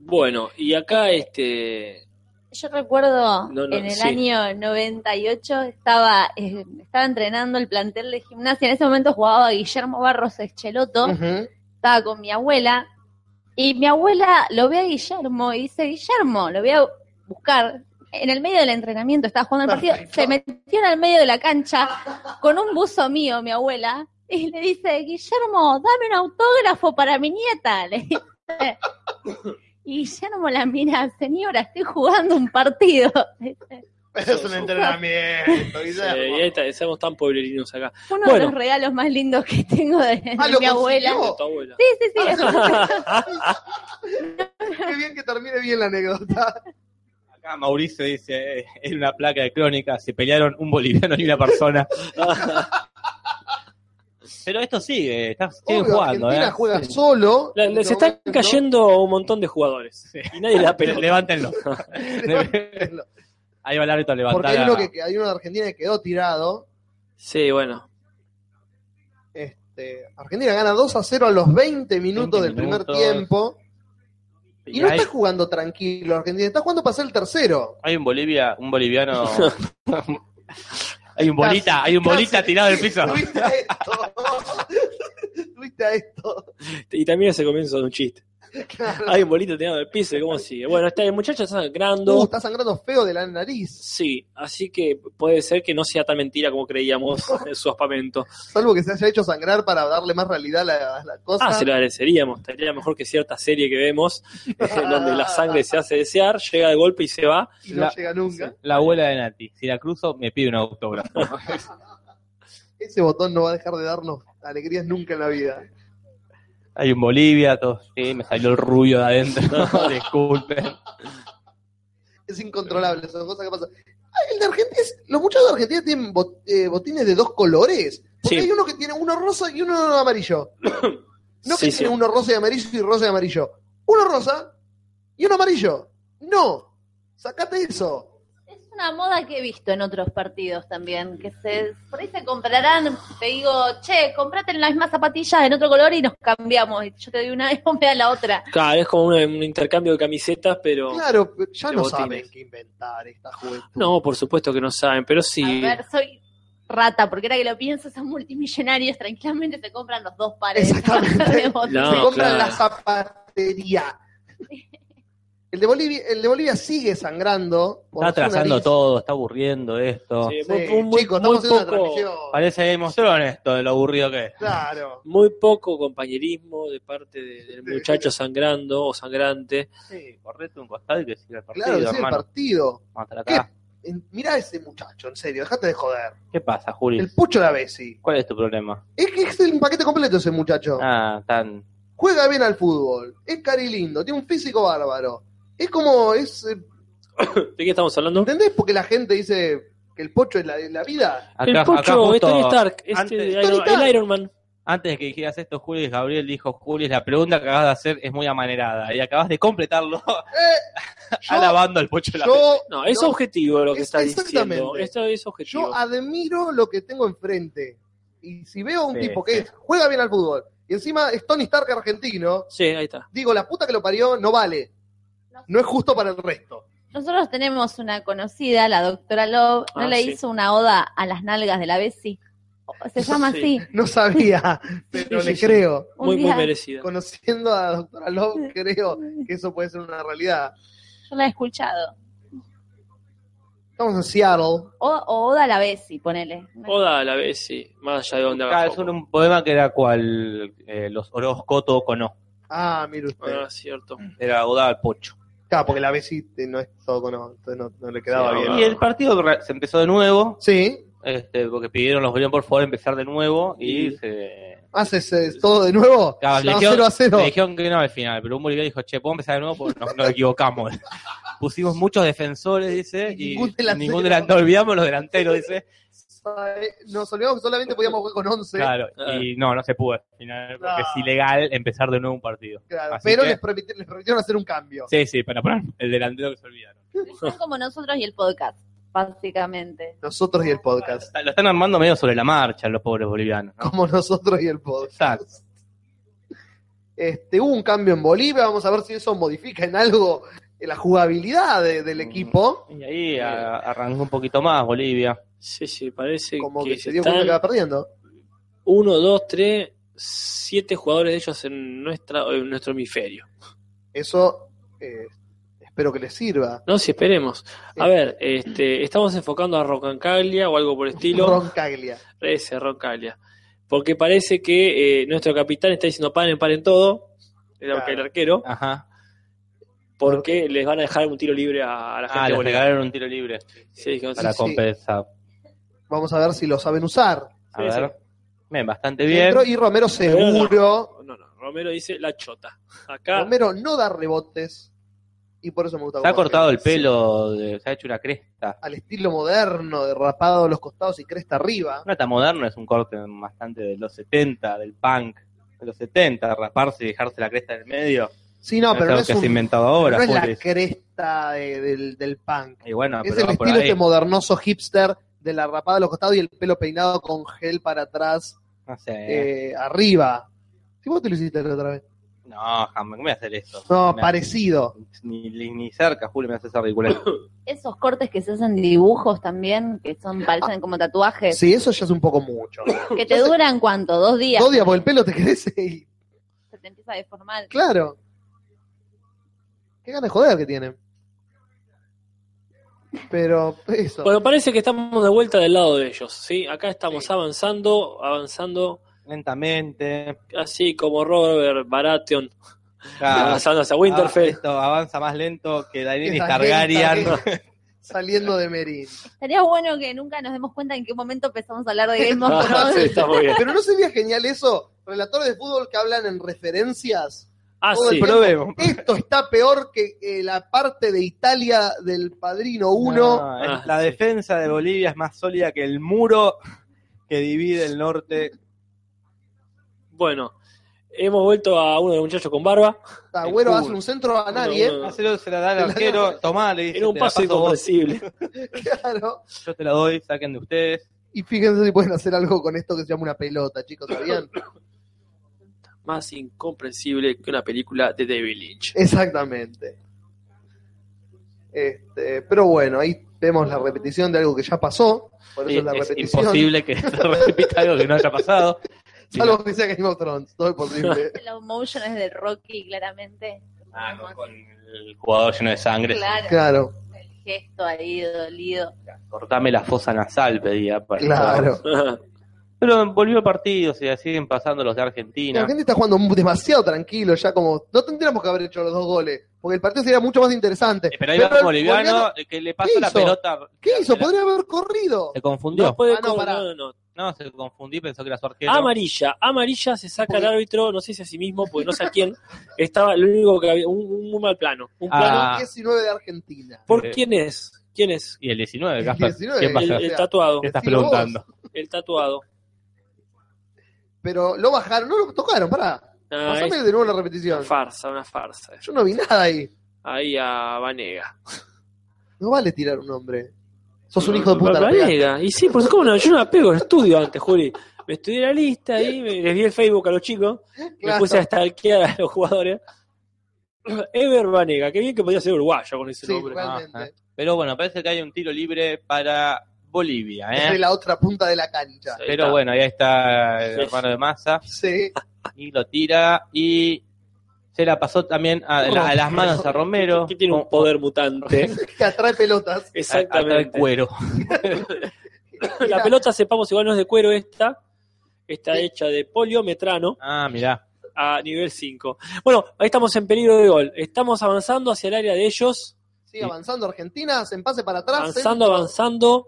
Bueno, y acá este. Yo recuerdo No, no, en el sí. año 98 estaba, eh, estaba entrenando el plantel de gimnasia. En ese momento jugaba Guillermo Barros Echeloto. Ujú. estaba con mi abuela y mi abuela lo ve a Guillermo y dice, Guillermo, lo voy a buscar. En el medio del entrenamiento, estaba jugando el partido, Perfecto. se metió en el medio de la cancha con un buzo mío, mi abuela, y le dice, Guillermo, dame un autógrafo para mi nieta. Le dice. Y Guillermo la mira, señora, estoy jugando un partido. Es un entrenamiento, eh, y ahí está, somos tan pueblerinos acá. Fue uno de Bueno. los regalos más lindos que tengo de, de Ah, ¿lo mi abuela. consiguió? Ah. Tu abuela. Sí, sí, sí. Qué bien que termine bien la anécdota. Acá Mauricio dice, eh, en una placa de crónica, se pelearon un boliviano y una persona. Pero esto sigue, está, siguen Obvio, jugando. Argentina eh. juega solo. La- en este se están momento. cayendo un montón de jugadores. Y nadie la Pero pelota. levántenlo. Ahí va el árbitro a levantar. Porque hay uno, a- que, hay uno de Argentina que quedó tirado. Sí, bueno. Este, Argentina gana 2 a 0 a los 20 minutos 20 del primer minutos. tiempo. Y, y no hay, está jugando tranquilo Argentina, está jugando para ser el tercero. hay un Bolivia, un boliviano. hay un bolita, hay un Casi. bolita tirado del piso. Tuviste a esto. Tuviste a esto. Y también ese comienzo de un chiste. Claro. Hay un bolito tirado del piso, ¿cómo sigue? Bueno, está, el muchacho está sangrando. Uh, está sangrando feo de la nariz. Sí, así que puede ser que no sea tan mentira como creíamos en su aspamento. Salvo que se haya hecho sangrar para darle más realidad a la, a la cosa. Ah, se lo agradeceríamos. Estaría mejor que cierta serie que vemos, eh, donde la sangre se hace desear, llega de golpe y se va. Y no la- llega nunca. La abuela de Nati, si la cruzo, me pide un autógrafo. Ese botón no va a dejar de darnos alegrías nunca en la vida. Hay un Bolivia, todo, sí, me salió el rubio de adentro, disculpen. Es incontrolable, son cosas que pasan. Ah, el de Argentina es- los muchachos de Argentina tienen bot- eh, botines de dos colores. Porque Sí. hay uno que tiene uno rosa y uno amarillo. No que tiene Sí, sí. uno rosa y amarillo y rosa y amarillo. Uno rosa y uno amarillo. No, sacate eso. Es una moda que he visto en otros partidos también, que se, por ahí se comprarán, te digo, che, comprate las mismas zapatillas en otro color y nos cambiamos. Y yo te doy una y vos me das la otra. Claro, es como un, un intercambio de camisetas, pero... Claro, pero ya De no botines. saben qué inventar esta juventud. No, por supuesto que no saben, pero sí. Eh, A ver, soy rata, porque era que lo pienso, son multimillonarios, tranquilamente se compran los dos pares. Exactamente. de botones. No, Se compran claro. la zapatería. El de, Bolivia, el de Bolivia sigue sangrando. por Está su atrasando nariz. todo, está aburriendo esto. Sí, Sí, muy, muy- chicos, muy estamos haciendo una poco, transmisión. Parece Game of Thrones esto, de lo aburrido que es. Claro. muy poco compañerismo de parte de- del muchacho sangrando o sangrante. Sí, correte un costado y que siga el partido, Claro, es el hermano. partido. Vamos a ¿Qué? tratar. En- Mirá a ese muchacho, en serio, dejate de joder. ¿Qué pasa, Juli? El pucho de la Bessi. ¿Cuál es tu problema? Es que es un paquete completo ese muchacho. Ah, tan... Juega bien al fútbol, es cari lindo, tiene un físico bárbaro. Es como, es, eh, ¿De qué estamos hablando? ¿entendés? Porque la gente dice que el pocho es la, la vida. Acá, el pocho acá justo es Tony Stark, este antes- de Tony Iron, Stark. el Iron Man. Antes de que dijeras esto, Juli, Gabriel dijo, Juli, la pregunta que acabas de hacer es muy amanerada y acabas de completarlo alabando al pocho de la Yo, No, es No. objetivo lo que Es- está diciendo. exactamente. Esto es objetivo. yo admiro lo que tengo enfrente. Y si veo a un Sí, tipo que sí. es- juega bien al fútbol y encima es Tony Stark argentino, Sí, ahí está. digo, la puta que lo parió no vale. No es justo para el resto. Nosotros tenemos una conocida, la doctora Love, ¿no Ah, le sí. hizo una oda a las nalgas de la Bessie? Se llama Sí. así. No sabía, pero Sí, le sí, sí. creo. Un Muy, muy día- merecida. Conociendo a la doctora Love, creo que eso puede ser una realidad. Yo la he escuchado. Estamos en Seattle. O, o oda a la Bessie, ponele. Oda a la vez, sí. Más allá de donde Ah, Acá haga es un, foco. un poema que era cual eh, los Orozcoto cono. Ah, mire usted. Ah, cierto. Mm. Era Oda al Pocho. Claro, porque la Bessie eh, no es todo con no, entonces no, no le quedaba Sí, bien. Y el partido re- se empezó de nuevo, Sí, este, porque pidieron los Bolivianos por favor empezar de nuevo y Sí. se... haces eh, todo de nuevo. Claro, le Estaba dijeron- 0 a 0. le dijeron que no al final, pero un boliviano dijo, che, podemos empezar de nuevo porque nos, nos equivocamos. Pusimos muchos defensores, dice, Y y ningún ningún delantero. delantero, olvidamos los delanteros, dice. Eh, Nos olvidamos que solamente podíamos jugar con 11. Claro, Ah. y no, no se pudo al final, porque Ah. es ilegal empezar de nuevo un partido. Claro, Así pero que- les, permiti- les permitieron hacer un cambio. Sí, sí, para poner el delantero que se olvidaron. Son como nosotros y el podcast, básicamente. Nosotros y el podcast. Está- Lo están armando medio sobre la marcha los pobres bolivianos, ¿no? Como nosotros y el podcast. Exacto. Este, hubo un cambio en Bolivia. Vamos a ver si eso modifica en algo eh, la jugabilidad de- Mm. del equipo. Y ahí a- arrancó un poquito más Bolivia. Sí, sí, parece Como que, que se dio están cuenta que va perdiendo. uno, dos, tres, siete jugadores de ellos en, nuestra, en nuestro hemisferio. Eso eh, espero que les sirva. No, si esperemos. A Sí. ver, este, estamos enfocando a Roncaglia o algo por el estilo. Roncaglia. Ese, Roncaglia. Porque parece que eh, nuestro capitán está diciendo paren, paren todo. El, Claro. el arquero. Ajá. Porque les van a dejar un tiro libre a, a la gente Ah, le boliviana. regalaron un tiro libre Sí, que no sé para sí. compensar. Vamos a ver si lo saben usar. A Sí, ver. Bien, bastante bien. Dentro y Romero seguro. No, no, Romero dice la chota. Acá, Romero no da rebotes. Y por eso me gusta. Se ha cómo cortado el juega. pelo, de- se ha hecho una cresta. Al estilo moderno, de rapado a los costados y cresta arriba. No está moderno, es un corte bastante de los 70, del punk. De los 70, raparse y dejarse la cresta en el medio. Sí, no, es pero no algo es, que se ha un- inventado ahora, no es la Julis. cresta de- del, del punk. Y bueno, es pero el va por estilo ahí. este modernoso hipster de la rapada a los costados y el pelo peinado con gel para atrás, No sé. eh, arriba. Si vos te lo hiciste la otra vez. No, jamás, ¿cómo voy a hacer eso? No, Me- parecido. ni, ni- ni cerca, Julio, me hace esa ridícula. Esos cortes que se hacen de dibujos también, que son parecen como tatuajes, Sí, eso ya es un poco mucho. que te duran cuánto, dos días. Dos días porque el pelo te crece y. Se te empieza a deformar. Claro. Qué ganas de joder que tienen. Pero eso. bueno, parece que estamos de vuelta del lado de ellos. ¿sí? Acá estamos avanzando, avanzando, Lentamente. así como Robert Baratheon Ah, avanzando hacia ah, Winterfell. esto avanza más lento que Daenerys Esa Targaryen. gente que- Saliendo de Merín. Estaría bueno que nunca nos demos cuenta en qué momento empezamos a hablar de Game of Ah, sí, Thrones. está muy bien. Pero no sería genial eso. Relatores de fútbol que hablan en referencias. Ah, Todo el sí. Probemos. Esto está peor que eh, la parte de Italia del Padrino 1. No, es- Ah, la sí. defensa de Bolivia es más sólida que el muro que divide el norte. Bueno, Hemos vuelto a uno de los muchachos con barba. Agüero El hace culo. un centro a nadie. No, no, no. Hacelo, se la da al Se la arquero, da. tomá, le dice. Era un "Te la paso paso vos, incomprensible. Claro. yo te la doy, saquen de ustedes. Y fíjense si pueden hacer algo con esto que se llama una pelota, chicos, ¿sabían? Más incomprensible que una película de David Lynch. Exactamente. Este, pero bueno, ahí vemos la repetición de algo que ya pasó. Por eso Sí, es la es repetición. imposible que se repita algo que no haya pasado. Salvo que sea Game of Thrones, todo es posible. Los motion es de Rocky, claramente. Ah, con, con el jugador lleno de sangre. Claro, claro, el gesto ahí dolido. Cortame la fosa nasal, pedía. para- claro. Pero volvió el partido, se siguen pasando los de La Argentina. gente está jugando mu- demasiado tranquilo, ya como. No tendríamos que haber hecho los dos goles, porque el partido sería mucho más interesante. Eh, Pero ahí va el un boliviano eh, boliviano, que le pasó la hizo? pelota. ¿Qué hizo? Se la- Podría haber corrido. Se confundió. No puede Ah, no, Ah, con- pará. no, no, no. No, se confundió, pensó que era su arquero. Amarilla, amarilla se saca el árbitro, no sé si a sí mismo, porque no sé a quién. Estaba lo único que había, un, un muy mal plano. Un Ah. eh. plano. 19 de Argentina. ¿Por quién es? ¿Quién es? Y el 19, El Gaspar. 19, ¿Quién va a El, ser? Pasa. el tatuado. ¿Qué estás Decilo vos. preguntando? El tatuado. Pero lo bajaron, no lo tocaron, pará. Ah, Pasame es de nuevo la una repetición. farsa, una farsa. Yo no vi nada ahí. Ahí a Vanega. No vale tirar un hombre. Sos un hijo de puta. la pegaste. Vanega. Y sí, por eso, ¿cómo no? Yo no la pego, estudio antes, Juli. Me estudié la lista y me, les di el Facebook a los chicos. Me Claro. puse a stalkear a los jugadores. Ever Vanega, qué bien que podía ser uruguayo con ese Sí, nombre. realmente. Ah, ah. Pero bueno, parece que hay un tiro libre para Bolivia, Es de ¿eh? la otra punta de la cancha. Sí. Pero bueno, ahí está el hermano de Massa Sí. y lo tira y se la pasó también a, la- a las manos a Romero. Que tiene un Con- poder mutante. Que atrae pelotas. a- Hasta el Exactamente. cuero. La pelota, sepamos, igual no es de cuero esta. Está hecha de poliometrano Ah, mirá. a nivel 5. Bueno, ahí estamos en peligro de gol. Estamos avanzando hacia el área de ellos. Sigue avanzando Argentina, se pase para atrás. Avanzando, centro. avanzando.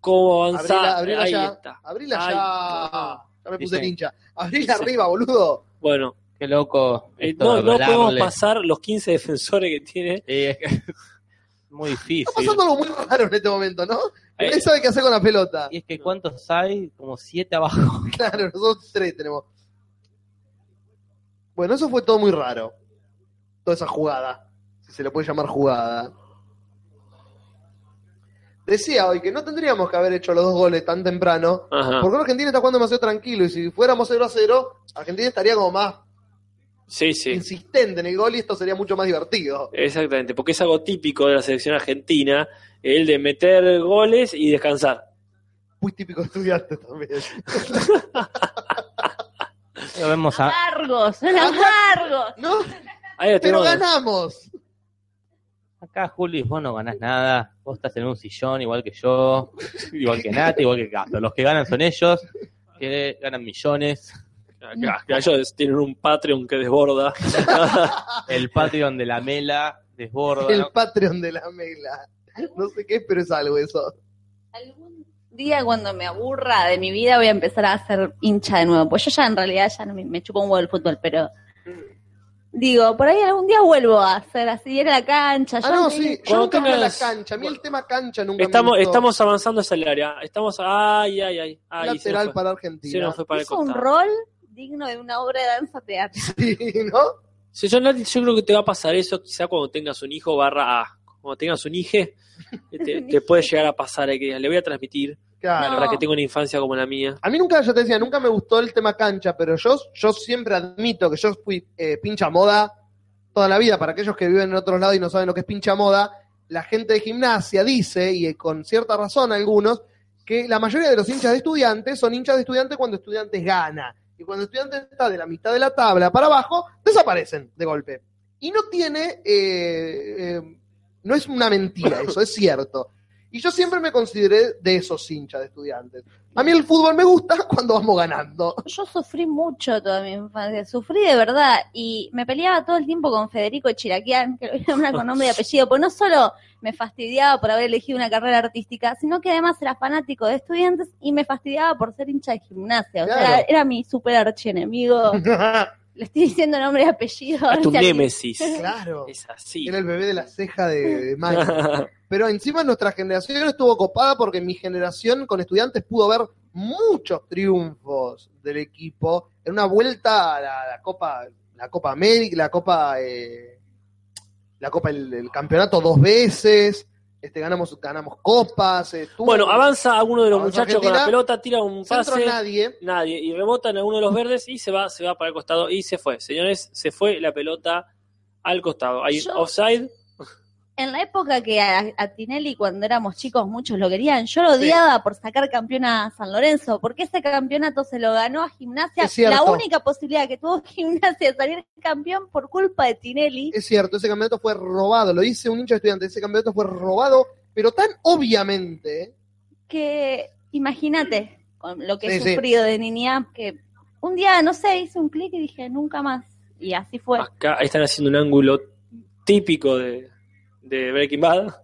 Como avanzar. Abrila, abrila ahí ya. está. Abrila Ay, ya. Ya me puse Dice- hincha. Abrila Dice- arriba, boludo. Bueno, Qué loco. eh, esto no, de no podemos hablarle. pasar los 15 defensores que tiene. Sí, es que- muy Está difícil. pasando algo muy raro en este momento, ¿no? Eh, Nadie sabe qué hacer con la pelota. Y es que ¿cuántos hay? Como siete abajo. Claro, nosotros tres tenemos. Bueno, eso fue todo muy raro. Toda esa jugada. Si se le puede llamar jugada. Decía hoy que no tendríamos que haber hecho los dos goles tan temprano. Ajá. Porque Argentina está jugando demasiado tranquilo. Y si fuéramos 0 a 0, Argentina estaría como más Sí, sí. insistente en el gol. Y esto sería mucho más divertido. Exactamente, porque es algo típico de la selección argentina, el de meter goles y descansar. Muy típico estudiante también. Lo vemos a, Amargos, amargos. No, Ahí pero lo tenemos. ganamos. Acá, Juli, vos no ganás nada. Vos estás en un sillón igual que yo, igual que Nati, igual que Gato. Los que ganan son ellos, que ganan millones. Acá, acá ellos tienen un Patreon que desborda. El Patreon de la Mela desborda. El ¿no? Patreon de la Mela. No sé qué es, pero es algo eso. Algún día cuando me aburra de mi vida voy a empezar a hacer hincha de nuevo. Pues yo ya en realidad ya no me, me chupo un huevo el fútbol, pero digo, por ahí algún día vuelvo a hacer así, ir a la cancha. Ah, ya no, me- sí. Yo Cuando nunca fui a la tengas- cancha. A mí el tema cancha nunca me Estamos, gustó. estamos avanzando hacia el área. Estamos. Ay, ay, ay. ay se nos Lateral fue. para Se Argentina. nos fue para el hizo un costado. rol digno de una obra de danza teatro. Sí, ¿no? Sí, yo, Nati, yo creo que te va a pasar eso quizá cuando tengas un hijo barra A. Cuando tengas un hije, te, te puede llegar a pasar. ahí que digas, le voy a transmitir Claro. para que tenga una infancia como la mía. A mí nunca, yo te decía, nunca me gustó el tema cancha, pero yo, yo siempre admito que yo fui eh, pincha moda toda la vida. Para aquellos que viven en otros lados y no saben lo que es pincha moda, la gente de gimnasia dice, y eh, con cierta razón algunos, que la mayoría de los hinchas de estudiantes son hinchas de estudiantes cuando estudiantes gana. Y cuando estudiantes está de la mitad de la tabla para abajo, desaparecen de golpe. Y no tiene, eh, eh, no es una mentira eso, es cierto. Y yo siempre me consideré de esos hinchas de estudiantes. A mí el fútbol me gusta cuando vamos ganando. Yo sufrí mucho toda mi infancia, sufrí de verdad y me peleaba todo el tiempo con Federico Chiraquian, que lo voy a nombrar con nombre y apellido, porque no solo me fastidiaba por haber elegido una carrera artística, sino que además era fanático de estudiantes y me fastidiaba por ser hincha de gimnasia. O sea, Claro. era, era mi super archienemigo. Le estoy diciendo nombre y apellido. Hasta un ahorita. némesis. Claro. Es así. Era el bebé de la ceja de, de Mario. Pero encima nuestra generación estuvo copada porque mi generación con estudiantes pudo ver muchos triunfos del equipo en una vuelta a la, la Copa la Copa América, la Copa eh, la Copa el, el campeonato dos veces, este ganamos ganamos copas, eh, tuvo- Bueno, avanza alguno de los Avanza muchachos con la Argentina. pelota, tira un Centro pase. nadie. Nadie. Y rebota en alguno de los verdes y se va, se va para el costado y se fue. Señores, se fue la pelota al costado. Hay Yo- offside. En la época que a, a Tinelli, cuando éramos chicos, muchos lo querían, yo lo odiaba por sacar campeón a San Lorenzo, porque ese campeonato se lo ganó a Gimnasia. Es cierto. La única posibilidad que tuvo Gimnasia de salir campeón por culpa de Tinelli. Es cierto, ese campeonato fue robado, lo dice un hincha estudiante, ese campeonato fue robado, pero tan obviamente, que imagínate con lo que he Sí, sí. sufrido de niña, que un día, no sé, hice un clic y dije, nunca más. Y así Ah, fue. Acá están haciendo un ángulo típico de, de Breaking Bad.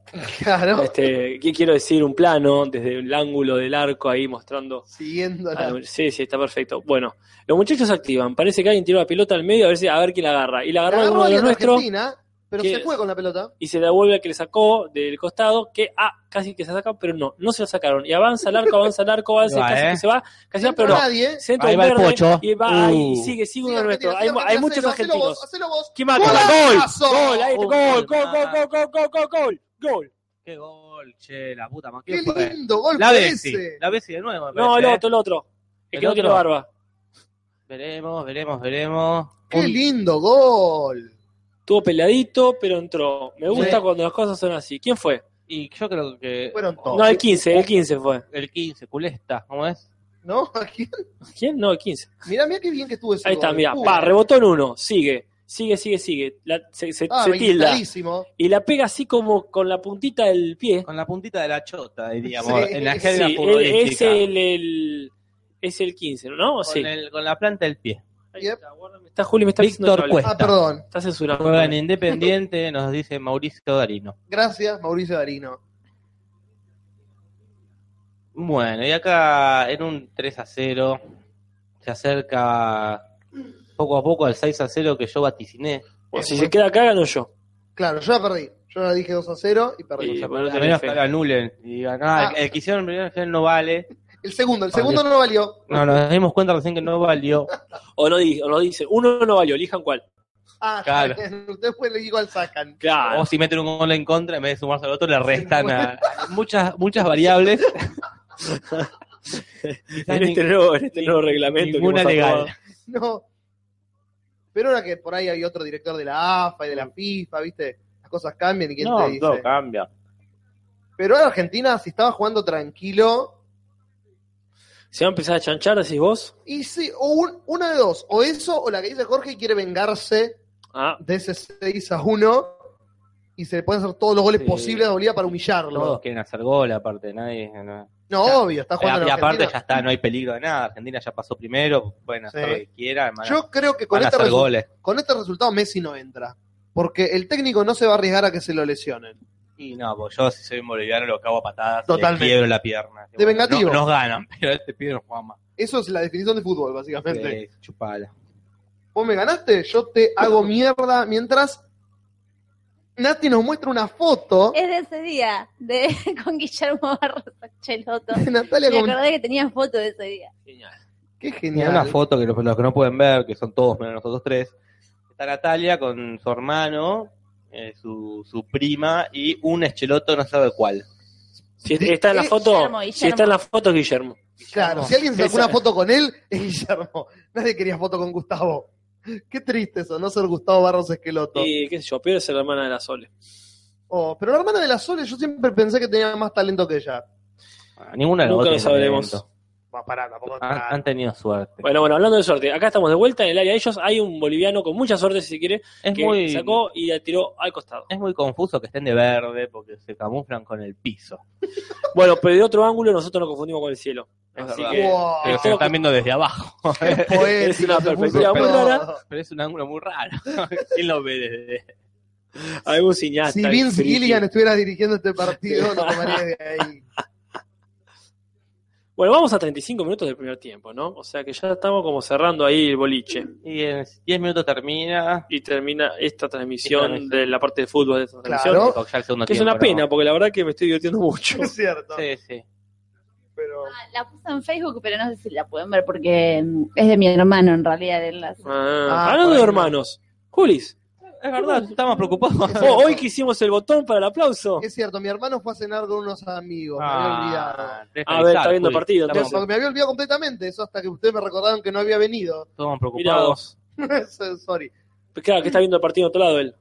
claro, Este, ¿qué quiero decir? Un plano desde el ángulo del arco ahí mostrando. siguiendo a la- la- Sí, sí, está perfecto. Bueno, los muchachos se activan. Parece que alguien tiró la pelota al medio a ver, si, a ver quién la agarra. Y la la agarró agarró uno de alguien los de nuestros. Argentina, pero que- se fue con la pelota. y se la vuelve al que le sacó del costado, que ah, casi que se saca, pero no, no se la sacaron. Y avanza el arco, avanza el arco, avanza, Va, casi eh. que se va, casi va, Centro pero no. nadie. Centro Ahí va el verde, pocho. y va, ahí, Uh. y sigue, sigue Sigue uno de Argentina, nuestros. Hay, sigue hay Argentina, muchos hacelo, hacelo argentinos. vos, hacelo vos. ¿Quién marca? ¡Golazo! Gol, ahí, Gol, gol, gol, gol, gol, gol, gol, gol, gol, gol, gol. Qué gol, che, la puta man, ¡Qué ¿quién fue? pues. lindo golpe La Bessi, ese! la Bessi de nuevo. me No, el parece, ¿eh? otro, el otro. Este. El El que no tiene otro. barba. ¿eh? Veremos, veremos, veremos. ¡Qué lindo gol! Estuvo peladito, pero entró. Me gusta Sí. cuando las cosas son así. ¿Quién fue? Y yo creo que Fueron todos. No, el 15, el 15 fue. el 15, culesta, ¿cómo es? ¿No? Aquí- ¿Quién? No, el 15. Mirá, mirá qué bien que estuvo ese Ahí está, gol. mira, Uh, pa, rebotó en uno, sigue, sigue, sigue, sigue. La- se se- Ah, se tilda. ventajadísimo. y la pega así como con la puntita del pie. Con la puntita de la chota, diríamos, Sí. en la Sí, jerga Sí, el- es futbolística. el, el- es el 15, ¿no? con, Sí. el- con la planta del pie. Ahí está, guarda, me está Juli, me está diciendo Víctor cable. Cuesta. Ah, perdón. Está censurado. Juega en Independiente, nos dice Mauricio Darino. Gracias, Mauricio Darino. Bueno, y acá en un 3 a 0 se acerca poco a poco al 6 a 0 que yo vaticiné. Bueno, si se queda acá, gano yo. Claro, yo la perdí. Yo la dije 2 a 0 y perdí. Sí. O sea, bueno, a tenés menos fe. que lo anulen. Y digan, ah, el, el que hicieron primero en general no vale. El segundo, el segundo no valió. No, nos dimos cuenta recién que no valió. O no, di- o no dice, uno no valió, elijan cuál. Ah, Claro. Después le igual sacan. Claro. O si meten un gol en contra, en vez de sumarse al otro, le restan a, muchas, muchas variables. en este nuevo, en este nuevo reglamento. que ninguna hemos aprobado. legal. No. Pero ahora que por ahí hay otro director de la AFA y de la FIFA, ¿viste? Las cosas cambian y quién te dice. cambia. Pero ahora Argentina, si estaba jugando tranquilo, Se va a empezar a chanchar, decís vos. y sí, o un- una de dos, o eso, o la que dice Jorge y quiere vengarse Ah, de ese 6 a 1 y se le pueden hacer todos los goles Sí. posibles a Bolivia para Todos humillarlo. quieren hacer gol, aparte, nadie. no. No, Ya. obvio, está jugando en y Argentina. aparte ya está, no hay peligro de nada. Argentina ya pasó primero, pueden hacer Sí. lo que quieran, van a- Yo creo que con van a este, hacer resu- goles. con este resultado Messi no entra. Porque el técnico no se va a arriesgar a que se lo lesionen. Y no, pues yo si soy un boliviano lo cago a patadas, Totalmente. le quiebro la pierna. De vengativo. no- nos ganan, pero este pibe no juega más. Eso es la definición de fútbol, básicamente. Eh, chupala. Vos me ganaste, yo te hago mierda. Mientras Nati nos muestra una foto Es de ese día, de, con Guillermo Barros Cheloto. de Natalia Me con... acordé que tenía foto de ese día. genial. Qué Mira genial. una foto que los, los que no pueden ver, que son todos menos nosotros tres. Está Natalia con su hermano, eh, su, su prima y un escheloto, no sabe cuál. Si está en la Eh, foto, Guillermo, si está en Guillermo. la foto, Guillermo. Claro, si alguien sacó Esa- una foto con él, es Guillermo. Nadie quería foto con Gustavo. Qué triste eso, no ser Gustavo Barros Esqueloto. Y qué sé yo, peor es la hermana de la Sole. Oh, pero la hermana de la Sole, yo siempre pensé que tenía más talento que ella. Ah, Ninguna de las Nunca dos lo tiene sabremos. talento. Va, pará, tampoco. Han, Ah, han tenido suerte. Bueno, bueno, hablando de suerte, acá estamos de vuelta en el área de ellos. Hay un boliviano con mucha suerte, si se quiere, es, que muy, sacó y la tiró al costado. es muy confuso que estén de verde porque se camuflan con el piso. Bueno, pero de otro ángulo nosotros nos confundimos con el cielo. Es Así verdad. que Wow, Ah, Pero se todo lo están que- viendo desde abajo. poético, ah, es una se puso perspectiva muy todo. rara. Pero es un ángulo muy raro. ¿Quién lo ve desde.? algún cineasta. Si Vince friki. Gilligan estuviera dirigiendo este partido, lo tomaría de ahí. Bueno, vamos a 35 minutos del primer tiempo, ¿no? O sea que ya estamos como cerrando ahí el boliche. Y en 10 minutos termina. Y termina esta transmisión Esta de la parte de fútbol de esta Claro. transmisión. Ya el segundo Que es tiempo, una pena, ¿no? porque la verdad que me estoy divirtiendo mucho. Es cierto. Sí, sí. pero La puse en Facebook, pero no sé si la pueden ver porque mm, es de mi hermano en realidad. él la- Ah, Ah, hablando de bueno. hermanos, Julis, Es verdad, estamos preocupados. vos Oh, hoy que hicimos el botón para el aplauso. Oh, Es cierto, mi hermano fue a cenar con unos amigos, me había olvidado. Ah, A ver, está viendo el partido, Pero entonces. porque me había olvidado completamente, eso hasta que ustedes me recordaron que no había venido. Estamos Mirá preocupados. vos. Eso, Sorry. Claro, que está viendo el partido en otro lado él.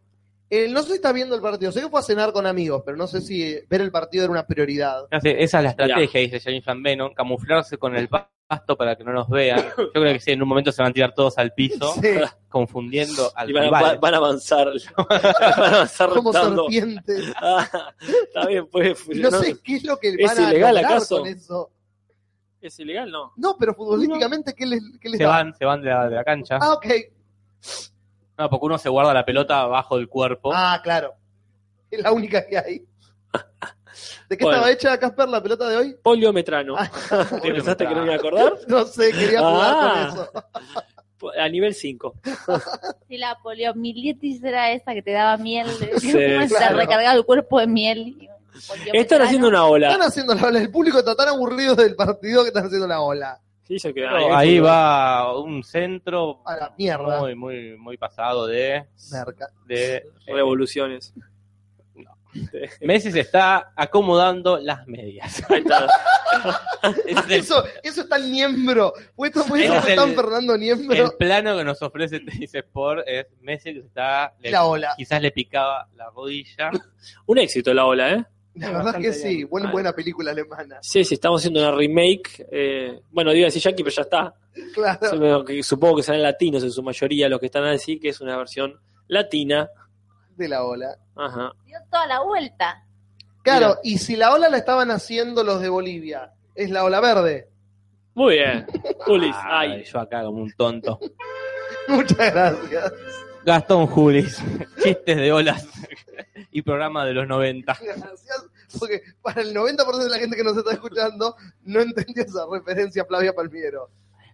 Eh, no sé si está viendo el partido, sé que fue a cenar con amigos, pero no sé si eh, ver el partido era una prioridad. No sé, esa es la estrategia, dice Johnny Van Venon, camuflarse con el pasto para que no nos vean. Yo creo que sí, en un momento se van a tirar todos al piso, Sí, confundiendo al Y van a, rival. va- van a avanzar. van a avanzar como rotando. serpientes. Ah, está bien, pues. Y No no- sé qué es lo que ¿Es van a ilegal lograr acaso? con eso. ¿Es ilegal? No. No, pero futbolísticamente, ¿qué les, qué les Se da? van, se van de la, de la cancha. Ah, ok. No, porque uno se guarda la pelota abajo del cuerpo. Ah, claro. Es la única que hay. ¿De qué Bueno. estaba hecha, Casper, la pelota de hoy? Polio metrano. Ah. ¿Pensaste que no me iba a acordar? No sé, quería jugar Ah. con eso. A nivel 5. Sí, la poliomielitis era esa que te daba miel. Sí, se claro. recargaba el cuerpo de miel. Están haciendo una Están ola. haciendo la ola. El público está tan aburrido del partido que están haciendo la ola. Sí, yo creo, a Pero nivel ahí fútbol. va un centro A la mierda. muy, muy, muy pasado de, Merca. de eh, Revoluciones. Messi se está acomodando las medias. Ahí está. Ese es el- Eso, eso está el Niembro. Puesto muy Ese es están el- Fernando el, Niembro. plano que nos ofrece Tenis Sport es Messi que se está le- la ola. quizás le picaba la rodilla. Un éxito la ola, ¿eh? La verdad es que sí. Buena, Vale. buena película alemana. Sí, sí, estamos haciendo una remake. eh, bueno, digo así Jackie, pero ya está. Claro. Supongo que- Supongo que serán latinos en su mayoría los que están así, que es una versión latina. De la ola. Ajá. Dio toda la vuelta. Claro, Mira. y si la ola la estaban haciendo los de Bolivia, es la ola verde. Muy bien. Julis, Ay, ay. Ah, yo acá como un tonto. Muchas gracias. Gastón Julis, chistes de olas y programa de los 90. Gracias, porque para el 90% de la gente que nos está escuchando no entendió esa referencia a Flavia Palmiero.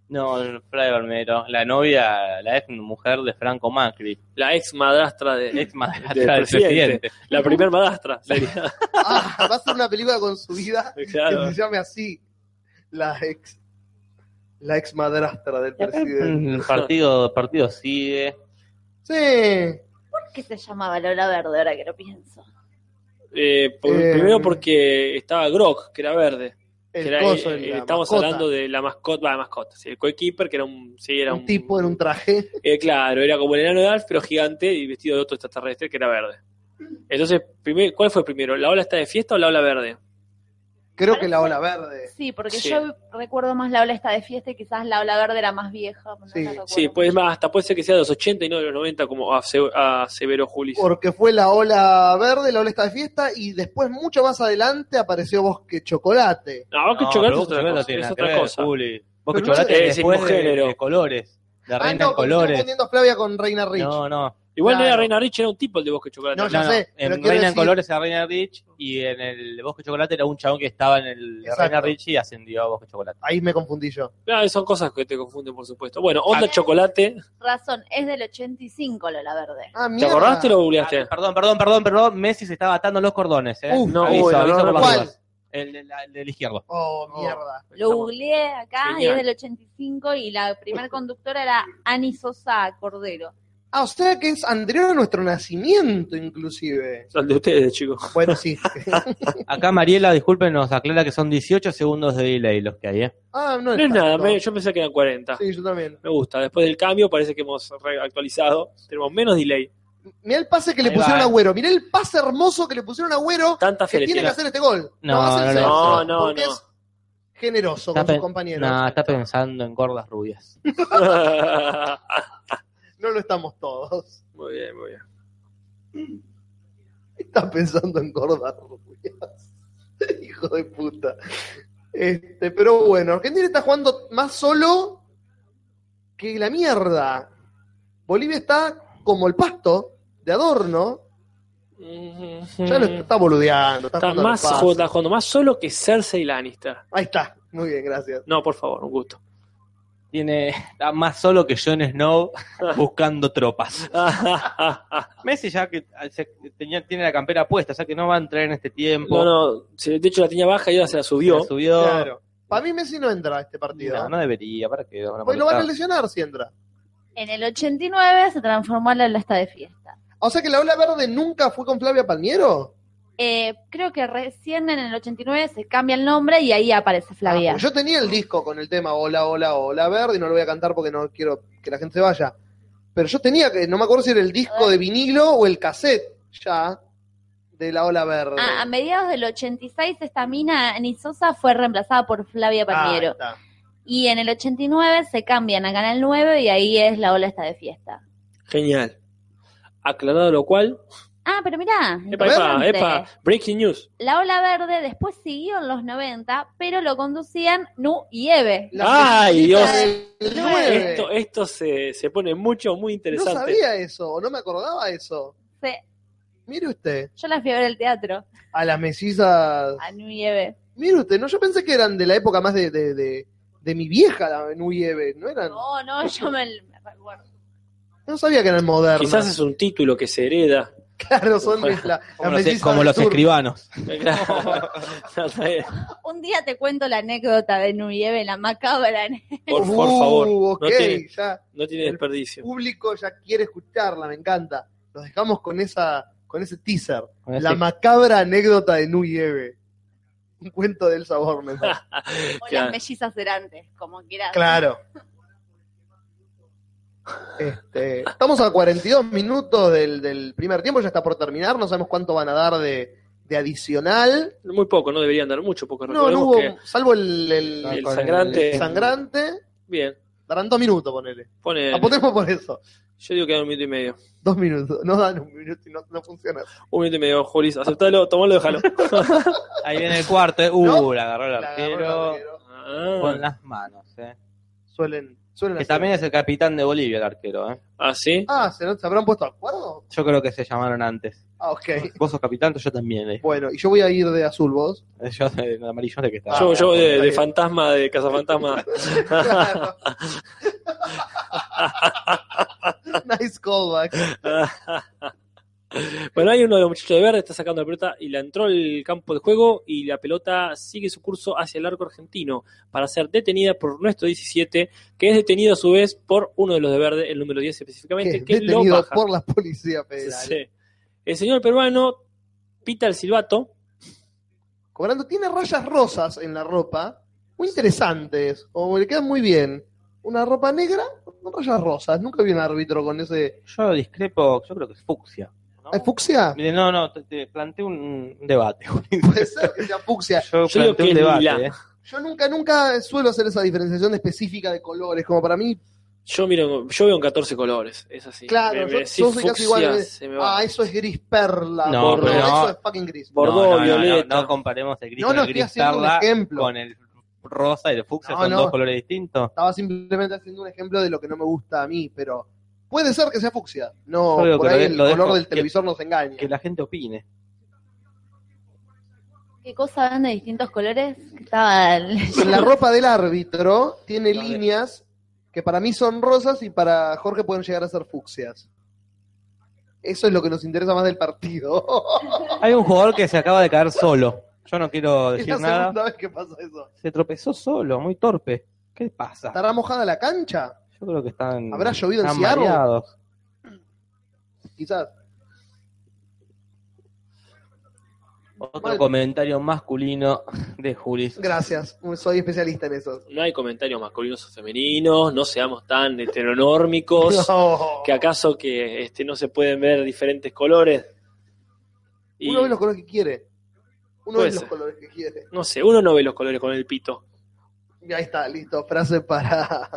No, Flavia Palmero, la novia, la ex mujer de Franco Macri, La ex madrastra de. ex madrastra Del del presidente. presidente. La primer madrastra. sería. Ah, va a ser una película con su vida Claro. que se llame así, la ex la ex madrastra del Y acá, presidente. mm, El partido, el partido sigue. Sí, ¿Por qué se llamaba Lola Verde ahora que lo pienso? Eh, por- Eh. Primero porque estaba Grok, que era verde. Que el era, coso, eh, el- eh, la estamos mascota. hablando de la mascota, va, mascota, sí, el coequiper, que era un, sí, era un, un, tipo en un traje. eh, claro, era como el enano de Alf, pero gigante y vestido de otro extraterrestre que era verde. Entonces, primer- ¿cuál fue primero? ¿La ola está de fiesta o la ola verde? Creo que la ola verde. Sí, porque Sí. yo recuerdo más la ola esta de fiesta y quizás la ola verde era más vieja. no Sí. la recuerdo. Sí, pues más, hasta puede ser que sea de los 80 y no de los 90, como ase- aseveró Julis. Porque fue la ola verde, la ola está de fiesta, y después, mucho más adelante, apareció Bosque Chocolate. No, Boca y No, Chocolate pero es Boca otra y Chocolate no cosa. tiene es nada que otra ver, cosa. Juli. Boca y Pero no Chocolate sé- es después Ese es de, género. de colores, de Ah, Reina no, en porque estoy colores. confundiendo a Flavia con Reina Rich. No, no. Igual no era Claro. Reina Rich, era un tipo el de Bosque y Chocolate. No, ya no, no. sé, pero En quiero Reina en decir- colores era Reina Rich y en el Bosque de Chocolate era un chabón que estaba en el Exacto. Reina Rich y ascendió a Bosque de Chocolate. Ahí me confundí yo. Claro, Ah, son cosas que te confunden, por supuesto. Bueno, Onda Ah. Chocolate. Razón, es del 85 Lola Verde. Ah, ¿Te mierda. acordaste o lo googleaste? Ah, perdón, perdón, perdón, perdón. Messi se estaba atando los cordones. ¿eh? Uf, no, aviso, uy, no, aviso no, por no, las ¿cuál? dudas. El, el- el del izquierdo. Oh, mierda. Lo googleé acá y Ah, Genial. es del 85 y la primer conductora era Ani Sosa Cordero. Ah, o sea que es anterior a nuestro nacimiento, inclusive. Son de ustedes, chicos. Bueno, sí. Acá Mariela, disculpen, nos aclara que son 18 segundos de delay los que hay. ¿eh? Ah, no, No es nada, me- yo pensé que eran 40. Sí, yo también. Me gusta. Después del cambio parece que hemos re- actualizado. Tenemos menos delay. Mirá el pase que le Ahí pusieron va, a eh. Agüero. Mirá el pase hermoso que le pusieron a Agüero Tanta que fe le tiene que tiene. hacer este gol. No, va a hacer no el lo centro, No, no, porque no. es generoso Está con sus pe- compañeros. No, está pensando en gordas rubias. No lo estamos todos. muy bien, muy bien. Está pensando en gordas rubias. Hijo de puta. Este, pero bueno, Argentina está jugando más solo que la mierda. Bolivia está como el pasto de adorno. Ya lo está boludeando. Está, Mm. Está jugando más, al pase. jugando- está jugando más solo que Cersei Lannister. Ahí está. Muy bien, gracias. No, por favor, un gusto. Tiene, está más solo que Jon Snow buscando tropas. Messi ya que ah, se- tenía, tiene la campera puesta, o sea que no va a entrar en este tiempo. no, no. se- De hecho, la tenía baja y ahora se la subió. Se subió. Claro. Para mí Messi no entra a este partido. No, no debería, para que Hoy lo van a lesionar si entra. En el 89 se transformó en la lasta de fiesta. O sea que la ola verde nunca fue con Flavia Palmiero. Eh, creo que recién en el 89 se cambia el nombre y ahí aparece Flavia. Ah, Porque pues Yo tenía el disco con el tema Hola, hola, hola verde y no lo voy a cantar porque no quiero que la gente se vaya. Pero yo tenía que, no me acuerdo si era el Ah. disco de vinilo o el cassette ya de la ola verde. Ah, a, a mediados del 86 esta mina Nisosa fue reemplazada por Flavia Palmiero. Ah, ahí está. y en el 89 se cambian a Canal 9 y ahí es la ola está de fiesta. Genial. Aclarado lo cual. Ah, pero mirá, Epa, epa, interesante. epa. Breaking news. La ola verde después siguió en los 90, pero lo conducían Nu y Eve. La Ay, muchachita Dios. del nueve. Esto, esto se, se pone mucho, muy No interesante. sabía eso, o no me acordaba eso. Sí, Mire usted, yo las fui a ver al teatro, a las mellizas. a Nu y Eve. Mire usted, no, yo pensé que eran de la época más de, de, de, de mi vieja, la Nuyeve. No eran, no. No, no, yo me, me recuerdo. sabía que eran modernas. Quizás es un título que se hereda. Claro, son de la, las Como los, mellizas como del los sur. escribanos. por, Un día te cuento la anécdota de Nu y Eve, la macabra. por favor. Uh, No ok, tiene, ya. no tiene desperdicio. público ya quiere escucharla, me encanta. Los dejamos con esa, con ese teaser. Con ese- La macabra anécdota de Nui Eve. Un cuento del sabor, me parece. O Claro. las mellizas erantes, como quieras. Claro. Este, estamos a 42 minutos del, del primer tiempo, ya está por terminar, no sabemos cuánto van a dar de, de adicional. Muy poco, no deberían dar mucho, porque No, no recordemos hubo, que. Ah, salvo el, el- El con sangrante. el sangrante, Bien, darán dos minutos, ponele. pone. Apotemos por eso. Yo digo que dan un minuto y medio. Dos minutos, no dan un minuto y no, no funciona. Un minuto y medio, Julis. Aceptalo, tomalo, déjalo. Ahí viene el cuarto, eh. Uh, No. la agarró el La agarró el arquero arquero. Ah, con las manos, eh. suelen, suelen Que hacer. también es el capitán de Bolivia el arquero, eh. ¿ah, sí? Ah, ¿se, no- se habrán puesto de acuerdo? Yo creo que se llamaron antes. Ah, ok. Vos sos capitán, yo también. eh. Bueno, y yo voy a ir de azul vos. Yo de de amarillo de que Ah, estaba. yo yo de, está de bien. fantasma, de cazafantasma. Claro. nice callback. bueno, hay uno de los muchachos de verde, está sacando la pelota y la entró el campo de juego y la pelota sigue su curso hacia el arco argentino para ser detenida por nuestro 17, que es detenido a su vez por uno de los de verde, el número 10 Que específicamente, es que lo detenido baja. por la policía federal. Sí. El señor peruano pita el silbato, Cobrando, tiene rayas rosas en la ropa. Muy interesantes. O le quedan muy bien. Una ropa negra con rayas rosas. Nunca vi un árbitro con ese. Yo discrepo, yo creo que es fucsia. ¿no? ¿Es fucsia? Mire, no, no, te, te planteo un un debate. Puede ser que sea fucsia. Yo, Yo digo que planteo un es debate. lila. eh. Yo nunca, nunca suelo hacer esa diferenciación específica de colores. Como para mí, yo miro, yo veo en 14 colores, es así. Claro, yo- sí, yo soy casi igual, fucsia, me- se me va. ah, eso es gris perla. No, gordo, pero no. Eso es fucking gris. Bordeaux, No, no, no, violeta. No, no comparemos el gris No, con no, el estoy gris haciendo un tarda ejemplo. con el rosa y el fucsia, No, son no. dos colores distintos. Estaba simplemente haciendo un ejemplo de lo que no me gusta a mí, pero puede ser que sea fucsia. No, Yo digo por que lo ahí de- el lo color dejo del que- televisor nos engaña. Que la gente opine. ¿Qué cosa van de distintos colores? Que Estaba el- En la ropa del árbitro tiene No, de- líneas que para mí son rosas y para Jorge pueden llegar a ser fucsias. Eso es lo que nos interesa más del partido. Hay un jugador que se acaba de caer solo. Yo no quiero es decir la nada. segunda vez que pasa eso. Se tropezó solo, muy torpe. ¿Qué pasa? ¿Estará mojada la cancha? Yo creo que están. ¿Habrá llovido en están Seattle? mareados. Quizás. Otro Mal. comentario masculino de Julis. Gracias, soy especialista en eso. No hay comentarios masculinos o femeninos, no seamos tan heteronórmicos, No. que acaso que este, no se pueden ver diferentes colores. Y, Uno ve los colores que quiere. Uno Puede ve los ser. colores que quiere. No sé, uno no ve los colores con el pito. Y ahí está, listo. Frase para,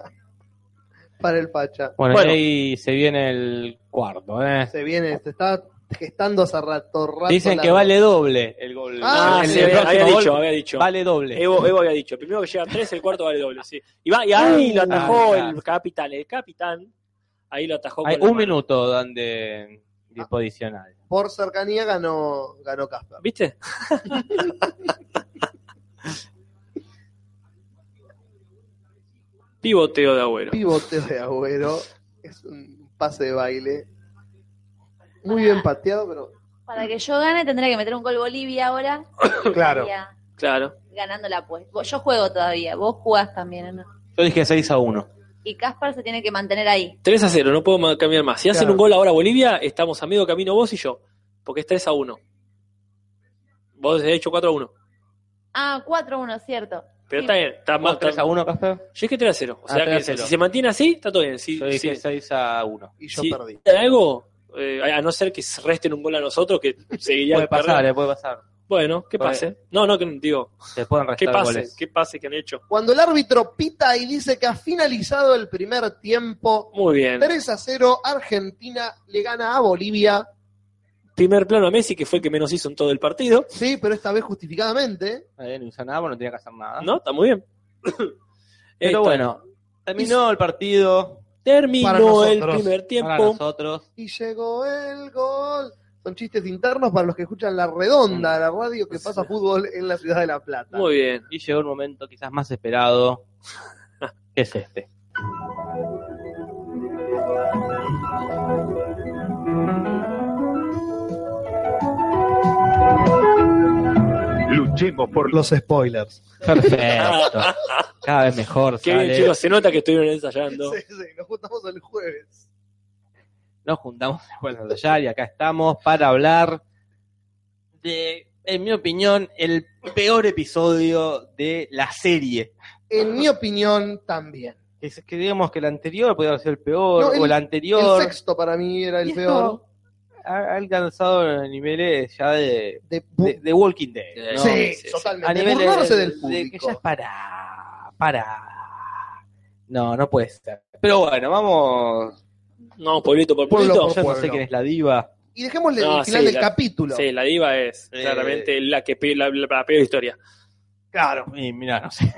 para el Pacha. Bueno, Bueno. y ahí se viene el cuarto. ¿eh? Se viene, se está gestando hace rato. rato Dicen que largo. vale doble el gol. Ah, El- sí, el había, próximo había gol dicho, había dicho. Vale doble. Evo, Evo había dicho, primero que llega a tres, el cuarto vale doble, sí. Y, va, y ahí lo atajó Ah, el capitán, el capitán, ahí lo atajó. Hay con la un mano. minuto donde disposicional. Por cercanía ganó ganó Casper. ¿Viste? Pivoteo de agüero. Pivote de Agüero. Es un pase de baile. Muy bien pateado, pero. Para que yo gane tendría que meter un gol Bolivia ahora. Claro. Sería- Claro. ganando la apuesta. Vos- Yo juego todavía, vos jugás también, ¿no? Yo dije 6 a 1. Y Caspar se tiene que mantener ahí. 3 a 0, no puedo ma- cambiar más. Si hacen Claro. un gol ahora a Bolivia, estamos a medio camino vos y yo. Porque es 3 a 1. Vos has hecho 4 a 1. Ah, 4-1, cierto. Pero Sí. está bien, está mal. 3 a está- 1, Casper? Yo dije 3 a 0. O Ah, sea 3 a que 0. si se mantiene así, está todo bien. Si, Yo dije si- 6 a 1. Y yo si perdí. hacen algo, eh, a a no ser que se resten un gol a nosotros, que seguiríamos Puede pasar, perdiendo. eh, puede pasar. Bueno, que Puede- pase. No, no, que digo, Se pueden que restar pase, goles. que pase que han hecho. Cuando el árbitro pita y dice que ha finalizado el primer tiempo, Muy bien. 3 a 0, Argentina le gana a Bolivia. Primer plano a Messi, que fue el que menos hizo en todo el partido. Sí, pero esta vez justificadamente. Eh, no hizo nada, bueno, no tenía que hacer nada. ¿No? Está muy bien. Ah. Pero Está. bueno, terminó el partido Para Terminó nosotros. el primer para tiempo. nosotros. Y llegó el gol. Son chistes internos para los que escuchan La Redonda, la radio que pasa fútbol en la ciudad de La Plata. Muy bien. Y llegó el momento quizás más esperado, que es este. Luchemos por Los spoilers. Perfecto. Cada vez mejor Qué bien, sale. chicos. Se nota que estuvieron ensayando. Sí, sí, nos juntamos el jueves. Nos juntamos después de ensayar y acá estamos para hablar de, en mi opinión, el peor episodio de la serie. En mi opinión, también. Es que digamos que el anterior podría haber sido el peor, No, el- o el El anterior. sexto para mí era Y el esto peor. Ha ha alcanzado niveles ya de, De, de, de Walking Dead. Eh, ¿no? sí, sí, sí. totalmente. a nivel de, Burlarse del de- de que público. ya es para para no no puede ser pero bueno vamos No, pueblito por Pueblo pueblito. por yo no pueblo. sé quién es la diva Y dejémosle No, el final sí, del la- capítulo. Sí, la diva es Eh. claramente la que pe- la, la- la peor historia. Claro. y mira no sé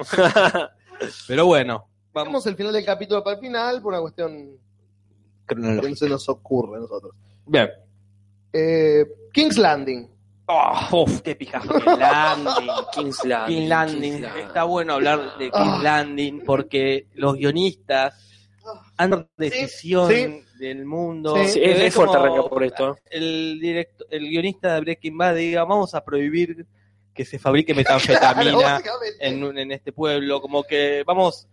pero bueno vamos Dejemos el final del capítulo para el final por una cuestión que cronológico no se nos ocurre a nosotros. bien Eh, King's Landing. Oh, uf, qué pija King Landing King's Landing. King Landing está bueno hablar de King Ah. Landing porque los guionistas han tomado decisión sí. del mundo Sí. Sí, Se es, ve es fuerte como- arrancar por esto. ¿eh? el directo, el guionista de Breaking Bad diga vamos a prohibir que se fabrique Ah, metanfetamina básicamente. en, un- en este pueblo, como que vamos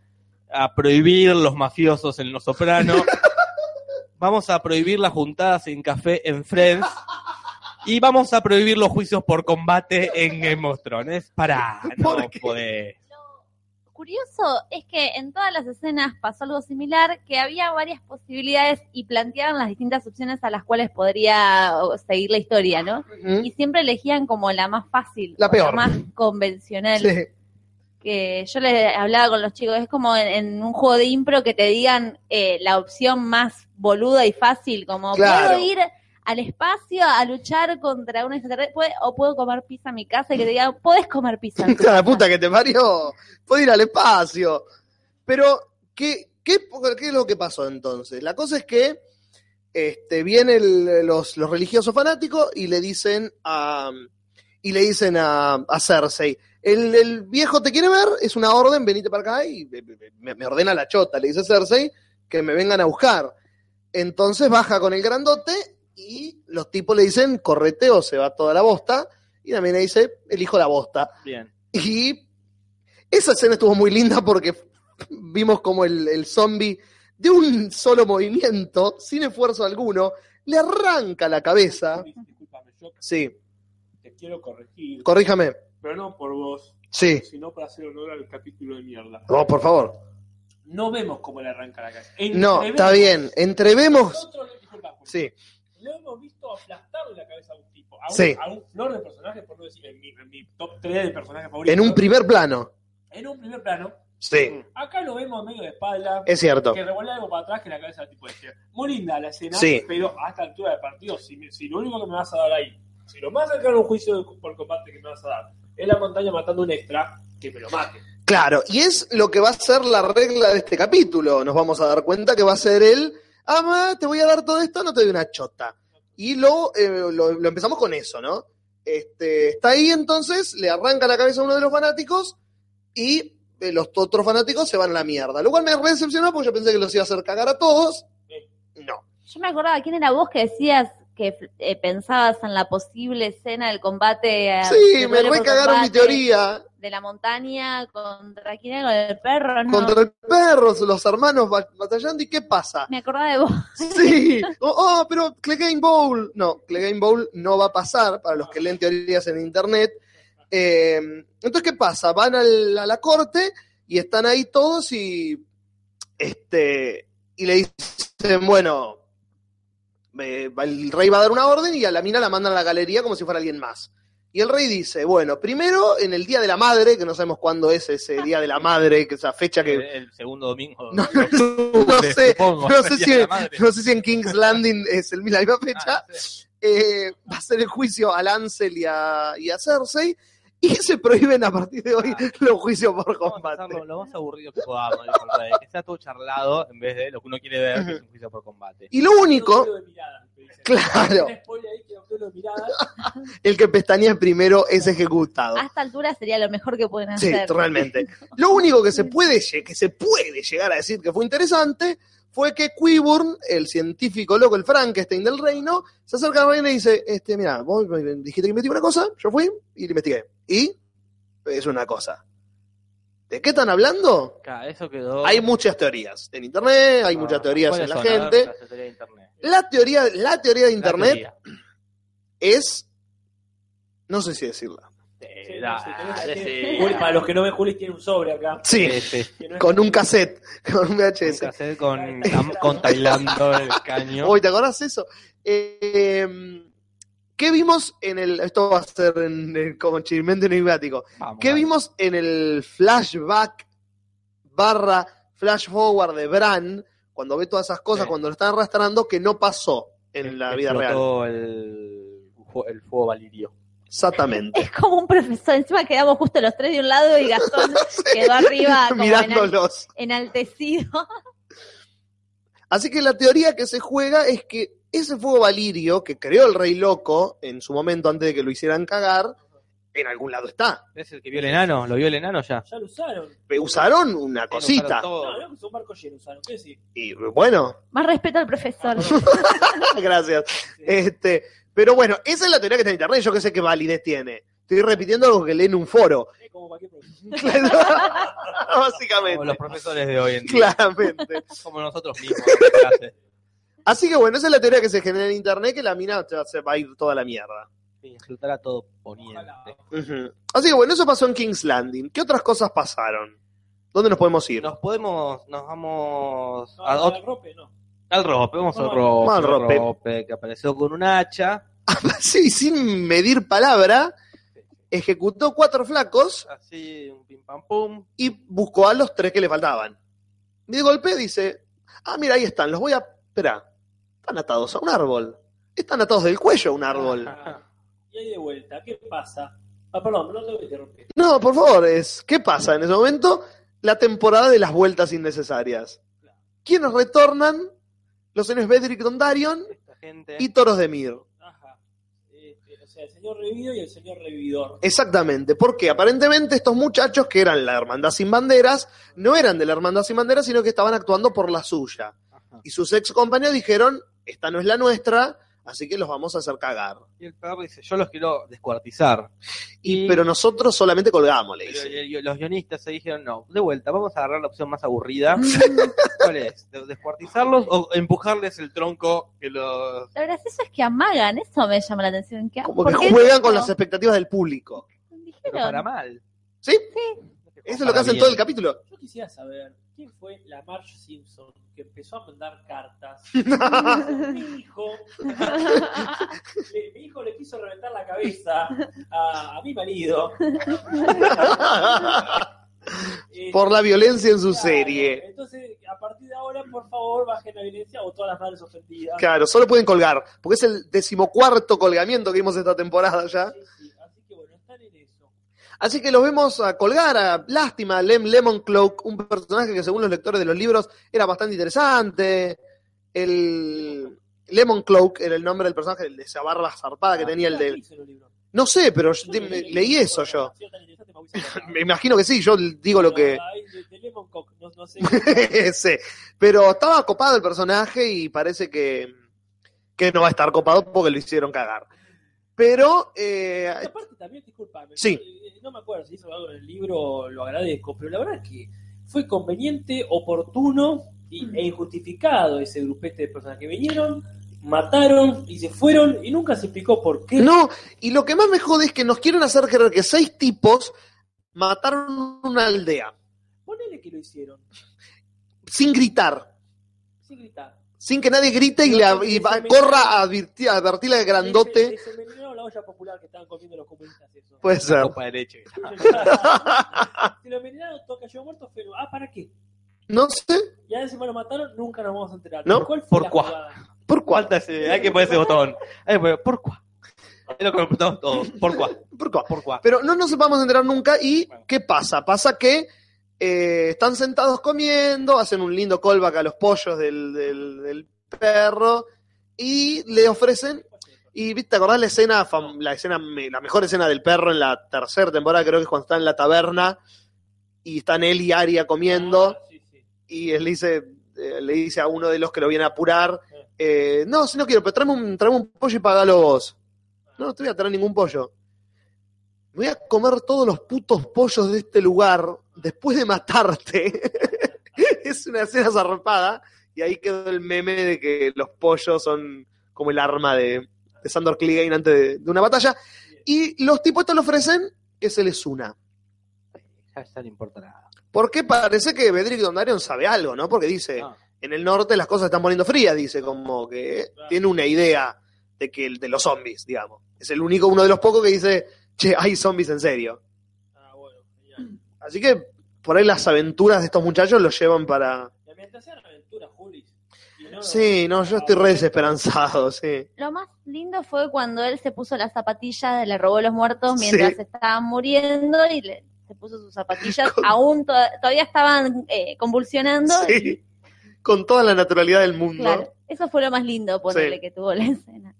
a prohibir los mafiosos en Los Sopranos, vamos a prohibir las juntadas en café en Friends y vamos a prohibir los juicios por combate en Game of Thrones. Para, no ¿Por qué? podés. Lo curioso es que en todas las escenas pasó algo similar, que había varias posibilidades y planteaban las distintas opciones a las cuales podría o, seguir la historia, ¿no? Ujú. Y siempre elegían como la más fácil, La o peor. más convencional. Sí. que yo les hablaba con los chicos, es como en, en un juego de impro que te digan eh, la opción más boluda y fácil, como Claro. puedo ir al espacio a luchar contra un extraterrestre ¿Puedo- o puedo comer pizza en mi casa y que te digan, podés comer pizza. en tu la casa?". puta que te parió. Puede ir al espacio. Pero, ¿qué, qué, qué es lo que pasó entonces? La cosa es que este, vienen el- los, los religiosos fanáticos y le dicen a, y le dicen a, a Cersei, el, el viejo te quiere ver, es una orden, venite para acá y me, me ordena la chota, le dice Cersei, que me vengan a buscar. Entonces baja con el grandote y los tipos le dicen, correte o se va toda la bosta. Y también le dice, elijo la bosta. Bien. Y esa escena estuvo muy linda porque vimos como el, el zombie, de un solo movimiento, sin esfuerzo alguno, le arranca la cabeza. Disculpame, yo Sí, te quiero corregir, corríjame. pero no por vos, Sí. sino para hacer honor al capítulo de mierda. Vos, por favor. No vemos cómo le arranca la calle. No, Entrevemos- está bien. Entrevemos. Nosotros, disculpa, Julio, Sí, lo hemos visto aplastarle la cabeza a un tipo, a un, Sí. a un flor de personajes, por no decir, en mi, en mi top 3 de personajes favoritos. en un primer plano. en un primer plano. Sí. Acá lo vemos medio de espalda, Es cierto. que revuelve algo para atrás que la cabeza del tipo este. Muy linda la escena, Sí. pero a esta altura del partido, si, me- si lo único que me vas a dar ahí, si lo más cercano a un juicio de- por combate que me vas a dar, es la montaña matando un extra, que me lo mate. Claro, y es lo que va a ser la regla de este capítulo. Nos vamos a dar cuenta que va a ser el, ah, ma, te voy a dar todo esto, no te doy una chota. Y lo, eh, lo, lo empezamos con eso, ¿no? Este, está ahí entonces, le arranca la cabeza a uno de los fanáticos y eh, los otros fanáticos se van a la mierda. Lo cual me re decepcionó porque yo pensé que los iba a hacer cagar a todos. No. Yo me acordaba, ¿quién era vos que decías que eh, pensabas en la posible escena del combate? eh, Sí, del me duelo re por cagaron mi combate, teoría. de la montaña contra quién era, con el perro, ¿no? Contra el perro, los hermanos bat- batallando, ¿y qué pasa? Me acordaba de vos. Sí, oh, oh, pero Clegane Bowl. No, Clegane Bowl no va a pasar para los que leen teorías en internet. Eh, entonces, ¿qué pasa? Van al- a la corte y están ahí todos y. Este. Y le dicen, bueno. eh, va- el rey va a dar una orden y a la mina la mandan a la galería como si fuera alguien más. Y el rey dice, bueno, primero en el Día de la Madre, que no sabemos cuándo es ese Día de la Madre, que esa fecha que El, el segundo domingo. no, no, no Le sé, supongo, no el sé, Día si, de la Madre. Ah, no sé si en King's Landing es el, la misma fecha. Eh, va a ser el juicio a Lancel y a, y a Cersei. Y se prohíben a partir de hoy Ah. los juicios por combate. Lo, lo más aburrido que podamos, dijo el rey, que sea todo charlado en vez de lo que uno quiere ver, que es un juicio por combate. Y lo único, Duelo de mirada, me dicen. claro, Eh, Un spoiler ahí que era un duelo de mirada. el que pestañea primero es ejecutado. A esta altura sería lo mejor que pueden Sí, hacer. realmente. Lo único que se puede lle- que se puede llegar a decir que fue interesante fue que Quiburn, el científico loco, el Frankenstein del reino, se acerca a la reina y dice, este, mira, vos me dijiste que investigué una cosa, yo fui y la investigué. Y es una cosa. ¿De qué están hablando? Claro, eso quedó. Hay muchas teorías en internet, Ah, hay muchas teorías en ¿Cuáles la son? A ver, gente. las teorías de internet. La teoría, la teoría de La internet teoría. es no sé si decirla. Eh, da- Sí, decir, Juli, para los que no ven, Juli tiene un sobre acá. Sí, este, que no es- con un cassette, con un VHS. un cassette con, con bailando el caño. Hoy, ¿te acordás eso? Eh, ¿Qué vimos en el. Esto va a ser en, en- como experimento enigmático. Vamos, ¿Qué dale. vimos en el flashback barra flash forward de Bran cuando ve todas esas cosas, Sí. cuando lo están arrastrando, que no pasó en la vida real? Explotó El, ju- el fuego valirio. Exactamente. Es como un profesor. Encima quedamos justo los tres de un lado y Gastón quedó arriba como enal- Mirándolos. enaltecido. Así que la teoría que se juega es que ese fuego valirio que creó el Rey Loco en su momento antes de que lo hicieran cagar, en algún lado está. ¿Es el que vio el enano? ¿Lo vio el enano ya? Ya lo usaron. Usaron una cosita. No, no, es un barco lleno, usaron. ¿Qué decís? eh, Y bueno, ah, Más respeto al profesor. Gracias. Este, pero bueno, esa es la teoría que está en internet. Yo que sé qué validez tiene. Estoy repitiendo algo que leen en un foro. Es como cualquier profesor. Claro. Como los Básicamente. profesores de hoy en día. Claramente. Como nosotros mismos. en clase. Así que bueno, esa es la teoría que se genera en internet, que la mina se va- se va a ir toda la mierda. Sí, explotar a todo poniente. Ujú. Así que bueno, eso pasó en King's Landing. ¿Qué otras cosas pasaron? ¿Dónde nos podemos ir? Nos podemos, nos vamos Ah, No, a no, otro- el rope, no. al rope, vamos al Vamos. rope, Vamos al al rope. rope, que apareció con un hacha. Sí, sin medir palabra, ejecutó cuatro flacos Así, un pim pam pum. y buscó a los tres que le faltaban. Y de golpe dice, ah, mira, ahí están, los voy a... Espera, están atados a un árbol. Están atados del cuello a un árbol. Y ahí de vuelta, ¿qué pasa? Ah, perdón, no te voy a interrumpir. No, por favor, es... ¿qué pasa en ese momento? La temporada de las vueltas innecesarias. ¿Quiénes retornan? Los señores Bedrick Dondarion Esta gente. y Toros de Mir. Ajá. Este, o sea, el señor revivido y el señor revividor. Exactamente, porque aparentemente estos muchachos que eran la Hermandad Sin Banderas, no eran de la Hermandad Sin Banderas, sino que estaban actuando por la suya. Ajá. Y sus ex compañeros dijeron, esta no es la nuestra, así que los vamos a hacer cagar. Y el perro dice, yo los quiero descuartizar. Y, Y- pero nosotros solamente colgamos, le Pero dice. el- los guionistas se dijeron, no, de vuelta, vamos a agarrar la opción más aburrida. Mm, ¿Cuál es? ¿De- ¿Descuartizarlos o empujarles el tronco que los... Lo gracioso es que amagan, eso me llama la atención. Que, Como ¿por que qué juegan dijeron? con las expectativas del público. Pero Dijeron, para mal? ¿Sí? es Eso es lo que hacen todo el capítulo. Yo quisiera saber quién fue la Marge Simpson que empezó a mandar cartas. mi hijo, le- mi hijo le quiso reventar la cabeza a, a mi marido. Eh, por la violencia en su claro, serie. Entonces, a partir de ahora, por favor, bajen la violencia o todas las madres ofendidas. Claro, solo pueden colgar, porque es el decimocuarto colgamiento que vimos esta temporada ya. Sí, sí, Así que bueno, están en eso. Así que los vemos a colgar a lástima Lem Lemon Cloak, un personaje que según los lectores de los libros era bastante interesante. El Lemon Cloak era el nombre del personaje de esa barba zarpada Ah, Ah, que tenía el ¿Qué del. Ah, hizo en los libros? No sé, pero yo- Yo me- leí- leí eso yo. Ha sido tan interesante, me hubiese acordado. Me imagino que sí, yo digo lo que Ay, de- de Lemon Coke, no- no sé. sé. Pero estaba copado el personaje y parece que, que no va a estar copado porque lo hicieron cagar. Pero. Eh, Y aparte también, disculpame, Sí. yo, eh, no me acuerdo si hizo algo en el libro, lo agradezco, pero la verdad es que fue conveniente, oportuno y- Mm. e injustificado ese grupete de personas que vinieron, mataron y se fueron y nunca se explicó por qué. no, y lo que más me jode es que nos quieren hacer creer que seis tipos mataron una aldea. Ponele que lo hicieron, Sin gritar. sin gritar. Sin que nadie grite y, No, le- porque y va- se me- corra a advirti- a advertirle al grandote. Pues. Se, se envenenó la olla popular que estaban comiendo los comunistas. Eso. Puede ser. Copa de leche. si lo envenenaron, toca yo muerto, pero ah, ¿para qué? No sé. Ya encima lo mataron, nunca nos vamos a enterar. ¿No? ¿Cuál fue ¿Por la cuá? jugada? ¿Por cuál? Falta ese- hay que poner ese botón. Hay que poner, ¿por cuá? Es lo que nos preguntamos todos. ¿Por cuá? ¿Por cuál? ¿Por cuá? Pero no nos sepamos enterar nunca. ¿Y qué pasa? Pasa que eh, están sentados comiendo, hacen un lindo callback a los pollos del, del- del perro y le ofrecen. Y ¿viste, ¿te acordás la escena, fam- la escena, me- la mejor escena del perro en la tercera temporada? Creo que es cuando está en la taberna y están él y Aria comiendo. Ah, sí, sí. y él dice, eh, le dice a uno de los que lo viene a apurar, eh, no, si no quiero, pero tráeme un, tráeme un pollo y pagalo vos. No, no te voy a traer ningún pollo. Me voy a comer todos los putos pollos de este lugar después de matarte. es una escena zarpada. Y ahí quedó el meme de que los pollos son como el arma de, de Sandor Clegane antes de, de una batalla. Y los tipos te lo ofrecen que se les una. Ya, ya no importa nada. Porque parece que Bedrick Dondarrion sabe algo, ¿no? Porque dice, Ah. en el norte las cosas están poniendo frías, dice, como que tiene una idea de que de los zombies, digamos. Es el único, uno de los pocos que dice, che, hay zombies en serio. Ah, bueno, genial. Así que por ahí las aventuras de estos muchachos los llevan para... La ambientación era aventura, Julis. Y no- Sí, no, yo estoy re desesperanzado, sí. Lo más lindo fue cuando él se puso las zapatillas, le robó los muertos mientras Sí. estaban muriendo y le, se puso sus zapatillas, aún to- todavía estaban eh, convulsionando. y- Sí, con toda la naturalidad del mundo. claro, eso fue lo más lindo, ponerle Sí. que tuvo la escena.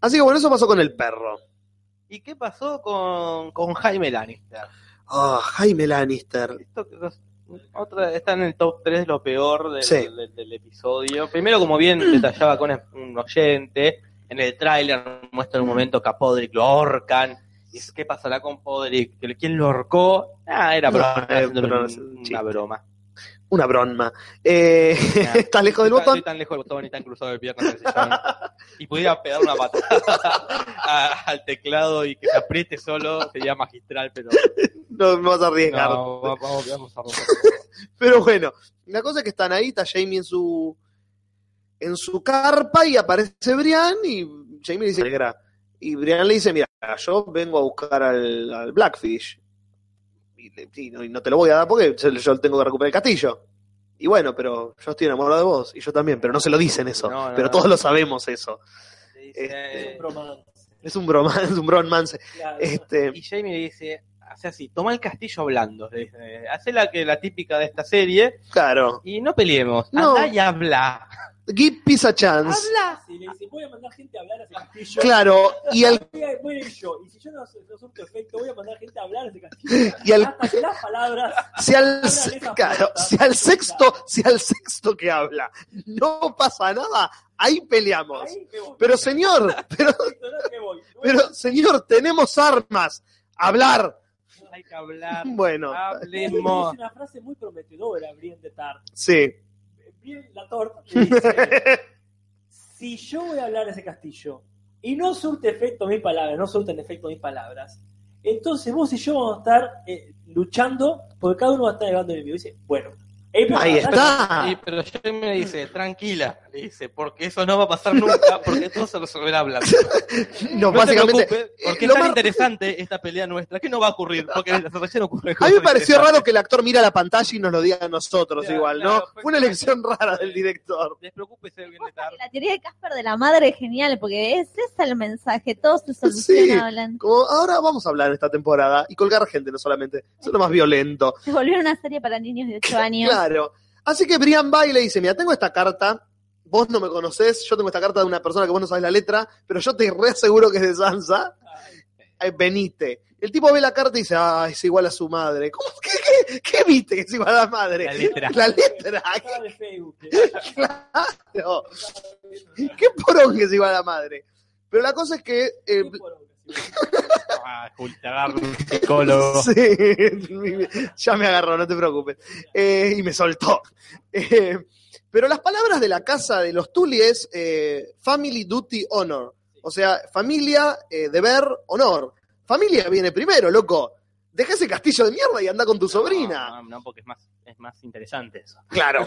Así que bueno, eso pasó con el perro. ¿Y qué pasó con, con Jaime Lannister? Ah, Jaime Lannister. Esto que nos- otra, está en el top 3 de lo peor del, Sí. del- del episodio. Primero, como bien detallaba con un oyente, en el tráiler muestra un momento que a Podrick lo ahorcan. Y es, ¿Qué pasará con Podrick? ¿Quién lo ahorcó? Ah, era No, broma, eh, haciéndome pero un- es un una chiste. broma. Una broma. Eh, ¿Estás lejos del Estoy tan- botón? Estoy tan lejos del botón y tan cruzado de pie con el sillón. y pudiera pegar una patada a- al teclado y que se apriete solo sería magistral, pero No me vas a arriesgar. no, va- vamos, vamos a romper. Pero bueno, la cosa es que están ahí, está Jamie en su en su carpa y aparece Brian y Jamie le dice, "Negra". y Brian le dice, mira, yo vengo a buscar al, al Blackfish y, le- y no, y no te lo voy a dar porque se- yo tengo que recuperar el castillo. Y bueno, pero yo estoy enamorado de vos y yo también, pero no se lo dicen eso, No, no, pero no. todos lo sabemos eso. Le dice, Es un bromance, Es un broma, es un bromance. claro. Este, Y Jamie le dice, hace así, toma el castillo hablando. Le dice, hace la que la típica de esta serie claro, y no peleemos. No. Anda y habla. give peace a chance. Habla. Y Ah, le dice, voy a mandar gente a hablar a ese castillo. Claro, y al Voy a- voy a ir yo. Y si yo no, no soy perfecto, voy a mandar gente a hablar a ese castillo. Y al- Hasta que las palabras. Si al, Habla de claro, esas si al cosas. sexto, si al sexto que habla, no pasa nada, ahí peleamos. Ahí me voy. Pero señor, pero, Esto no es que voy. pero señor, tenemos armas. Hablar. Hay que hablar. Bueno, es Hablemos. una frase muy prometedora, Brian de Tart. sí. Bien, la torta. te dice, si yo voy a hablar de ese castillo y no surte efecto mis palabras, no surten efecto mis palabras, entonces vos y yo vamos a estar eh, luchando porque cada uno va a estar llevando el enemigo. Y Dice, bueno, eh, pero- Ahí está. Y, pero Jamie le dice, tranquila, le dice, porque eso no va a pasar nunca, porque todo se resolverá hablando. No, No te básicamente. preocupes, porque eh, es lo tan más- interesante esta pelea nuestra que no va a ocurrir, porque en la relación ocurre A mí me pareció cosas raro que el actor mira la pantalla y nos lo diga a nosotros Claro, igual, ¿no? claro, fue Fue una elección rara del director. Despreocúpese del bien de Pasa Tar. que La teoría de Casper de la madre es genial, porque ese es el mensaje, todos se solucionan, hablan. Como ahora vamos a hablar esta temporada y colgar gente, no solamente. Eso es lo más violento. Se volvió una serie para niños de 8 años. Claro. Así que Brian va y le dice, mira, tengo esta carta, vos no me conocés, yo tengo esta carta de una persona que vos no sabés la letra, pero yo te reaseguro que es de Sansa, Eh, venite. El tipo ve la carta y dice, ah, es igual a su madre. ¿Cómo? ¿Qué, qué, qué viste que es igual a la madre? La letra. La letra. Estaba de Facebook. eh. Claro. ¿Qué porón que es igual a la madre? Pero la cosa es que. eh, Ah, Juli, te agarro un psicólogo. Sí, ya me agarró, no te preocupes. Eh, y me soltó. Eh, pero las palabras de la casa de los Tuli es eh, family, duty, honor. O sea, familia, eh, deber, honor. Familia viene primero, loco. Deja ese castillo de mierda y anda con tu sobrina. No, Ah, no, porque es más, es más interesante eso. Claro.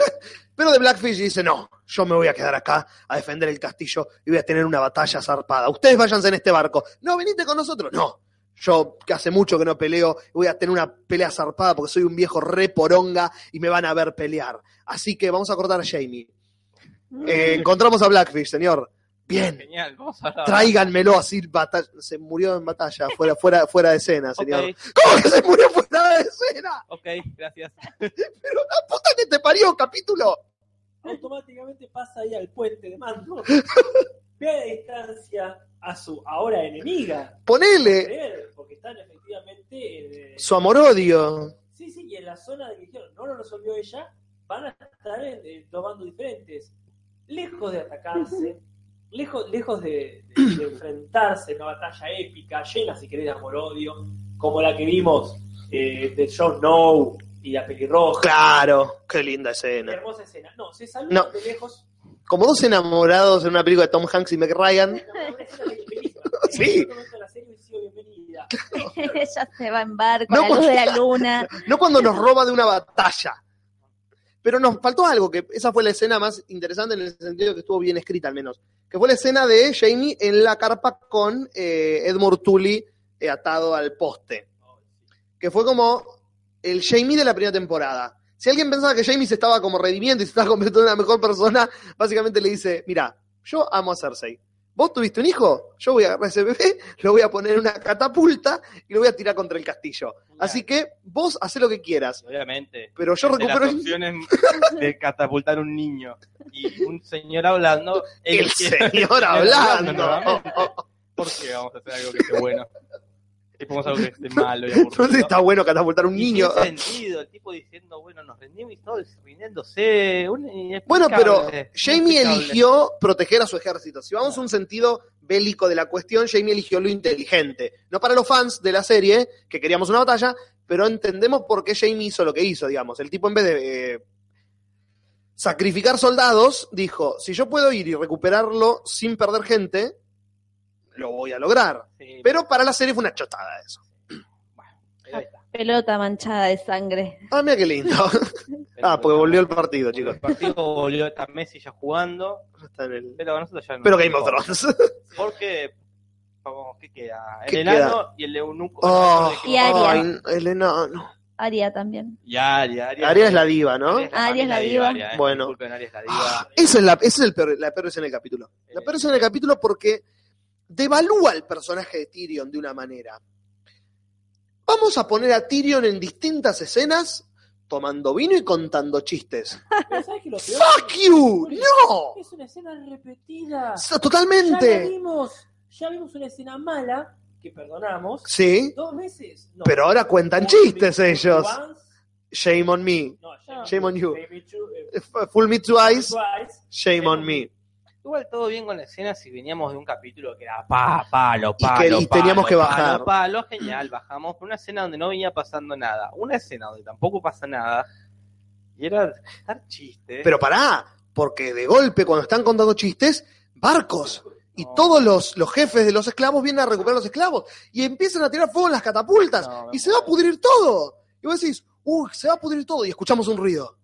pero de Blackfish dice, no, yo me voy a quedar acá a defender el castillo y voy a tener una batalla zarpada. Ustedes váyanse en este barco. No, venite con nosotros. No, yo que hace mucho que no peleo, voy a tener una pelea zarpada porque soy un viejo re poronga y me van a ver pelear. Así que vamos a cortar a Jamie. Eh, encontramos a Blackfish, señor. Bien, Genial, vamos a hablar. tráiganmelo así. bata- Se murió en batalla, fuera, fuera, fuera de escena, Ok, señor. ¿Cómo que se murió fuera de escena? ok, gracias. Pero la puta que te parió, capítulo. automáticamente pasa ahí al puente de mando. Ve a distancia a su ahora enemiga. Ponele Ver, Porque están efectivamente. eh, su amor-odio. sí, sí, y en la zona de que dijeron, no lo resolvió ella, van a estar en, en dos bandos diferentes. Lejos de atacarse, lejos, lejos de, de- de enfrentarse en una batalla épica, llena, si querés, de amor-odio, como la que vimos eh, de Jon Snow y la pelirroja. Claro, qué linda escena. Hermosa escena. No, se saludan No. de lejos. Como dos enamorados en una película de Tom Hanks y Meg Ryan. Sí. Ella se va en barco, No, a la luz porque- de la luna. No cuando nos roba de una batalla. Pero nos faltó algo, que esa fue la escena más interesante en el sentido que estuvo bien escrita al menos, que fue la escena de Jamie en la carpa con eh, Edmund Tully eh, atado al poste, que fue como el Jamie de la primera temporada. Si alguien pensaba que Jamie se estaba como redimiendo y se estaba convirtiendo en una mejor persona, básicamente le dice, mira, yo amo a Cersei. Vos tuviste un hijo, yo voy a agarrar ese bebé, lo voy a poner en una catapulta y lo voy a tirar contra el castillo. Así que vos hacé lo que quieras. Obviamente. Pero yo De recupero las opciones de catapultar un niño y un señor hablando. el señor hablando. Oh, ¿Por qué vamos a hacer algo que esté bueno? Si ponemos algo que esté malo y aburrido. Entonces está bueno catapultar a un Y niño. sin sentido, el tipo diciendo, bueno, nos rendimos y todos rindiéndose. un- inexplicable, Bueno, pero eh. Jamie inexplicable. eligió proteger a su ejército. Si vamos a un sentido bélico de la cuestión, Jamie eligió lo inteligente. No para los fans de la serie, que queríamos una batalla, pero entendemos por qué Jamie hizo lo que hizo, digamos. El tipo en vez de... eh, Sacrificar soldados, dijo, si yo puedo ir y recuperarlo sin perder gente, lo voy a lograr. Sí, Pero para la serie fue una chotada eso. pero ahí está. Pelota manchada de sangre. Ah, mira qué lindo. Ah, porque volvió el partido, Porque chicos. El partido volvió, está Messi ya jugando, Está en el- pero a nosotros ya no. Pero Game of Thrones. Porque, vamos, ¿qué queda? El ¿Qué enano y el eunuco. Oh, Y Aria. ay, Elena, no. Aria también. Y Aria, Aria. Aria es la diva, ¿no? Aria es la- Aria es la diva. Aria, eh. Bueno. Disculpen, Aria es la Ah, diva. Esa es, la, esa es el peor, la peor escena del capítulo. La Eh, peor escena del capítulo porque devalúa el personaje de Tyrion de una manera. Vamos a poner a Tyrion en distintas escenas tomando vino y contando chistes. Pero ¿sabes qué lo peor? ¡Fuck you! ¡No! Es una escena repetida. Está Ya la Totalmente. vimos. Ya vimos una escena mala que perdonamos. Sí, Dos veces. No. pero ahora cuentan One chistes Big ellos. Once. Shame on me. No, Shame, Shame on you. Baby True, eh, Full me twice. Twice. Shame on me. Igual todo bien con la escena si veníamos de un capítulo que era pa, palo, Y que- palo, y teníamos palo, que bajar. Palo, palo, genial, bajamos. Una escena donde no venía pasando nada. Una escena donde tampoco pasa nada. Y era estar chiste. Pero pará, porque de golpe cuando están contando chistes, barcos. Y No. todos los, los jefes de los esclavos vienen a recuperar a los esclavos. Y empiezan a tirar fuego en las catapultas. No, no. y se va a pudrir todo. Y vos decís, uy, se va a pudrir todo. Y escuchamos un ruido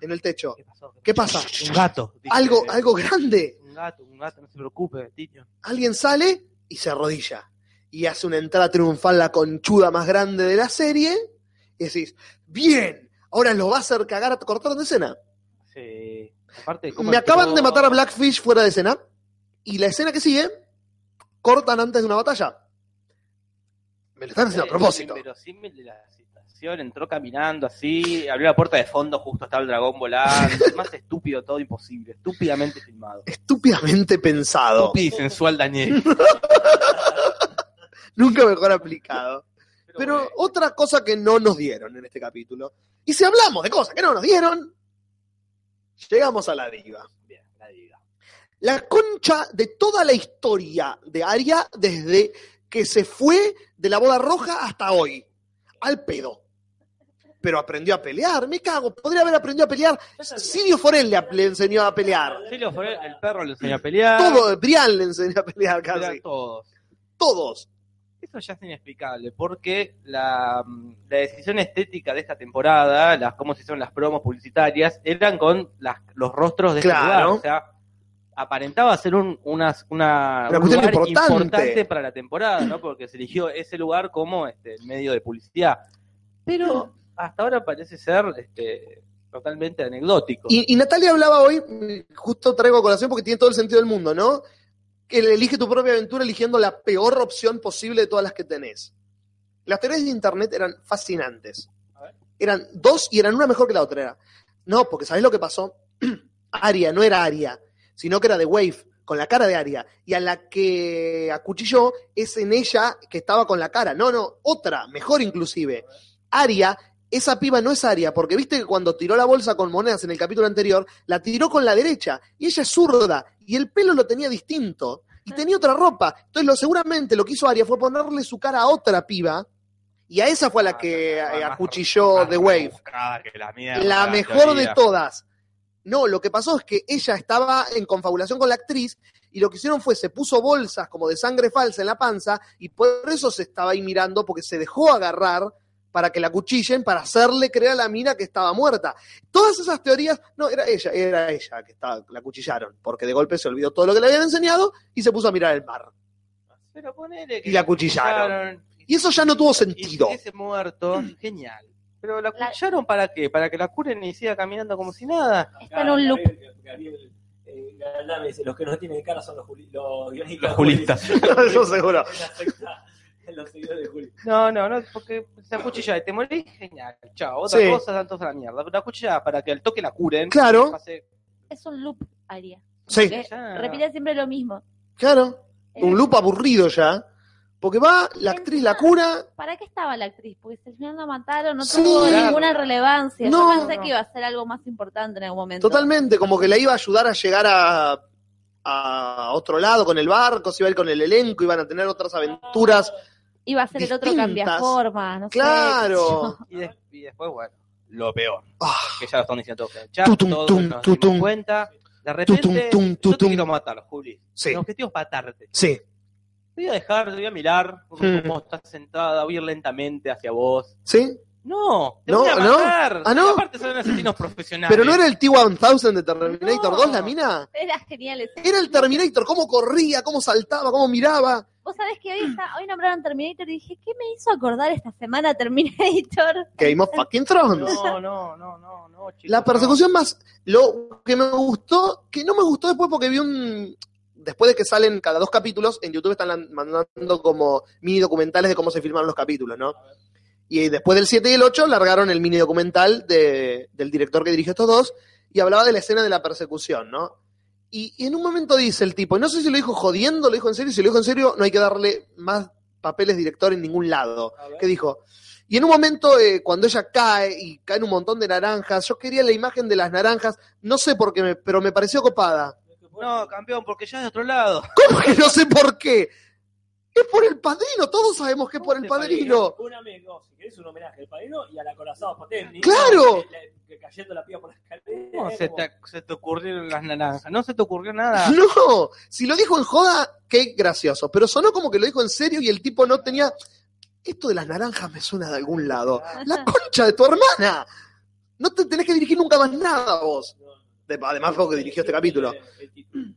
en el techo. ¿Qué pasó? ¿Qué pasa? Un gato. dice. Algo, algo grande. Un gato, un gato, no se preocupe, Tiño. Alguien sale y se arrodilla. Y hace una entrada triunfal la conchuda más grande de la serie. Y decís, bien, ahora lo va a hacer cagar a cortar de escena. Sí. Aparte, ¿cómo Me acaban entró? de matar a Blackfish fuera de escena. Y la escena que sigue, cortan antes de una batalla. Me lo están haciendo a Eh, propósito. Pero sí, de la situación, entró caminando así, abrió la puerta de fondo, justo estaba el dragón volando. más estúpido todo imposible, estúpidamente filmado. Estúpidamente pensado. Estúpido y sensual Daniel. Nunca mejor aplicado. Pero bueno, otra cosa que no nos dieron en este capítulo. Y si hablamos de cosas que no nos dieron, llegamos a la diva. bien, la diva. la concha de toda la historia de Aria desde que se fue de la boda roja hasta hoy. Al pedo. Pero aprendió a pelear, me cago. Podría haber aprendido a pelear. Sirio Forel le, le enseñó a pelear. Silvio Forel, el perro le enseñó a pelear. Todo, Brian le enseñó a pelear Era casi. todos. Todos. Eso ya es inexplicable, porque la, mm, la decisión estética de esta temporada, las cómo se hicieron las promos publicitarias, eran con las, los rostros de este Claro. lugar, O sea, aparentaba ser un, unas- una, Una un cuestión lugar importante. para la temporada, ¿no? Porque se eligió ese lugar como este medio de publicidad. Pero hasta ahora parece ser este, totalmente anecdótico. Y, y Natalia hablaba hoy, mm, justo traigo a colación porque tiene todo el sentido del mundo, ¿no? Que le- elige tu propia aventura eligiendo la peor opción posible de todas las que tenés. Las teorías de internet eran fascinantes. Eran dos y eran una mejor que la otra. Era, No, porque ¿sabés lo que pasó? Aria no era Aria, sino que era de Wave, con la cara de Aria. Y a la que acuchilló es en ella que estaba con la cara. No, no, otra, mejor inclusive. Aria, esa piba no es Aria, porque viste que cuando tiró la bolsa con monedas en el capítulo anterior, la tiró con la derecha, y ella es zurda, y el pelo lo tenía distinto, y tenía otra ropa. Entonces, lo, seguramente lo que hizo Aria fue ponerle su cara a otra piba, y a esa fue a la que eh, acuchilló The Wave. Ah, que la mierda, La mejor de teoría. todas. No, lo que pasó es que ella estaba en confabulación con la actriz y lo que hicieron fue se puso bolsas como de sangre falsa en la panza y por eso se estaba ahí mirando porque se dejó agarrar para que la cuchillen, para hacerle creer a la mina que estaba muerta. Todas esas teorías, no, era ella, era ella que estaba, la cuchillaron, porque de golpe se olvidó todo lo que le habían enseñado y se puso a mirar el mar. Pero ponele que Y la acuchillaron. Y eso ya no tuvo sentido. Y ese muerto, genial. Pero la acuchillaron para qué? Para que la curen y siga caminando como si nada. Está en un loop. Gabriel, Gabriel, eh, Galdame dice, los que no tienen cara son los, juli- los guionistas. Los julistas. Eso seguro. La secta, los seguidores de Juli. No, no, no, porque se acuchilla, te morís, genial. Chao, otra Sí. cosa, tantos a la mierda. Una cuchillada para que al toque la curen. Claro. Pase- Es un loop, Aria. Sí, Que Ya. Repite siempre lo mismo. claro. Eh, Un loop aburrido ya. Porque va, la actriz la cura, ¿Para qué estaba la actriz? Porque si al final la mataron, no Sí. tuvo Claro. ninguna relevancia. No. Yo pensé que iba a ser algo más importante en algún momento. Totalmente, como que la iba a ayudar a llegar a, a otro lado con el barco, se iba a ir con el elenco, iban a tener otras aventuras. Iba a ser el otro Distintas. cambiaforma, Ah, no sé, Claro. Y, des- y después, bueno, lo peor. Ah. Que ya lo están diciendo todos en el chat, Tutum, todos tum, nos tutum. dimos cuenta. De repente, Tutum, tum, yo te tutum. quiero matar, Juli. Sí. Mi objetivo es matarte. Sí, Te voy a dejar, te voy a mirar Hmm. cómo estás sentada, voy a ir lentamente hacia vos. sí. No, te No, voy a no. matar. Ah, no. Aparte son asesinos profesionales. Pero no era el T-1000 de Terminator No. 2, la mina. sé. Era genial eso. Era el Terminator, cómo corría, cómo saltaba, cómo miraba. Vos sabés que hoy, está, hoy nombraron Terminator y dije, ¿qué me hizo acordar esta semana Terminator? Game of fucking Thrones. No, no, no, no, no, chicos, La persecución más. Lo que me gustó, que no me gustó después porque vi un. Después de que salen cada dos capítulos, en YouTube están lan- mandando como mini documentales de cómo se filmaron los capítulos, ¿no? Y después del 7 y el 8 largaron el mini documental de- del director que dirigió estos dos y hablaba de la escena de la persecución, ¿no? Y, y en un momento dice el tipo, y no sé si lo dijo jodiendo, lo dijo en serio, y si lo dijo en serio, no hay que darle más papeles de director en ningún lado. Que dijo, y en un momento, eh, cuando ella cae y caen un montón de naranjas, yo quería la imagen de las naranjas, no sé por qué, me- pero me pareció copada. No, campeón, porque ya es de otro lado. ¿Cómo que no sé por qué? Es por el padrino, todos sabemos que es por el Este padrino. Un amigo, si querés un homenaje al padrino y al acorazado Potenni. ¡Claro! Que, que cayendo la piba por la escalera. ¿Cómo se como- te, se te ocurrieron las naranjas? No se te ocurrió nada. No, si lo dijo en joda, qué gracioso, pero sonó como que lo dijo en serio y el tipo no tenía... Esto de las naranjas me suena de algún lado. La concha de tu hermana. No te tenés que dirigir nunca más nada vos. De- además, vos que dirigió este capítulo. El título.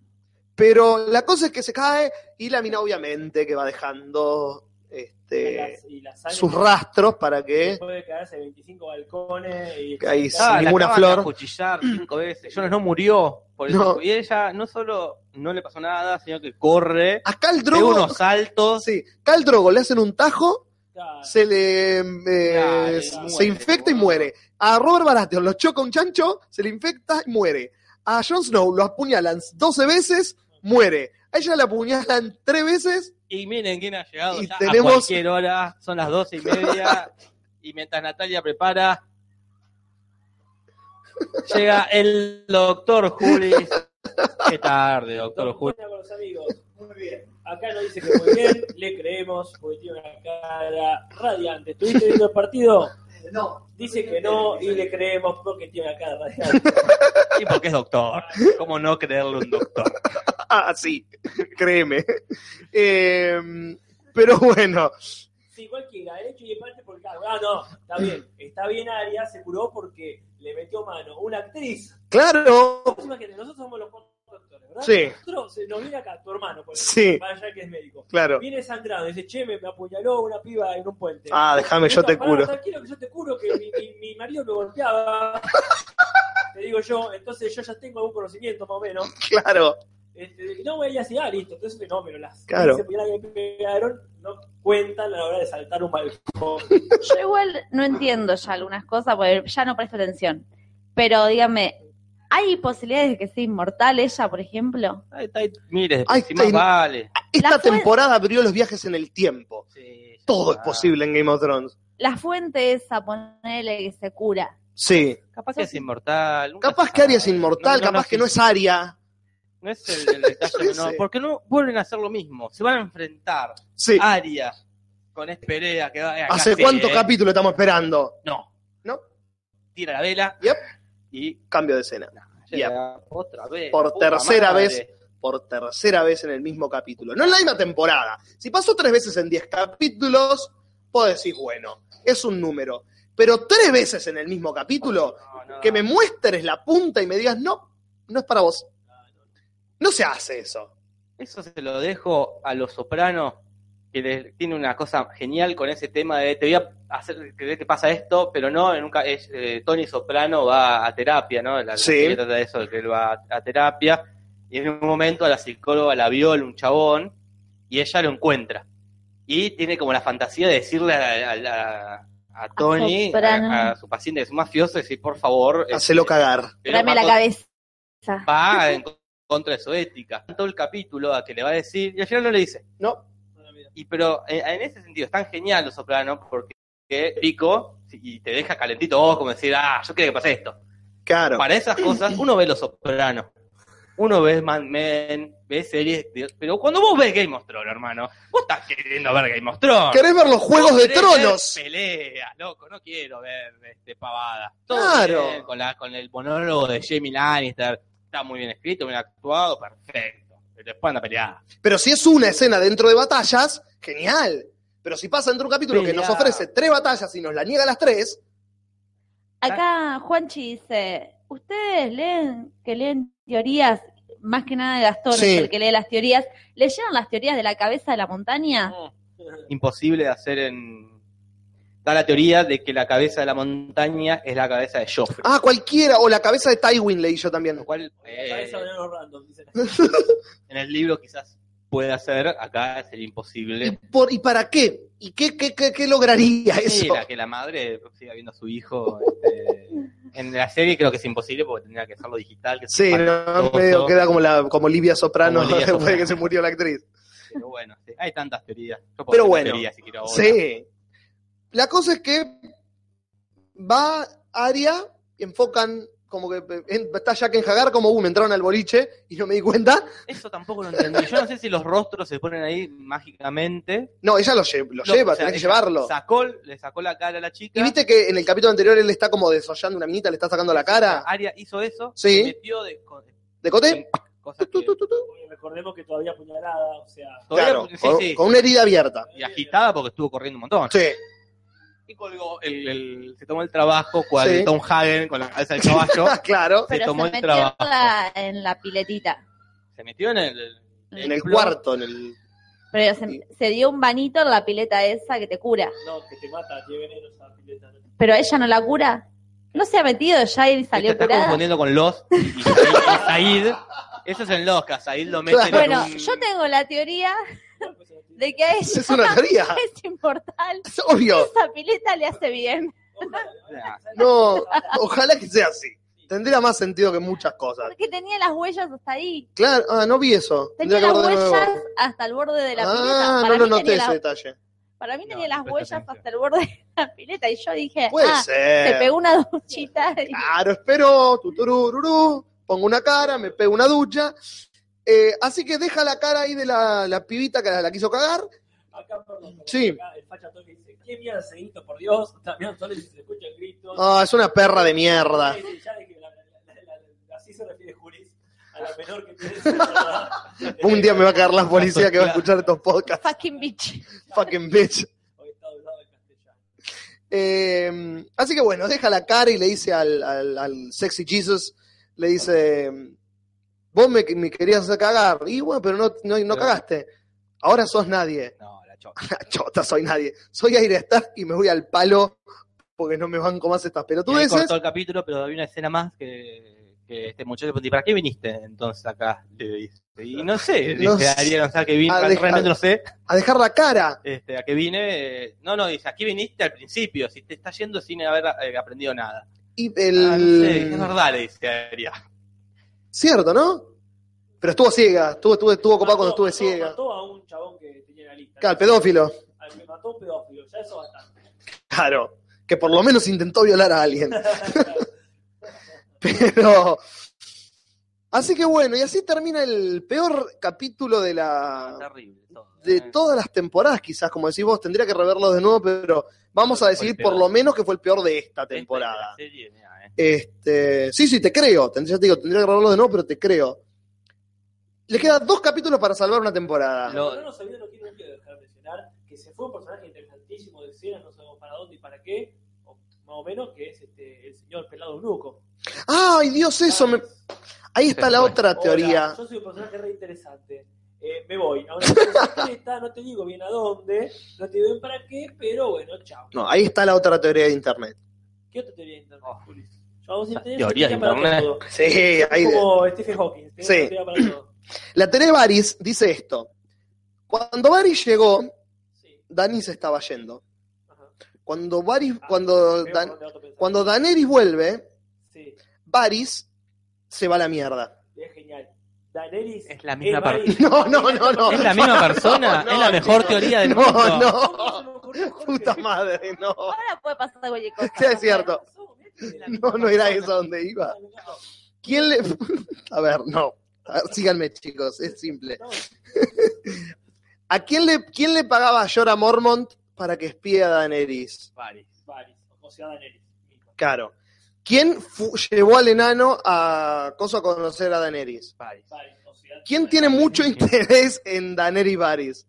Pero la cosa es que se cae y la mina obviamente que va dejando Y este, las- y las sangre sus rastros para que... Puede caerse 25 balcones y. Que ahí Ah, sin la ninguna acaban flor. de acuchillar cinco veces. Jonas no murió. Por No. eso. Y ella no solo no le pasó nada, sino que corre, Acá el pega drogo... unos saltos. Ah, Sí, acá al drogo le hacen un tajo, Ah. Claro. se le... eh, Dale, se muere, infecta y boludo. muere. A Robert Baratheon lo choca un chancho, se le infecta y muere. A Jon Snow lo apuñalan 12 veces, muere. A ella la apuñalan 3 veces. Y miren quién ha llegado. Y ya tenemos- A cualquier hora, son las doce y media. y mientras Natalia prepara, llega el doctor Julis Qué tarde, doctor Julio. Con los amigos. Muy bien. Acá nos dice que muy bien, le creemos, porque tiene una cara radiante. ¿Estuviste viendo el partido? No. Dice que no y le creemos porque tiene una cara radiante. Y porque es doctor. ¿Cómo no creerle a un doctor? Ah, sí, créeme. Eh, pero bueno, Sí, cualquiera, derecho y de parte por cargo. Ah, no, está bien. Está bien Arias, se curó porque le metió mano una actriz. claro, Vos imagínate, nosotros somos los cuatro doctores, ¿verdad? Sí. Nosotros se- nos viene acá, tu hermano, por Sí. para allá que es médico. claro. Viene sangrado, dice, che, me, me apuñaló una piba en un puente. Ah, déjame, yo Puta, te pará, curo. Tranquilo que yo te curo que mi, mi- mi marido me golpeaba. Te digo yo, entonces yo ya tengo algún conocimiento más o menos. Claro, Este, no, güey, así, ah, listo, entonces no, pero las Claro. 15 puñaladas que me pegaron no cuentan a la hora de saltar un balcón. Yo igual no entiendo ya algunas cosas, porque ya no presto atención. Pero dígame, ¿hay posibilidades de que sea inmortal ella, por ejemplo? Ahí está, ahí, mire, Ahí si más está. vale. esta La fue- temporada abrió los viajes en el tiempo. Sí, ya Todo es está. posible en Game of Thrones. La fuente esa, ponele que se cura. Sí. Capaz que es inmortal. nunca Capaz se que Aria es sabe. inmortal, No, no, capaz que no es Aria. No es el, el detalle Yo qué menor, sé. porque no vuelven a hacer lo mismo. Se van a enfrentar Sí. Aria con Esperea, que va acá ¿Hace Ah, sí, cuántos eh. capítulos estamos esperando? No. ¿No? Tira la vela. Yep. Y Cambio de escena. llega otra vez. Por la puta tercera madre. vez. Por tercera vez en el mismo capítulo. No en la misma temporada. Si pasó tres veces en diez capítulos, vos decís, bueno, es un número. Pero tres veces en el mismo capítulo, No, no, que me muestres la punta y me digas, no, no es para vos. No se hace eso. Eso se lo dejo a los sopranos, que les- tiene una cosa genial con ese tema de te voy a hacer creer que pasa esto, pero no, nunca es, eh, Tony Soprano va a terapia, ¿no? La, la Sí. serie trata de eso, de que él va a, a terapia, y en un momento a la psicóloga la viola un chabón, y ella lo encuentra. Y tiene como la fantasía de decirle a, a- a- a Tony, Soprano. a, a su paciente, que es un mafioso, decir, por favor, Hacelo este, cagar. te lo Tráeme la mato cabeza. va en contra de su ética. Todo el capítulo a que le va a decir, y al final no le dice. No. Y pero eh, en ese sentido es tan genial los sopranos porque eh, pico y te deja calentito vos como decir, ah, yo quiero que pase esto. Claro. Para esas cosas uno ve los sopranos. Uno ve Man Men, ve series, de- pero cuando vos ves Game of Thrones, hermano, vos estás queriendo ver Game of Thrones. ¿Querés ver los Juegos Vos de querés ver Tronos? Pelea, loco, no quiero ver este pavada. Todo Claro. bien, con, la, con el monólogo de Jamie Lannister. Está muy bien escrito, bien actuado, perfecto. Pero después anda peleada. Pero si es una escena dentro de batallas, genial. Pero si pasa dentro de un capítulo que Pelea. nos ofrece tres batallas y nos la niega las tres, Acá Juanchi dice, ustedes leen, que leen teorías, más que nada de Gastón, Sí. es el que lee las teorías, ¿leyeron las teorías de la cabeza de la montaña? Imposible de hacer en. Está la teoría de que la cabeza de la montaña es la cabeza de Joffrey. ah, cualquiera, o la cabeza de Tywin leí yo también. Lo cual, eh, Cabeza de enano random, dice la en el libro quizás pueda ser, acá sería ¿Y, imposible. por, ¿y para qué? ¿Y qué, qué, qué, qué lograría eso? Era que la madre siga viendo a su hijo. este, en la serie creo que es imposible porque tendría que hacerlo digital. Que es Sí, no, espantoso. medio queda como, la, como Livia Soprano Como Livia después de Soprano. que se murió la actriz. Pero bueno, sí, hay tantas teorías. Yo puedo Pero hacer una bueno, teoría si quiero ahora. Sí. La cosa es que va Aria, enfocan como que eh, en- está Jack en Hagar como, uh, me entraron al boliche y no me di cuenta. Eso tampoco lo entendí. Yo no sé si los rostros se ponen ahí mágicamente. No, ella lo, lle- lo Lo- lleva, o sea, tenés que ella llevarlo. Sacó, le sacó la cara a la chica. Y viste que en el capítulo anterior él está como desollando una minita, le está sacando la cara. Aria hizo eso. Sí. Se metió de co- ¿De cote? cosas Tu, que- tu, tu, tu. Porque recordemos que todavía apuñalada, o sea, todavía- Claro, sí, con, sí. con una herida abierta. Y agitada porque estuvo corriendo un montón. Sí. Y colgó, el, el- se tomó el trabajo cual Sí. Tom Hagen con la cabeza del caballo. Ah, claro. se Pero tomó se el metió trabajo. la- en la piletita. Se metió en el, En el cuarto, en el. Pero se, se dio un banito en la pileta esa que te cura. no, que te mata, tiene veneno esa pileta. ¿no? Pero ella no la cura. No se ha metido ya y Te salió está curada. confundiendo con los y, y- y Said. Eso es en los que a Said lo meten en Bueno, un- yo tengo la teoría Bueno, pues, se la de que a ella Es una teoría. es inmortal. Es obvio. Esa pileta le hace bien. Nah, No, ojalá que sea así. Tendría más sentido que muchas cosas. Porque tenía las huellas hasta ahí. Claro, ah, no vi eso. Tenía Tendría que las ver de nuevo. huellas hasta el borde de la Ah, pileta. Para no lo mí, noté tenía ese la- detalle. para mí tenía No, las presta huellas atención. hasta el borde de la pileta. Y yo dije, Puede ah, se ser. Ah. pegó una duchita. y- Claro, espero. Tuturururú. pongo una cara, me pego una ducha. Eh, así que deja la cara ahí de la, la pibita que la, la quiso cagar. Acá, perdón, Sí. acá el facha Tony dice, ¿qué mierda seguito, por Dios? También solo se escuchan gritos. Ah, es una perra de mierda. Sí, sí, ya de que la- la- la- la- así se refiere Juris a la menor que tiene. Hoy Un día me va a caer la policía que va a escuchar estos podcasts. Fucking bitch. Fucking bitch. está hablado en castellano. Eh, así que bueno, deja la cara y le dice al, al- al sexy Jesus, le dice, vos me, me querías hacer cagar, y bueno, pero no, no, no cagaste, ahora sos nadie, No, la chota. La chota soy nadie, soy Aire Staff y me voy al palo porque no me banco más estas Y ahí pelotudeces. cortó el capítulo, pero había una escena más que, que este muchacho preguntó, ¿y para qué viniste entonces acá? Le dice. Y no sé, No dice sé. Ariel, o sea, que vine, Ah, deja- realmente no sé A dejar la cara, este, a qué vine. eh, no, no, dice, aquí viniste al principio, si te estás yendo sin haber eh, aprendido nada. y Ah, no sé, el... es verdad, le dice Ariel. Cierto, ¿no? Pero estuvo ciega, estuvo, estuvo, estuvo copada cuando Mató- estuve ciega. Mató a un chabón que tenía la lista. Claro, el pedófilo. Al que mató un pedófilo, ya eso bastante. Claro, que por lo menos intentó violar a alguien. Pero. Así que bueno, y así termina el peor capítulo de la. Terrible todo. de eh. todas las temporadas, quizás, como decís vos, tendría que reverlo de nuevo, pero vamos a Fue el decir peor. por lo menos que fue el peor de esta Esta es la temporada. serie, mirá, eh. Este, sí, sí, te creo. Tend- Ya te digo, tendría que reverlo de nuevo, pero te creo. Le quedan dos capítulos para salvar una temporada. Lo- Pero no sabía, no quiero nunca dejar de mencionar que se fue un personaje interesantísimo de escenas, no sabemos para dónde y para qué, o más o menos, que es este, el señor pelado Bruco. ¡Ay, Dios, eso! me- Ahí está la Hola, otra teoría. yo soy un personaje re interesante. Eh, me voy. Ahora, si está, no te digo bien a dónde, no te digo bien para qué, pero bueno, chao. No, ahí está la otra teoría de internet. ¿Qué otra teoría de internet, Juli? Yo hago sin tener Oh, teoría de para internet. todo. Sí, ahí. Como Stephen Hawking. tenés Sí. una teoría para todo. La teoría de Varys dice esto. Cuando Varys llegó, Sí. Dani se estaba yendo. Ajá. Cuando Varys, Ah, cuando, veo por Dan- dónde va tu pensamiento. cuando Daenerys vuelve, Sí, Varys se va a la mierda. es genial. Daenerys Es la misma Eva parte. y- No, no, no, no. Es la misma persona, no, es la mejor no, teoría del no, mundo. no. me ocurrió, Jorge? Puta madre, no. Ahora puede pasar cualquier cosa. Sí, es cierto. Pasó, mirá que es la misma No, no era persona. eso donde iba. No, no, ¿Quién le.? A ver, no. A ver, síganme, chicos, es simple. no, ¿A quién le, quién le pagaba a Jorah Mormont para que espía a Daenerys? Varys. Varys, o sea, Daenerys. mismo. Claro. ¿Quién fu- llevó al enano a Coso a conocer a Daenerys? Paris, Varys, o sea, ¿Quién tiene mucho interés en Daenerys Varys?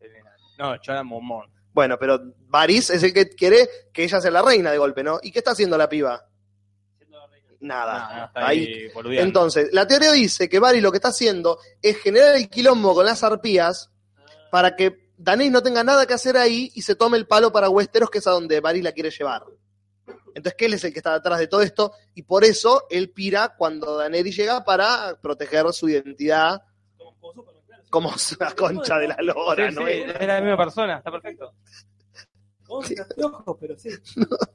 el enano. No, Jonah Momón. Bueno, pero Varys es el que quiere que ella sea la reina de golpe, ¿no? ¿Y qué está haciendo la piba? siendo la reina. Nada. Ah, está ahí, boludeando. Ah, Entonces, la teoría dice que Varys lo que está haciendo es generar el quilombo con las arpías Ah, para que Daenerys no tenga nada que hacer ahí y se tome el palo para Westeros, que es a donde Varys la quiere llevar. Entonces, que él es el que está detrás de todo esto y por eso él pira cuando Daenerys llega para proteger su identidad como como Superman, claro, sí. como la concha de la lora, Sí, ¿no? sí, es la misma persona, está perfecto. Como sin anteojos, pero sí.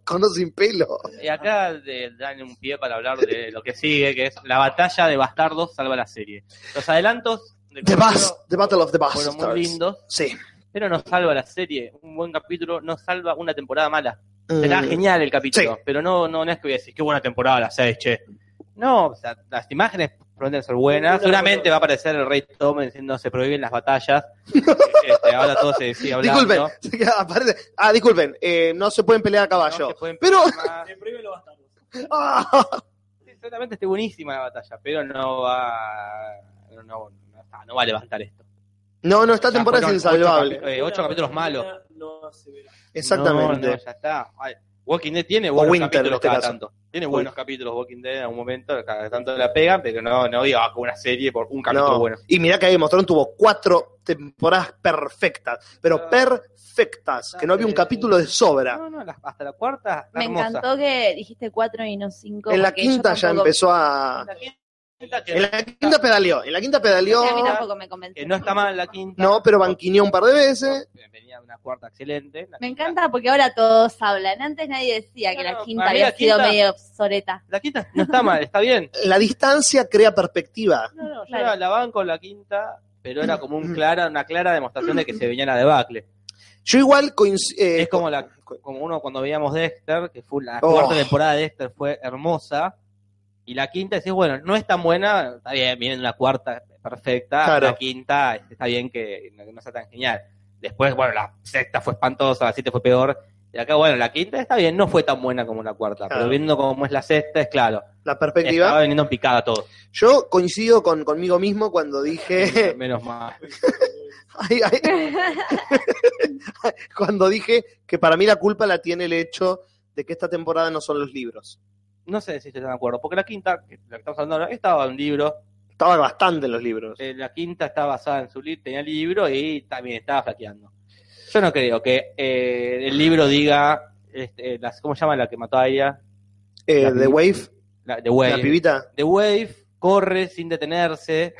Cono sin pelo. Y acá de- dan un pie para hablar de lo que sigue, que es la batalla de bastardos salva la serie. Los adelantos de The Bus, The Battle of the fueron muy Bastards. lindos, Sí. pero no salva la serie. Un buen capítulo no salva una temporada mala. Será Mm. genial el capítulo, Sí. pero no, no, no es que voy a decir qué buena temporada la 6, che. No, o sea, las imágenes prometen ser buenas. Seguramente va a aparecer el rey Tom diciendo se prohíben las batallas. Este, ahora todo se decía hablando. Disculpen, aparece- ah, disculpen, eh, no se pueden pelear a caballo. No se pueden pero, pelear más. Se prohíbe lo bastardo. Ah, Sí, Seguramente esté buenísima la batalla, pero no va. No, no, no está- no va a levantar esto. no, no, esta temporada es fueron ocho insalvable. capi- eh, ocho capítulos malos. No se verá. Exactamente. No, no, ya está. Ay, Walking Dead tiene O buenos Winter, en capítulos este cada caso. tanto. Tiene buenos capítulos Walking Dead en algún momento, cada tanto la pegan, pero no, no digo ah, como una serie por un capítulo No. bueno. Y mirá que ahí Mostrón tuvo cuatro temporadas perfectas, pero Ah. perfectas, que no había un Eh. capítulo de sobra. No, no, la- hasta la cuarta está Me hermosa. encantó que dijiste cuatro y no cinco. En la porque yo quinta ya tampoco- empezó a... La quinta que, En la quinta pedaleó, en la quinta pedaleó, Sí, a mí tampoco me convenció. que no está mal la quinta. no, pero banquineó un par de veces. Venía de una cuarta excelente. La Me quinta- encanta porque ahora todos hablan. Antes nadie decía que No, la no, quinta para mí había la sido quinta- medio soreta. La quinta no está mal, está bien. La distancia crea perspectiva. No, no, yo Claro. la- la banco la quinta, pero era como un clara, una clara demostración de que se venía la debacle. Yo igual coinc- eh, es como la como uno cuando veíamos Dexter, que fue la Oh. cuarta temporada de Dexter fue hermosa, Y la quinta decís, bueno, no es tan buena, está bien, viene una cuarta perfecta, Claro. la quinta este, está bien que no no sea tan genial. Después, bueno, la sexta fue espantosa, la siete fue peor. Y acá, bueno, la quinta está bien, no fue tan buena como la cuarta, Claro. pero viendo cómo es la sexta, es claro. La perspectiva. Estaba veniendo en picada todo. Yo coincido con, conmigo mismo cuando dije. Menos mal. Ay, ay. cuando dije que para mí la culpa la tiene el hecho de que esta temporada no son los libros. No sé si estoy tan de acuerdo, porque la quinta, que- la que estamos hablando ahora, estaba en un libro, Estaban bastante en los libros. eh, la quinta está basada en su libro, tenía libro y también estaba flaqueando. Yo no creo que eh, el libro diga, este, las- ¿cómo se llama la que mató a ella? Eh, La The pibita. Wave, La, The Wave. la pibita. The Wave corre sin detenerse,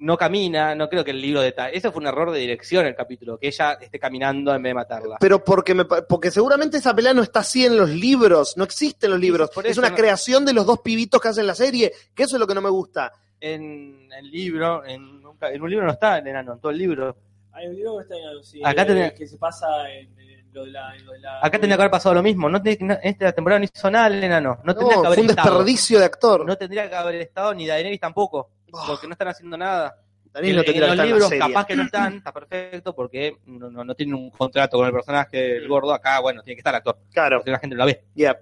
no camina, no creo que el libro detalle. Eso fue un error de dirección el capítulo, que ella esté caminando en vez de matarla. Pero porque, me, pa- porque seguramente esa pelea no está así en los libros, no existen los libros. por es eso una no- creación de los dos pibitos que hacen la serie, que eso es lo que no me gusta. En el libro, en, un ca- en un libro no está el enano, en todo el libro. Hay un libro que está en- sí, eh, Acá tenés- que se pasa en, en lo de la. en lo de la- Acá tendría que haber pasado lo mismo, no ten- no- esta temporada no hizo nada el enano, no No, tendría que haber fue un estado. desperdicio de actor. No tendría que haber estado ni Daenerys tampoco, porque no están haciendo nada. Ah. Daenerys En- no tendría en que los estar en la libros serie. capaz que no están, está perfecto, porque no, no, no tienen un contrato con el personaje del gordo, acá bueno, tiene que estar el actor, Claro, porque la gente no la ve. yeah.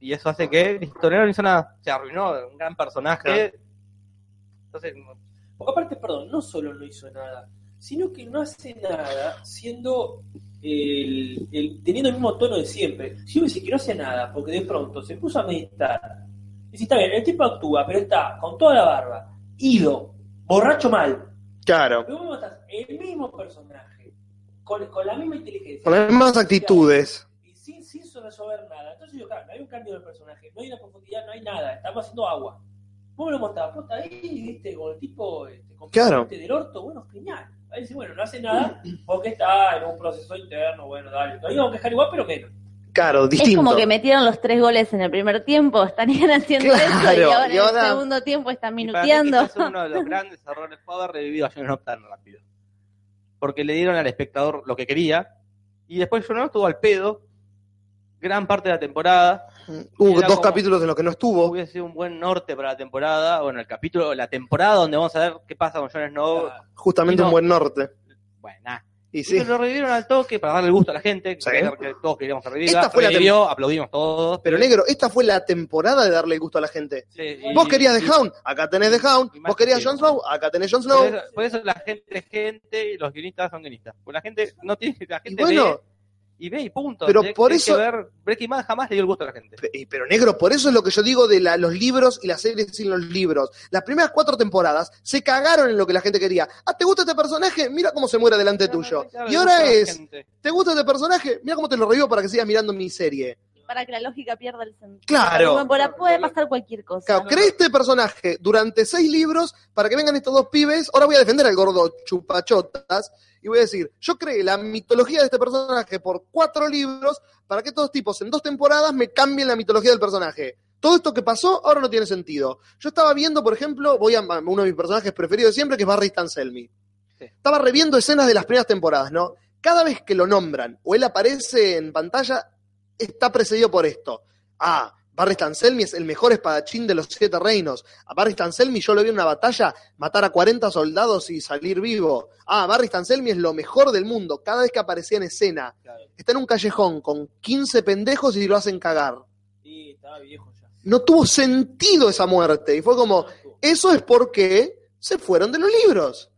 Y eso hace que el historiador no hizo nada, se arruinó un gran personaje. Entonces, Porque aparte, perdón, no solo no hizo nada, sino que no hace nada siendo el, el- teniendo el mismo tono de siempre. Si yo decir que no hace nada, porque de pronto se puso a meditar. Y si está bien, el tipo actúa, pero está con toda la barba, ido, borracho mal. claro. Pero vos estás el mismo personaje, con, con la misma inteligencia. Con las mismas actitudes. Y sin, sin resolver nada. Entonces yo, claro, no hay un cambio del personaje, no hay una profundidad, no hay nada, estamos haciendo agua. Vos me lo mostrás, vos estás ahí, viste, con el tipo este, Claro. completamente del orto, bueno, genial. Ahí dice, bueno, no hace nada porque está en un proceso interno, bueno, dale. Lo íbamos a quejar igual, pero menos. Claro, distinto. Es como que metieron los tres goles en el primer tiempo, estarían haciendo Claro, eso y ahora y en el ahora- segundo tiempo están Y para mí minuteando. quizás uno de los grandes errores fue haber revivido a John tan rápido. Porque le dieron al espectador lo que quería. Y después John estuvo al pedo. Gran parte de la temporada. Hubo Era dos como- capítulos en los que no estuvo. Hubiese sido un buen norte para la temporada. Bueno, el capítulo, la temporada donde vamos a ver qué pasa con Jon Snow. Justamente Y no. un buen norte. Buena. Y Y sí. se lo revivieron al toque para darle gusto a la gente. Sí. Que, que todos queríamos que reviva. Esta fue la Revivió, aplaudimos todos. Pero negro, esta fue la temporada de darle el gusto a la gente. Sí, Vos y- querías The y- Hound, acá tenés The Hound. y más Vos querías que- Jon Snow, acá tenés Jon Por Snow. eso, por eso la gente es gente y los guionistas son guionistas. Porque la gente no tiene, la Y gente bueno, ve y ve y punto. Pero Tenés- por tenés que eso- ver, Breaking Bad jamás le dio el gusto a la gente. pe- y- pero negro, por eso es lo que yo digo de la- los libros y las series sin los libros. Las primeras cuatro temporadas se cagaron en lo que la gente quería. Ah, ¿te gusta este personaje? Mira cómo se muere delante tuyo. Y ahora es, ¿te gusta este personaje? Mira cómo te lo revivo para que sigas mirando mi serie. Para que la lógica pierda el sentido. Claro. Como para- puede pasar cualquier cosa. Claro, creé este personaje durante seis libros para que vengan estos dos pibes. Ahora voy a defender al gordo chupachotas y voy a decir, yo creé la mitología de este personaje por cuatro libros para que estos tipos en dos temporadas me cambien la mitología del personaje. Todo esto que pasó ahora no tiene sentido. Yo estaba viendo, por ejemplo, voy a uno de mis personajes preferidos de siempre, que es Barry Stanselmi. Sí. Estaba reviendo escenas de las primeras temporadas, ¿no? Cada vez que lo nombran o él aparece en pantalla, está precedido por esto. Ah, Barry Stanselmi es el mejor espadachín de los siete reinos. A Barry Stanselmi yo lo vi en una batalla matar a 40 soldados y salir vivo. Ah, Barry Stanselmi es lo mejor del mundo. Cada vez que aparecía en escena, está en un callejón con 15 pendejos y lo hacen cagar. Y estaba viejo ya. No tuvo sentido esa muerte. Y fue como, eso es porque se fueron de los libros.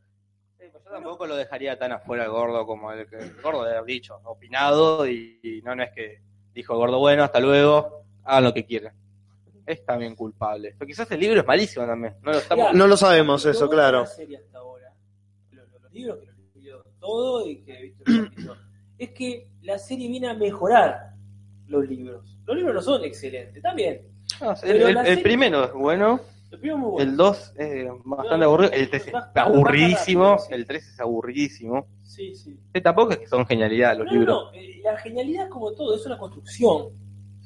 Sí, pues yo tampoco lo dejaría tan afuera el gordo como el, que- el gordo de haber dicho, opinado y, y no, no es que dijo el gordo, bueno, hasta luego, hagan lo que quieran. Es también culpable. Pero quizás el libro es malísimo también. No lo estamos. No lo sabemos eso, Lo bueno de claro. la serie hasta ahora, lo- lo- los libros que lo escribió todo y que viste, lo escribió, es que la serie viene a mejorar los libros. Los libros no son excelentes, también. No, el, Pero el- la el serie- primero es bueno, Los primeros muy buenos. el 2 es bastante aburrido, el 3 es aburridísimo, el 3 es aburridísimo. Sí, sí. Sí, tampoco es que son genialidad los No, libros. no, no, eh, la genialidad como todo es una construcción.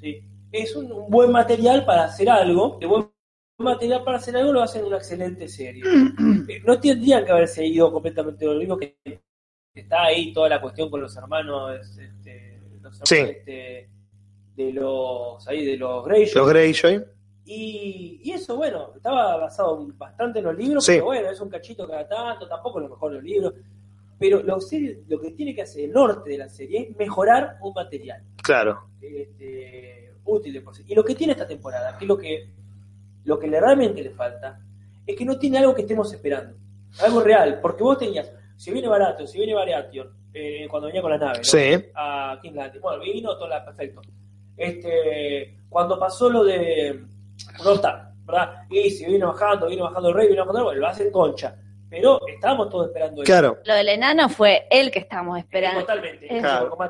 ¿sí? Es un, un buen material para hacer algo. De buen material para hacer algo lo hacen una excelente serie. Eh, no tendrían que haberse ido completamente de lo mismo que está ahí toda la cuestión con los hermanos, este, los hermanos, Sí. este, de los ahí de los Greyjoy. Los Greyjoy. Y, y eso, bueno, estaba basado bastante en los libros, Sí. pero bueno, es un cachito cada tanto, tampoco es lo mejor de los libros. Pero la serie, lo que tiene que hacer el norte de la serie es mejorar un material Claro. este, útil de por sí. Y lo que tiene esta temporada, que es lo que, lo que le- realmente le falta, es que no tiene algo que estemos esperando. Algo real, porque vos tenías, si viene barato, si viene Baratheon, eh, cuando venía con la nave, ¿no? Sí. a King's Landing. Bueno, vino, todo la, perfecto. Este, cuando pasó lo de Rob Stark, ¿verdad? Y si vino bajando, vino bajando el rey, vino bajando el bueno, lo hacen concha. Pero estábamos todos esperando eso. Claro. Lo del enano fue el que estábamos esperando. Totalmente. Es-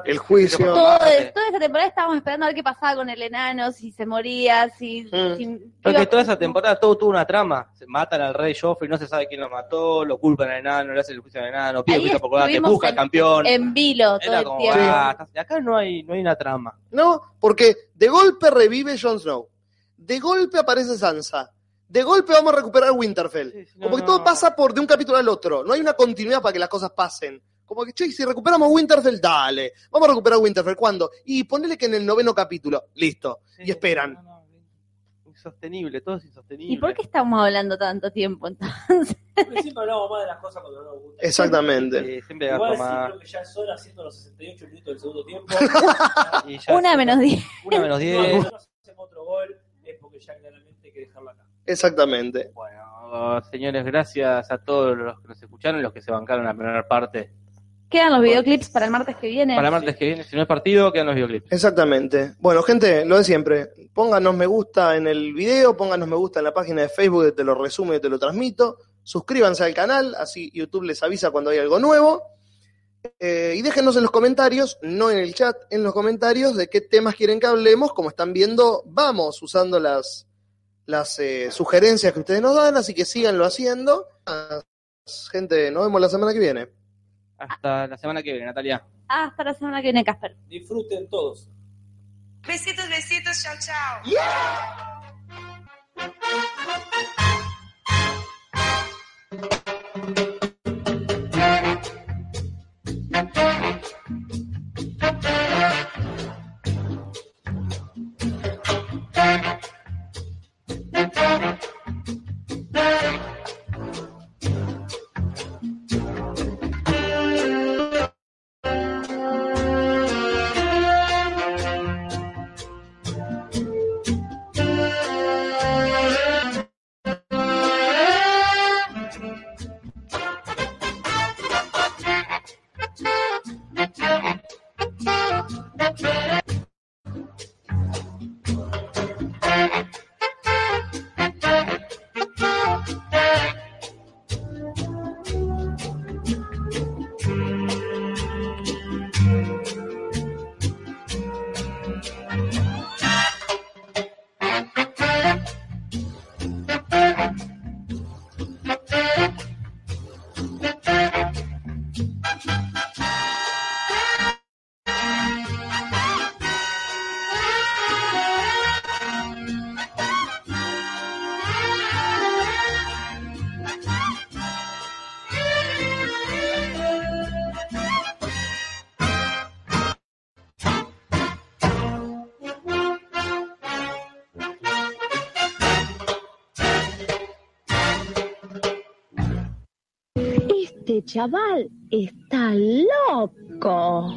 El juicio. Todo- toda esta temporada estábamos esperando a ver qué pasaba con el enano, si se moría, si... si- Porque toda esa temporada todo tuvo una trama. Se Matan al rey Joffrey, no se sabe quién lo mató, lo culpan al enano, le hacen el juicio al enano, pide Ahí juicio por culpable, te estuvimos busca el en- campeón. En vilo todo Era el como, tiempo. ah, estás- y acá no hay, no hay una trama. No, porque de golpe revive Jon Snow. De golpe aparece Sansa. De golpe vamos a recuperar Winterfell. Como que todo pasa por de un capítulo al otro. No hay una continuidad para que las cosas pasen. Como que, che, si recuperamos Winterfell, dale. Vamos a recuperar Winterfell. ¿Cuándo? Y ponele que en el noveno capítulo. Listo. y esperan. Insostenible, todo es insostenible. ¿Y por qué estamos hablando tanto tiempo entonces? Porque siempre hablamos más de las cosas cuando no nos gustan. Exactamente. Sí, Eh, siempre Igual agarro sí, más. creo que ya es hora haciendo los 68 minutos del segundo tiempo. Y ya Una está. menos diez. Una menos No, diez. no hacemos otro gol, es porque ya claramente hay que dejarla acá. Exactamente. Bueno, señores, gracias a todos los que nos escucharon, los que se bancaron la primera parte. Quedan los videoclips para el martes que viene. Para el martes que viene, si no es partido, quedan los videoclips. Exactamente. Bueno, gente, lo de siempre. Pónganos me gusta en el video, pónganos me gusta en la página de Facebook, de te lo resumo y te lo transmito. Suscríbanse al canal, así YouTube les avisa cuando hay algo nuevo. Eh, y déjenos en los comentarios, no en el chat, en los comentarios de qué temas quieren que hablemos. Como están viendo, vamos usando las, las eh, sugerencias que ustedes nos dan, así que síganlo haciendo. Ah, Gente, nos vemos la semana que viene. Hasta la semana que viene, Natalia. Ah, Hasta la semana que viene, Casper. Disfruten todos. Besitos, besitos, chao, chao. Este chaval está loco.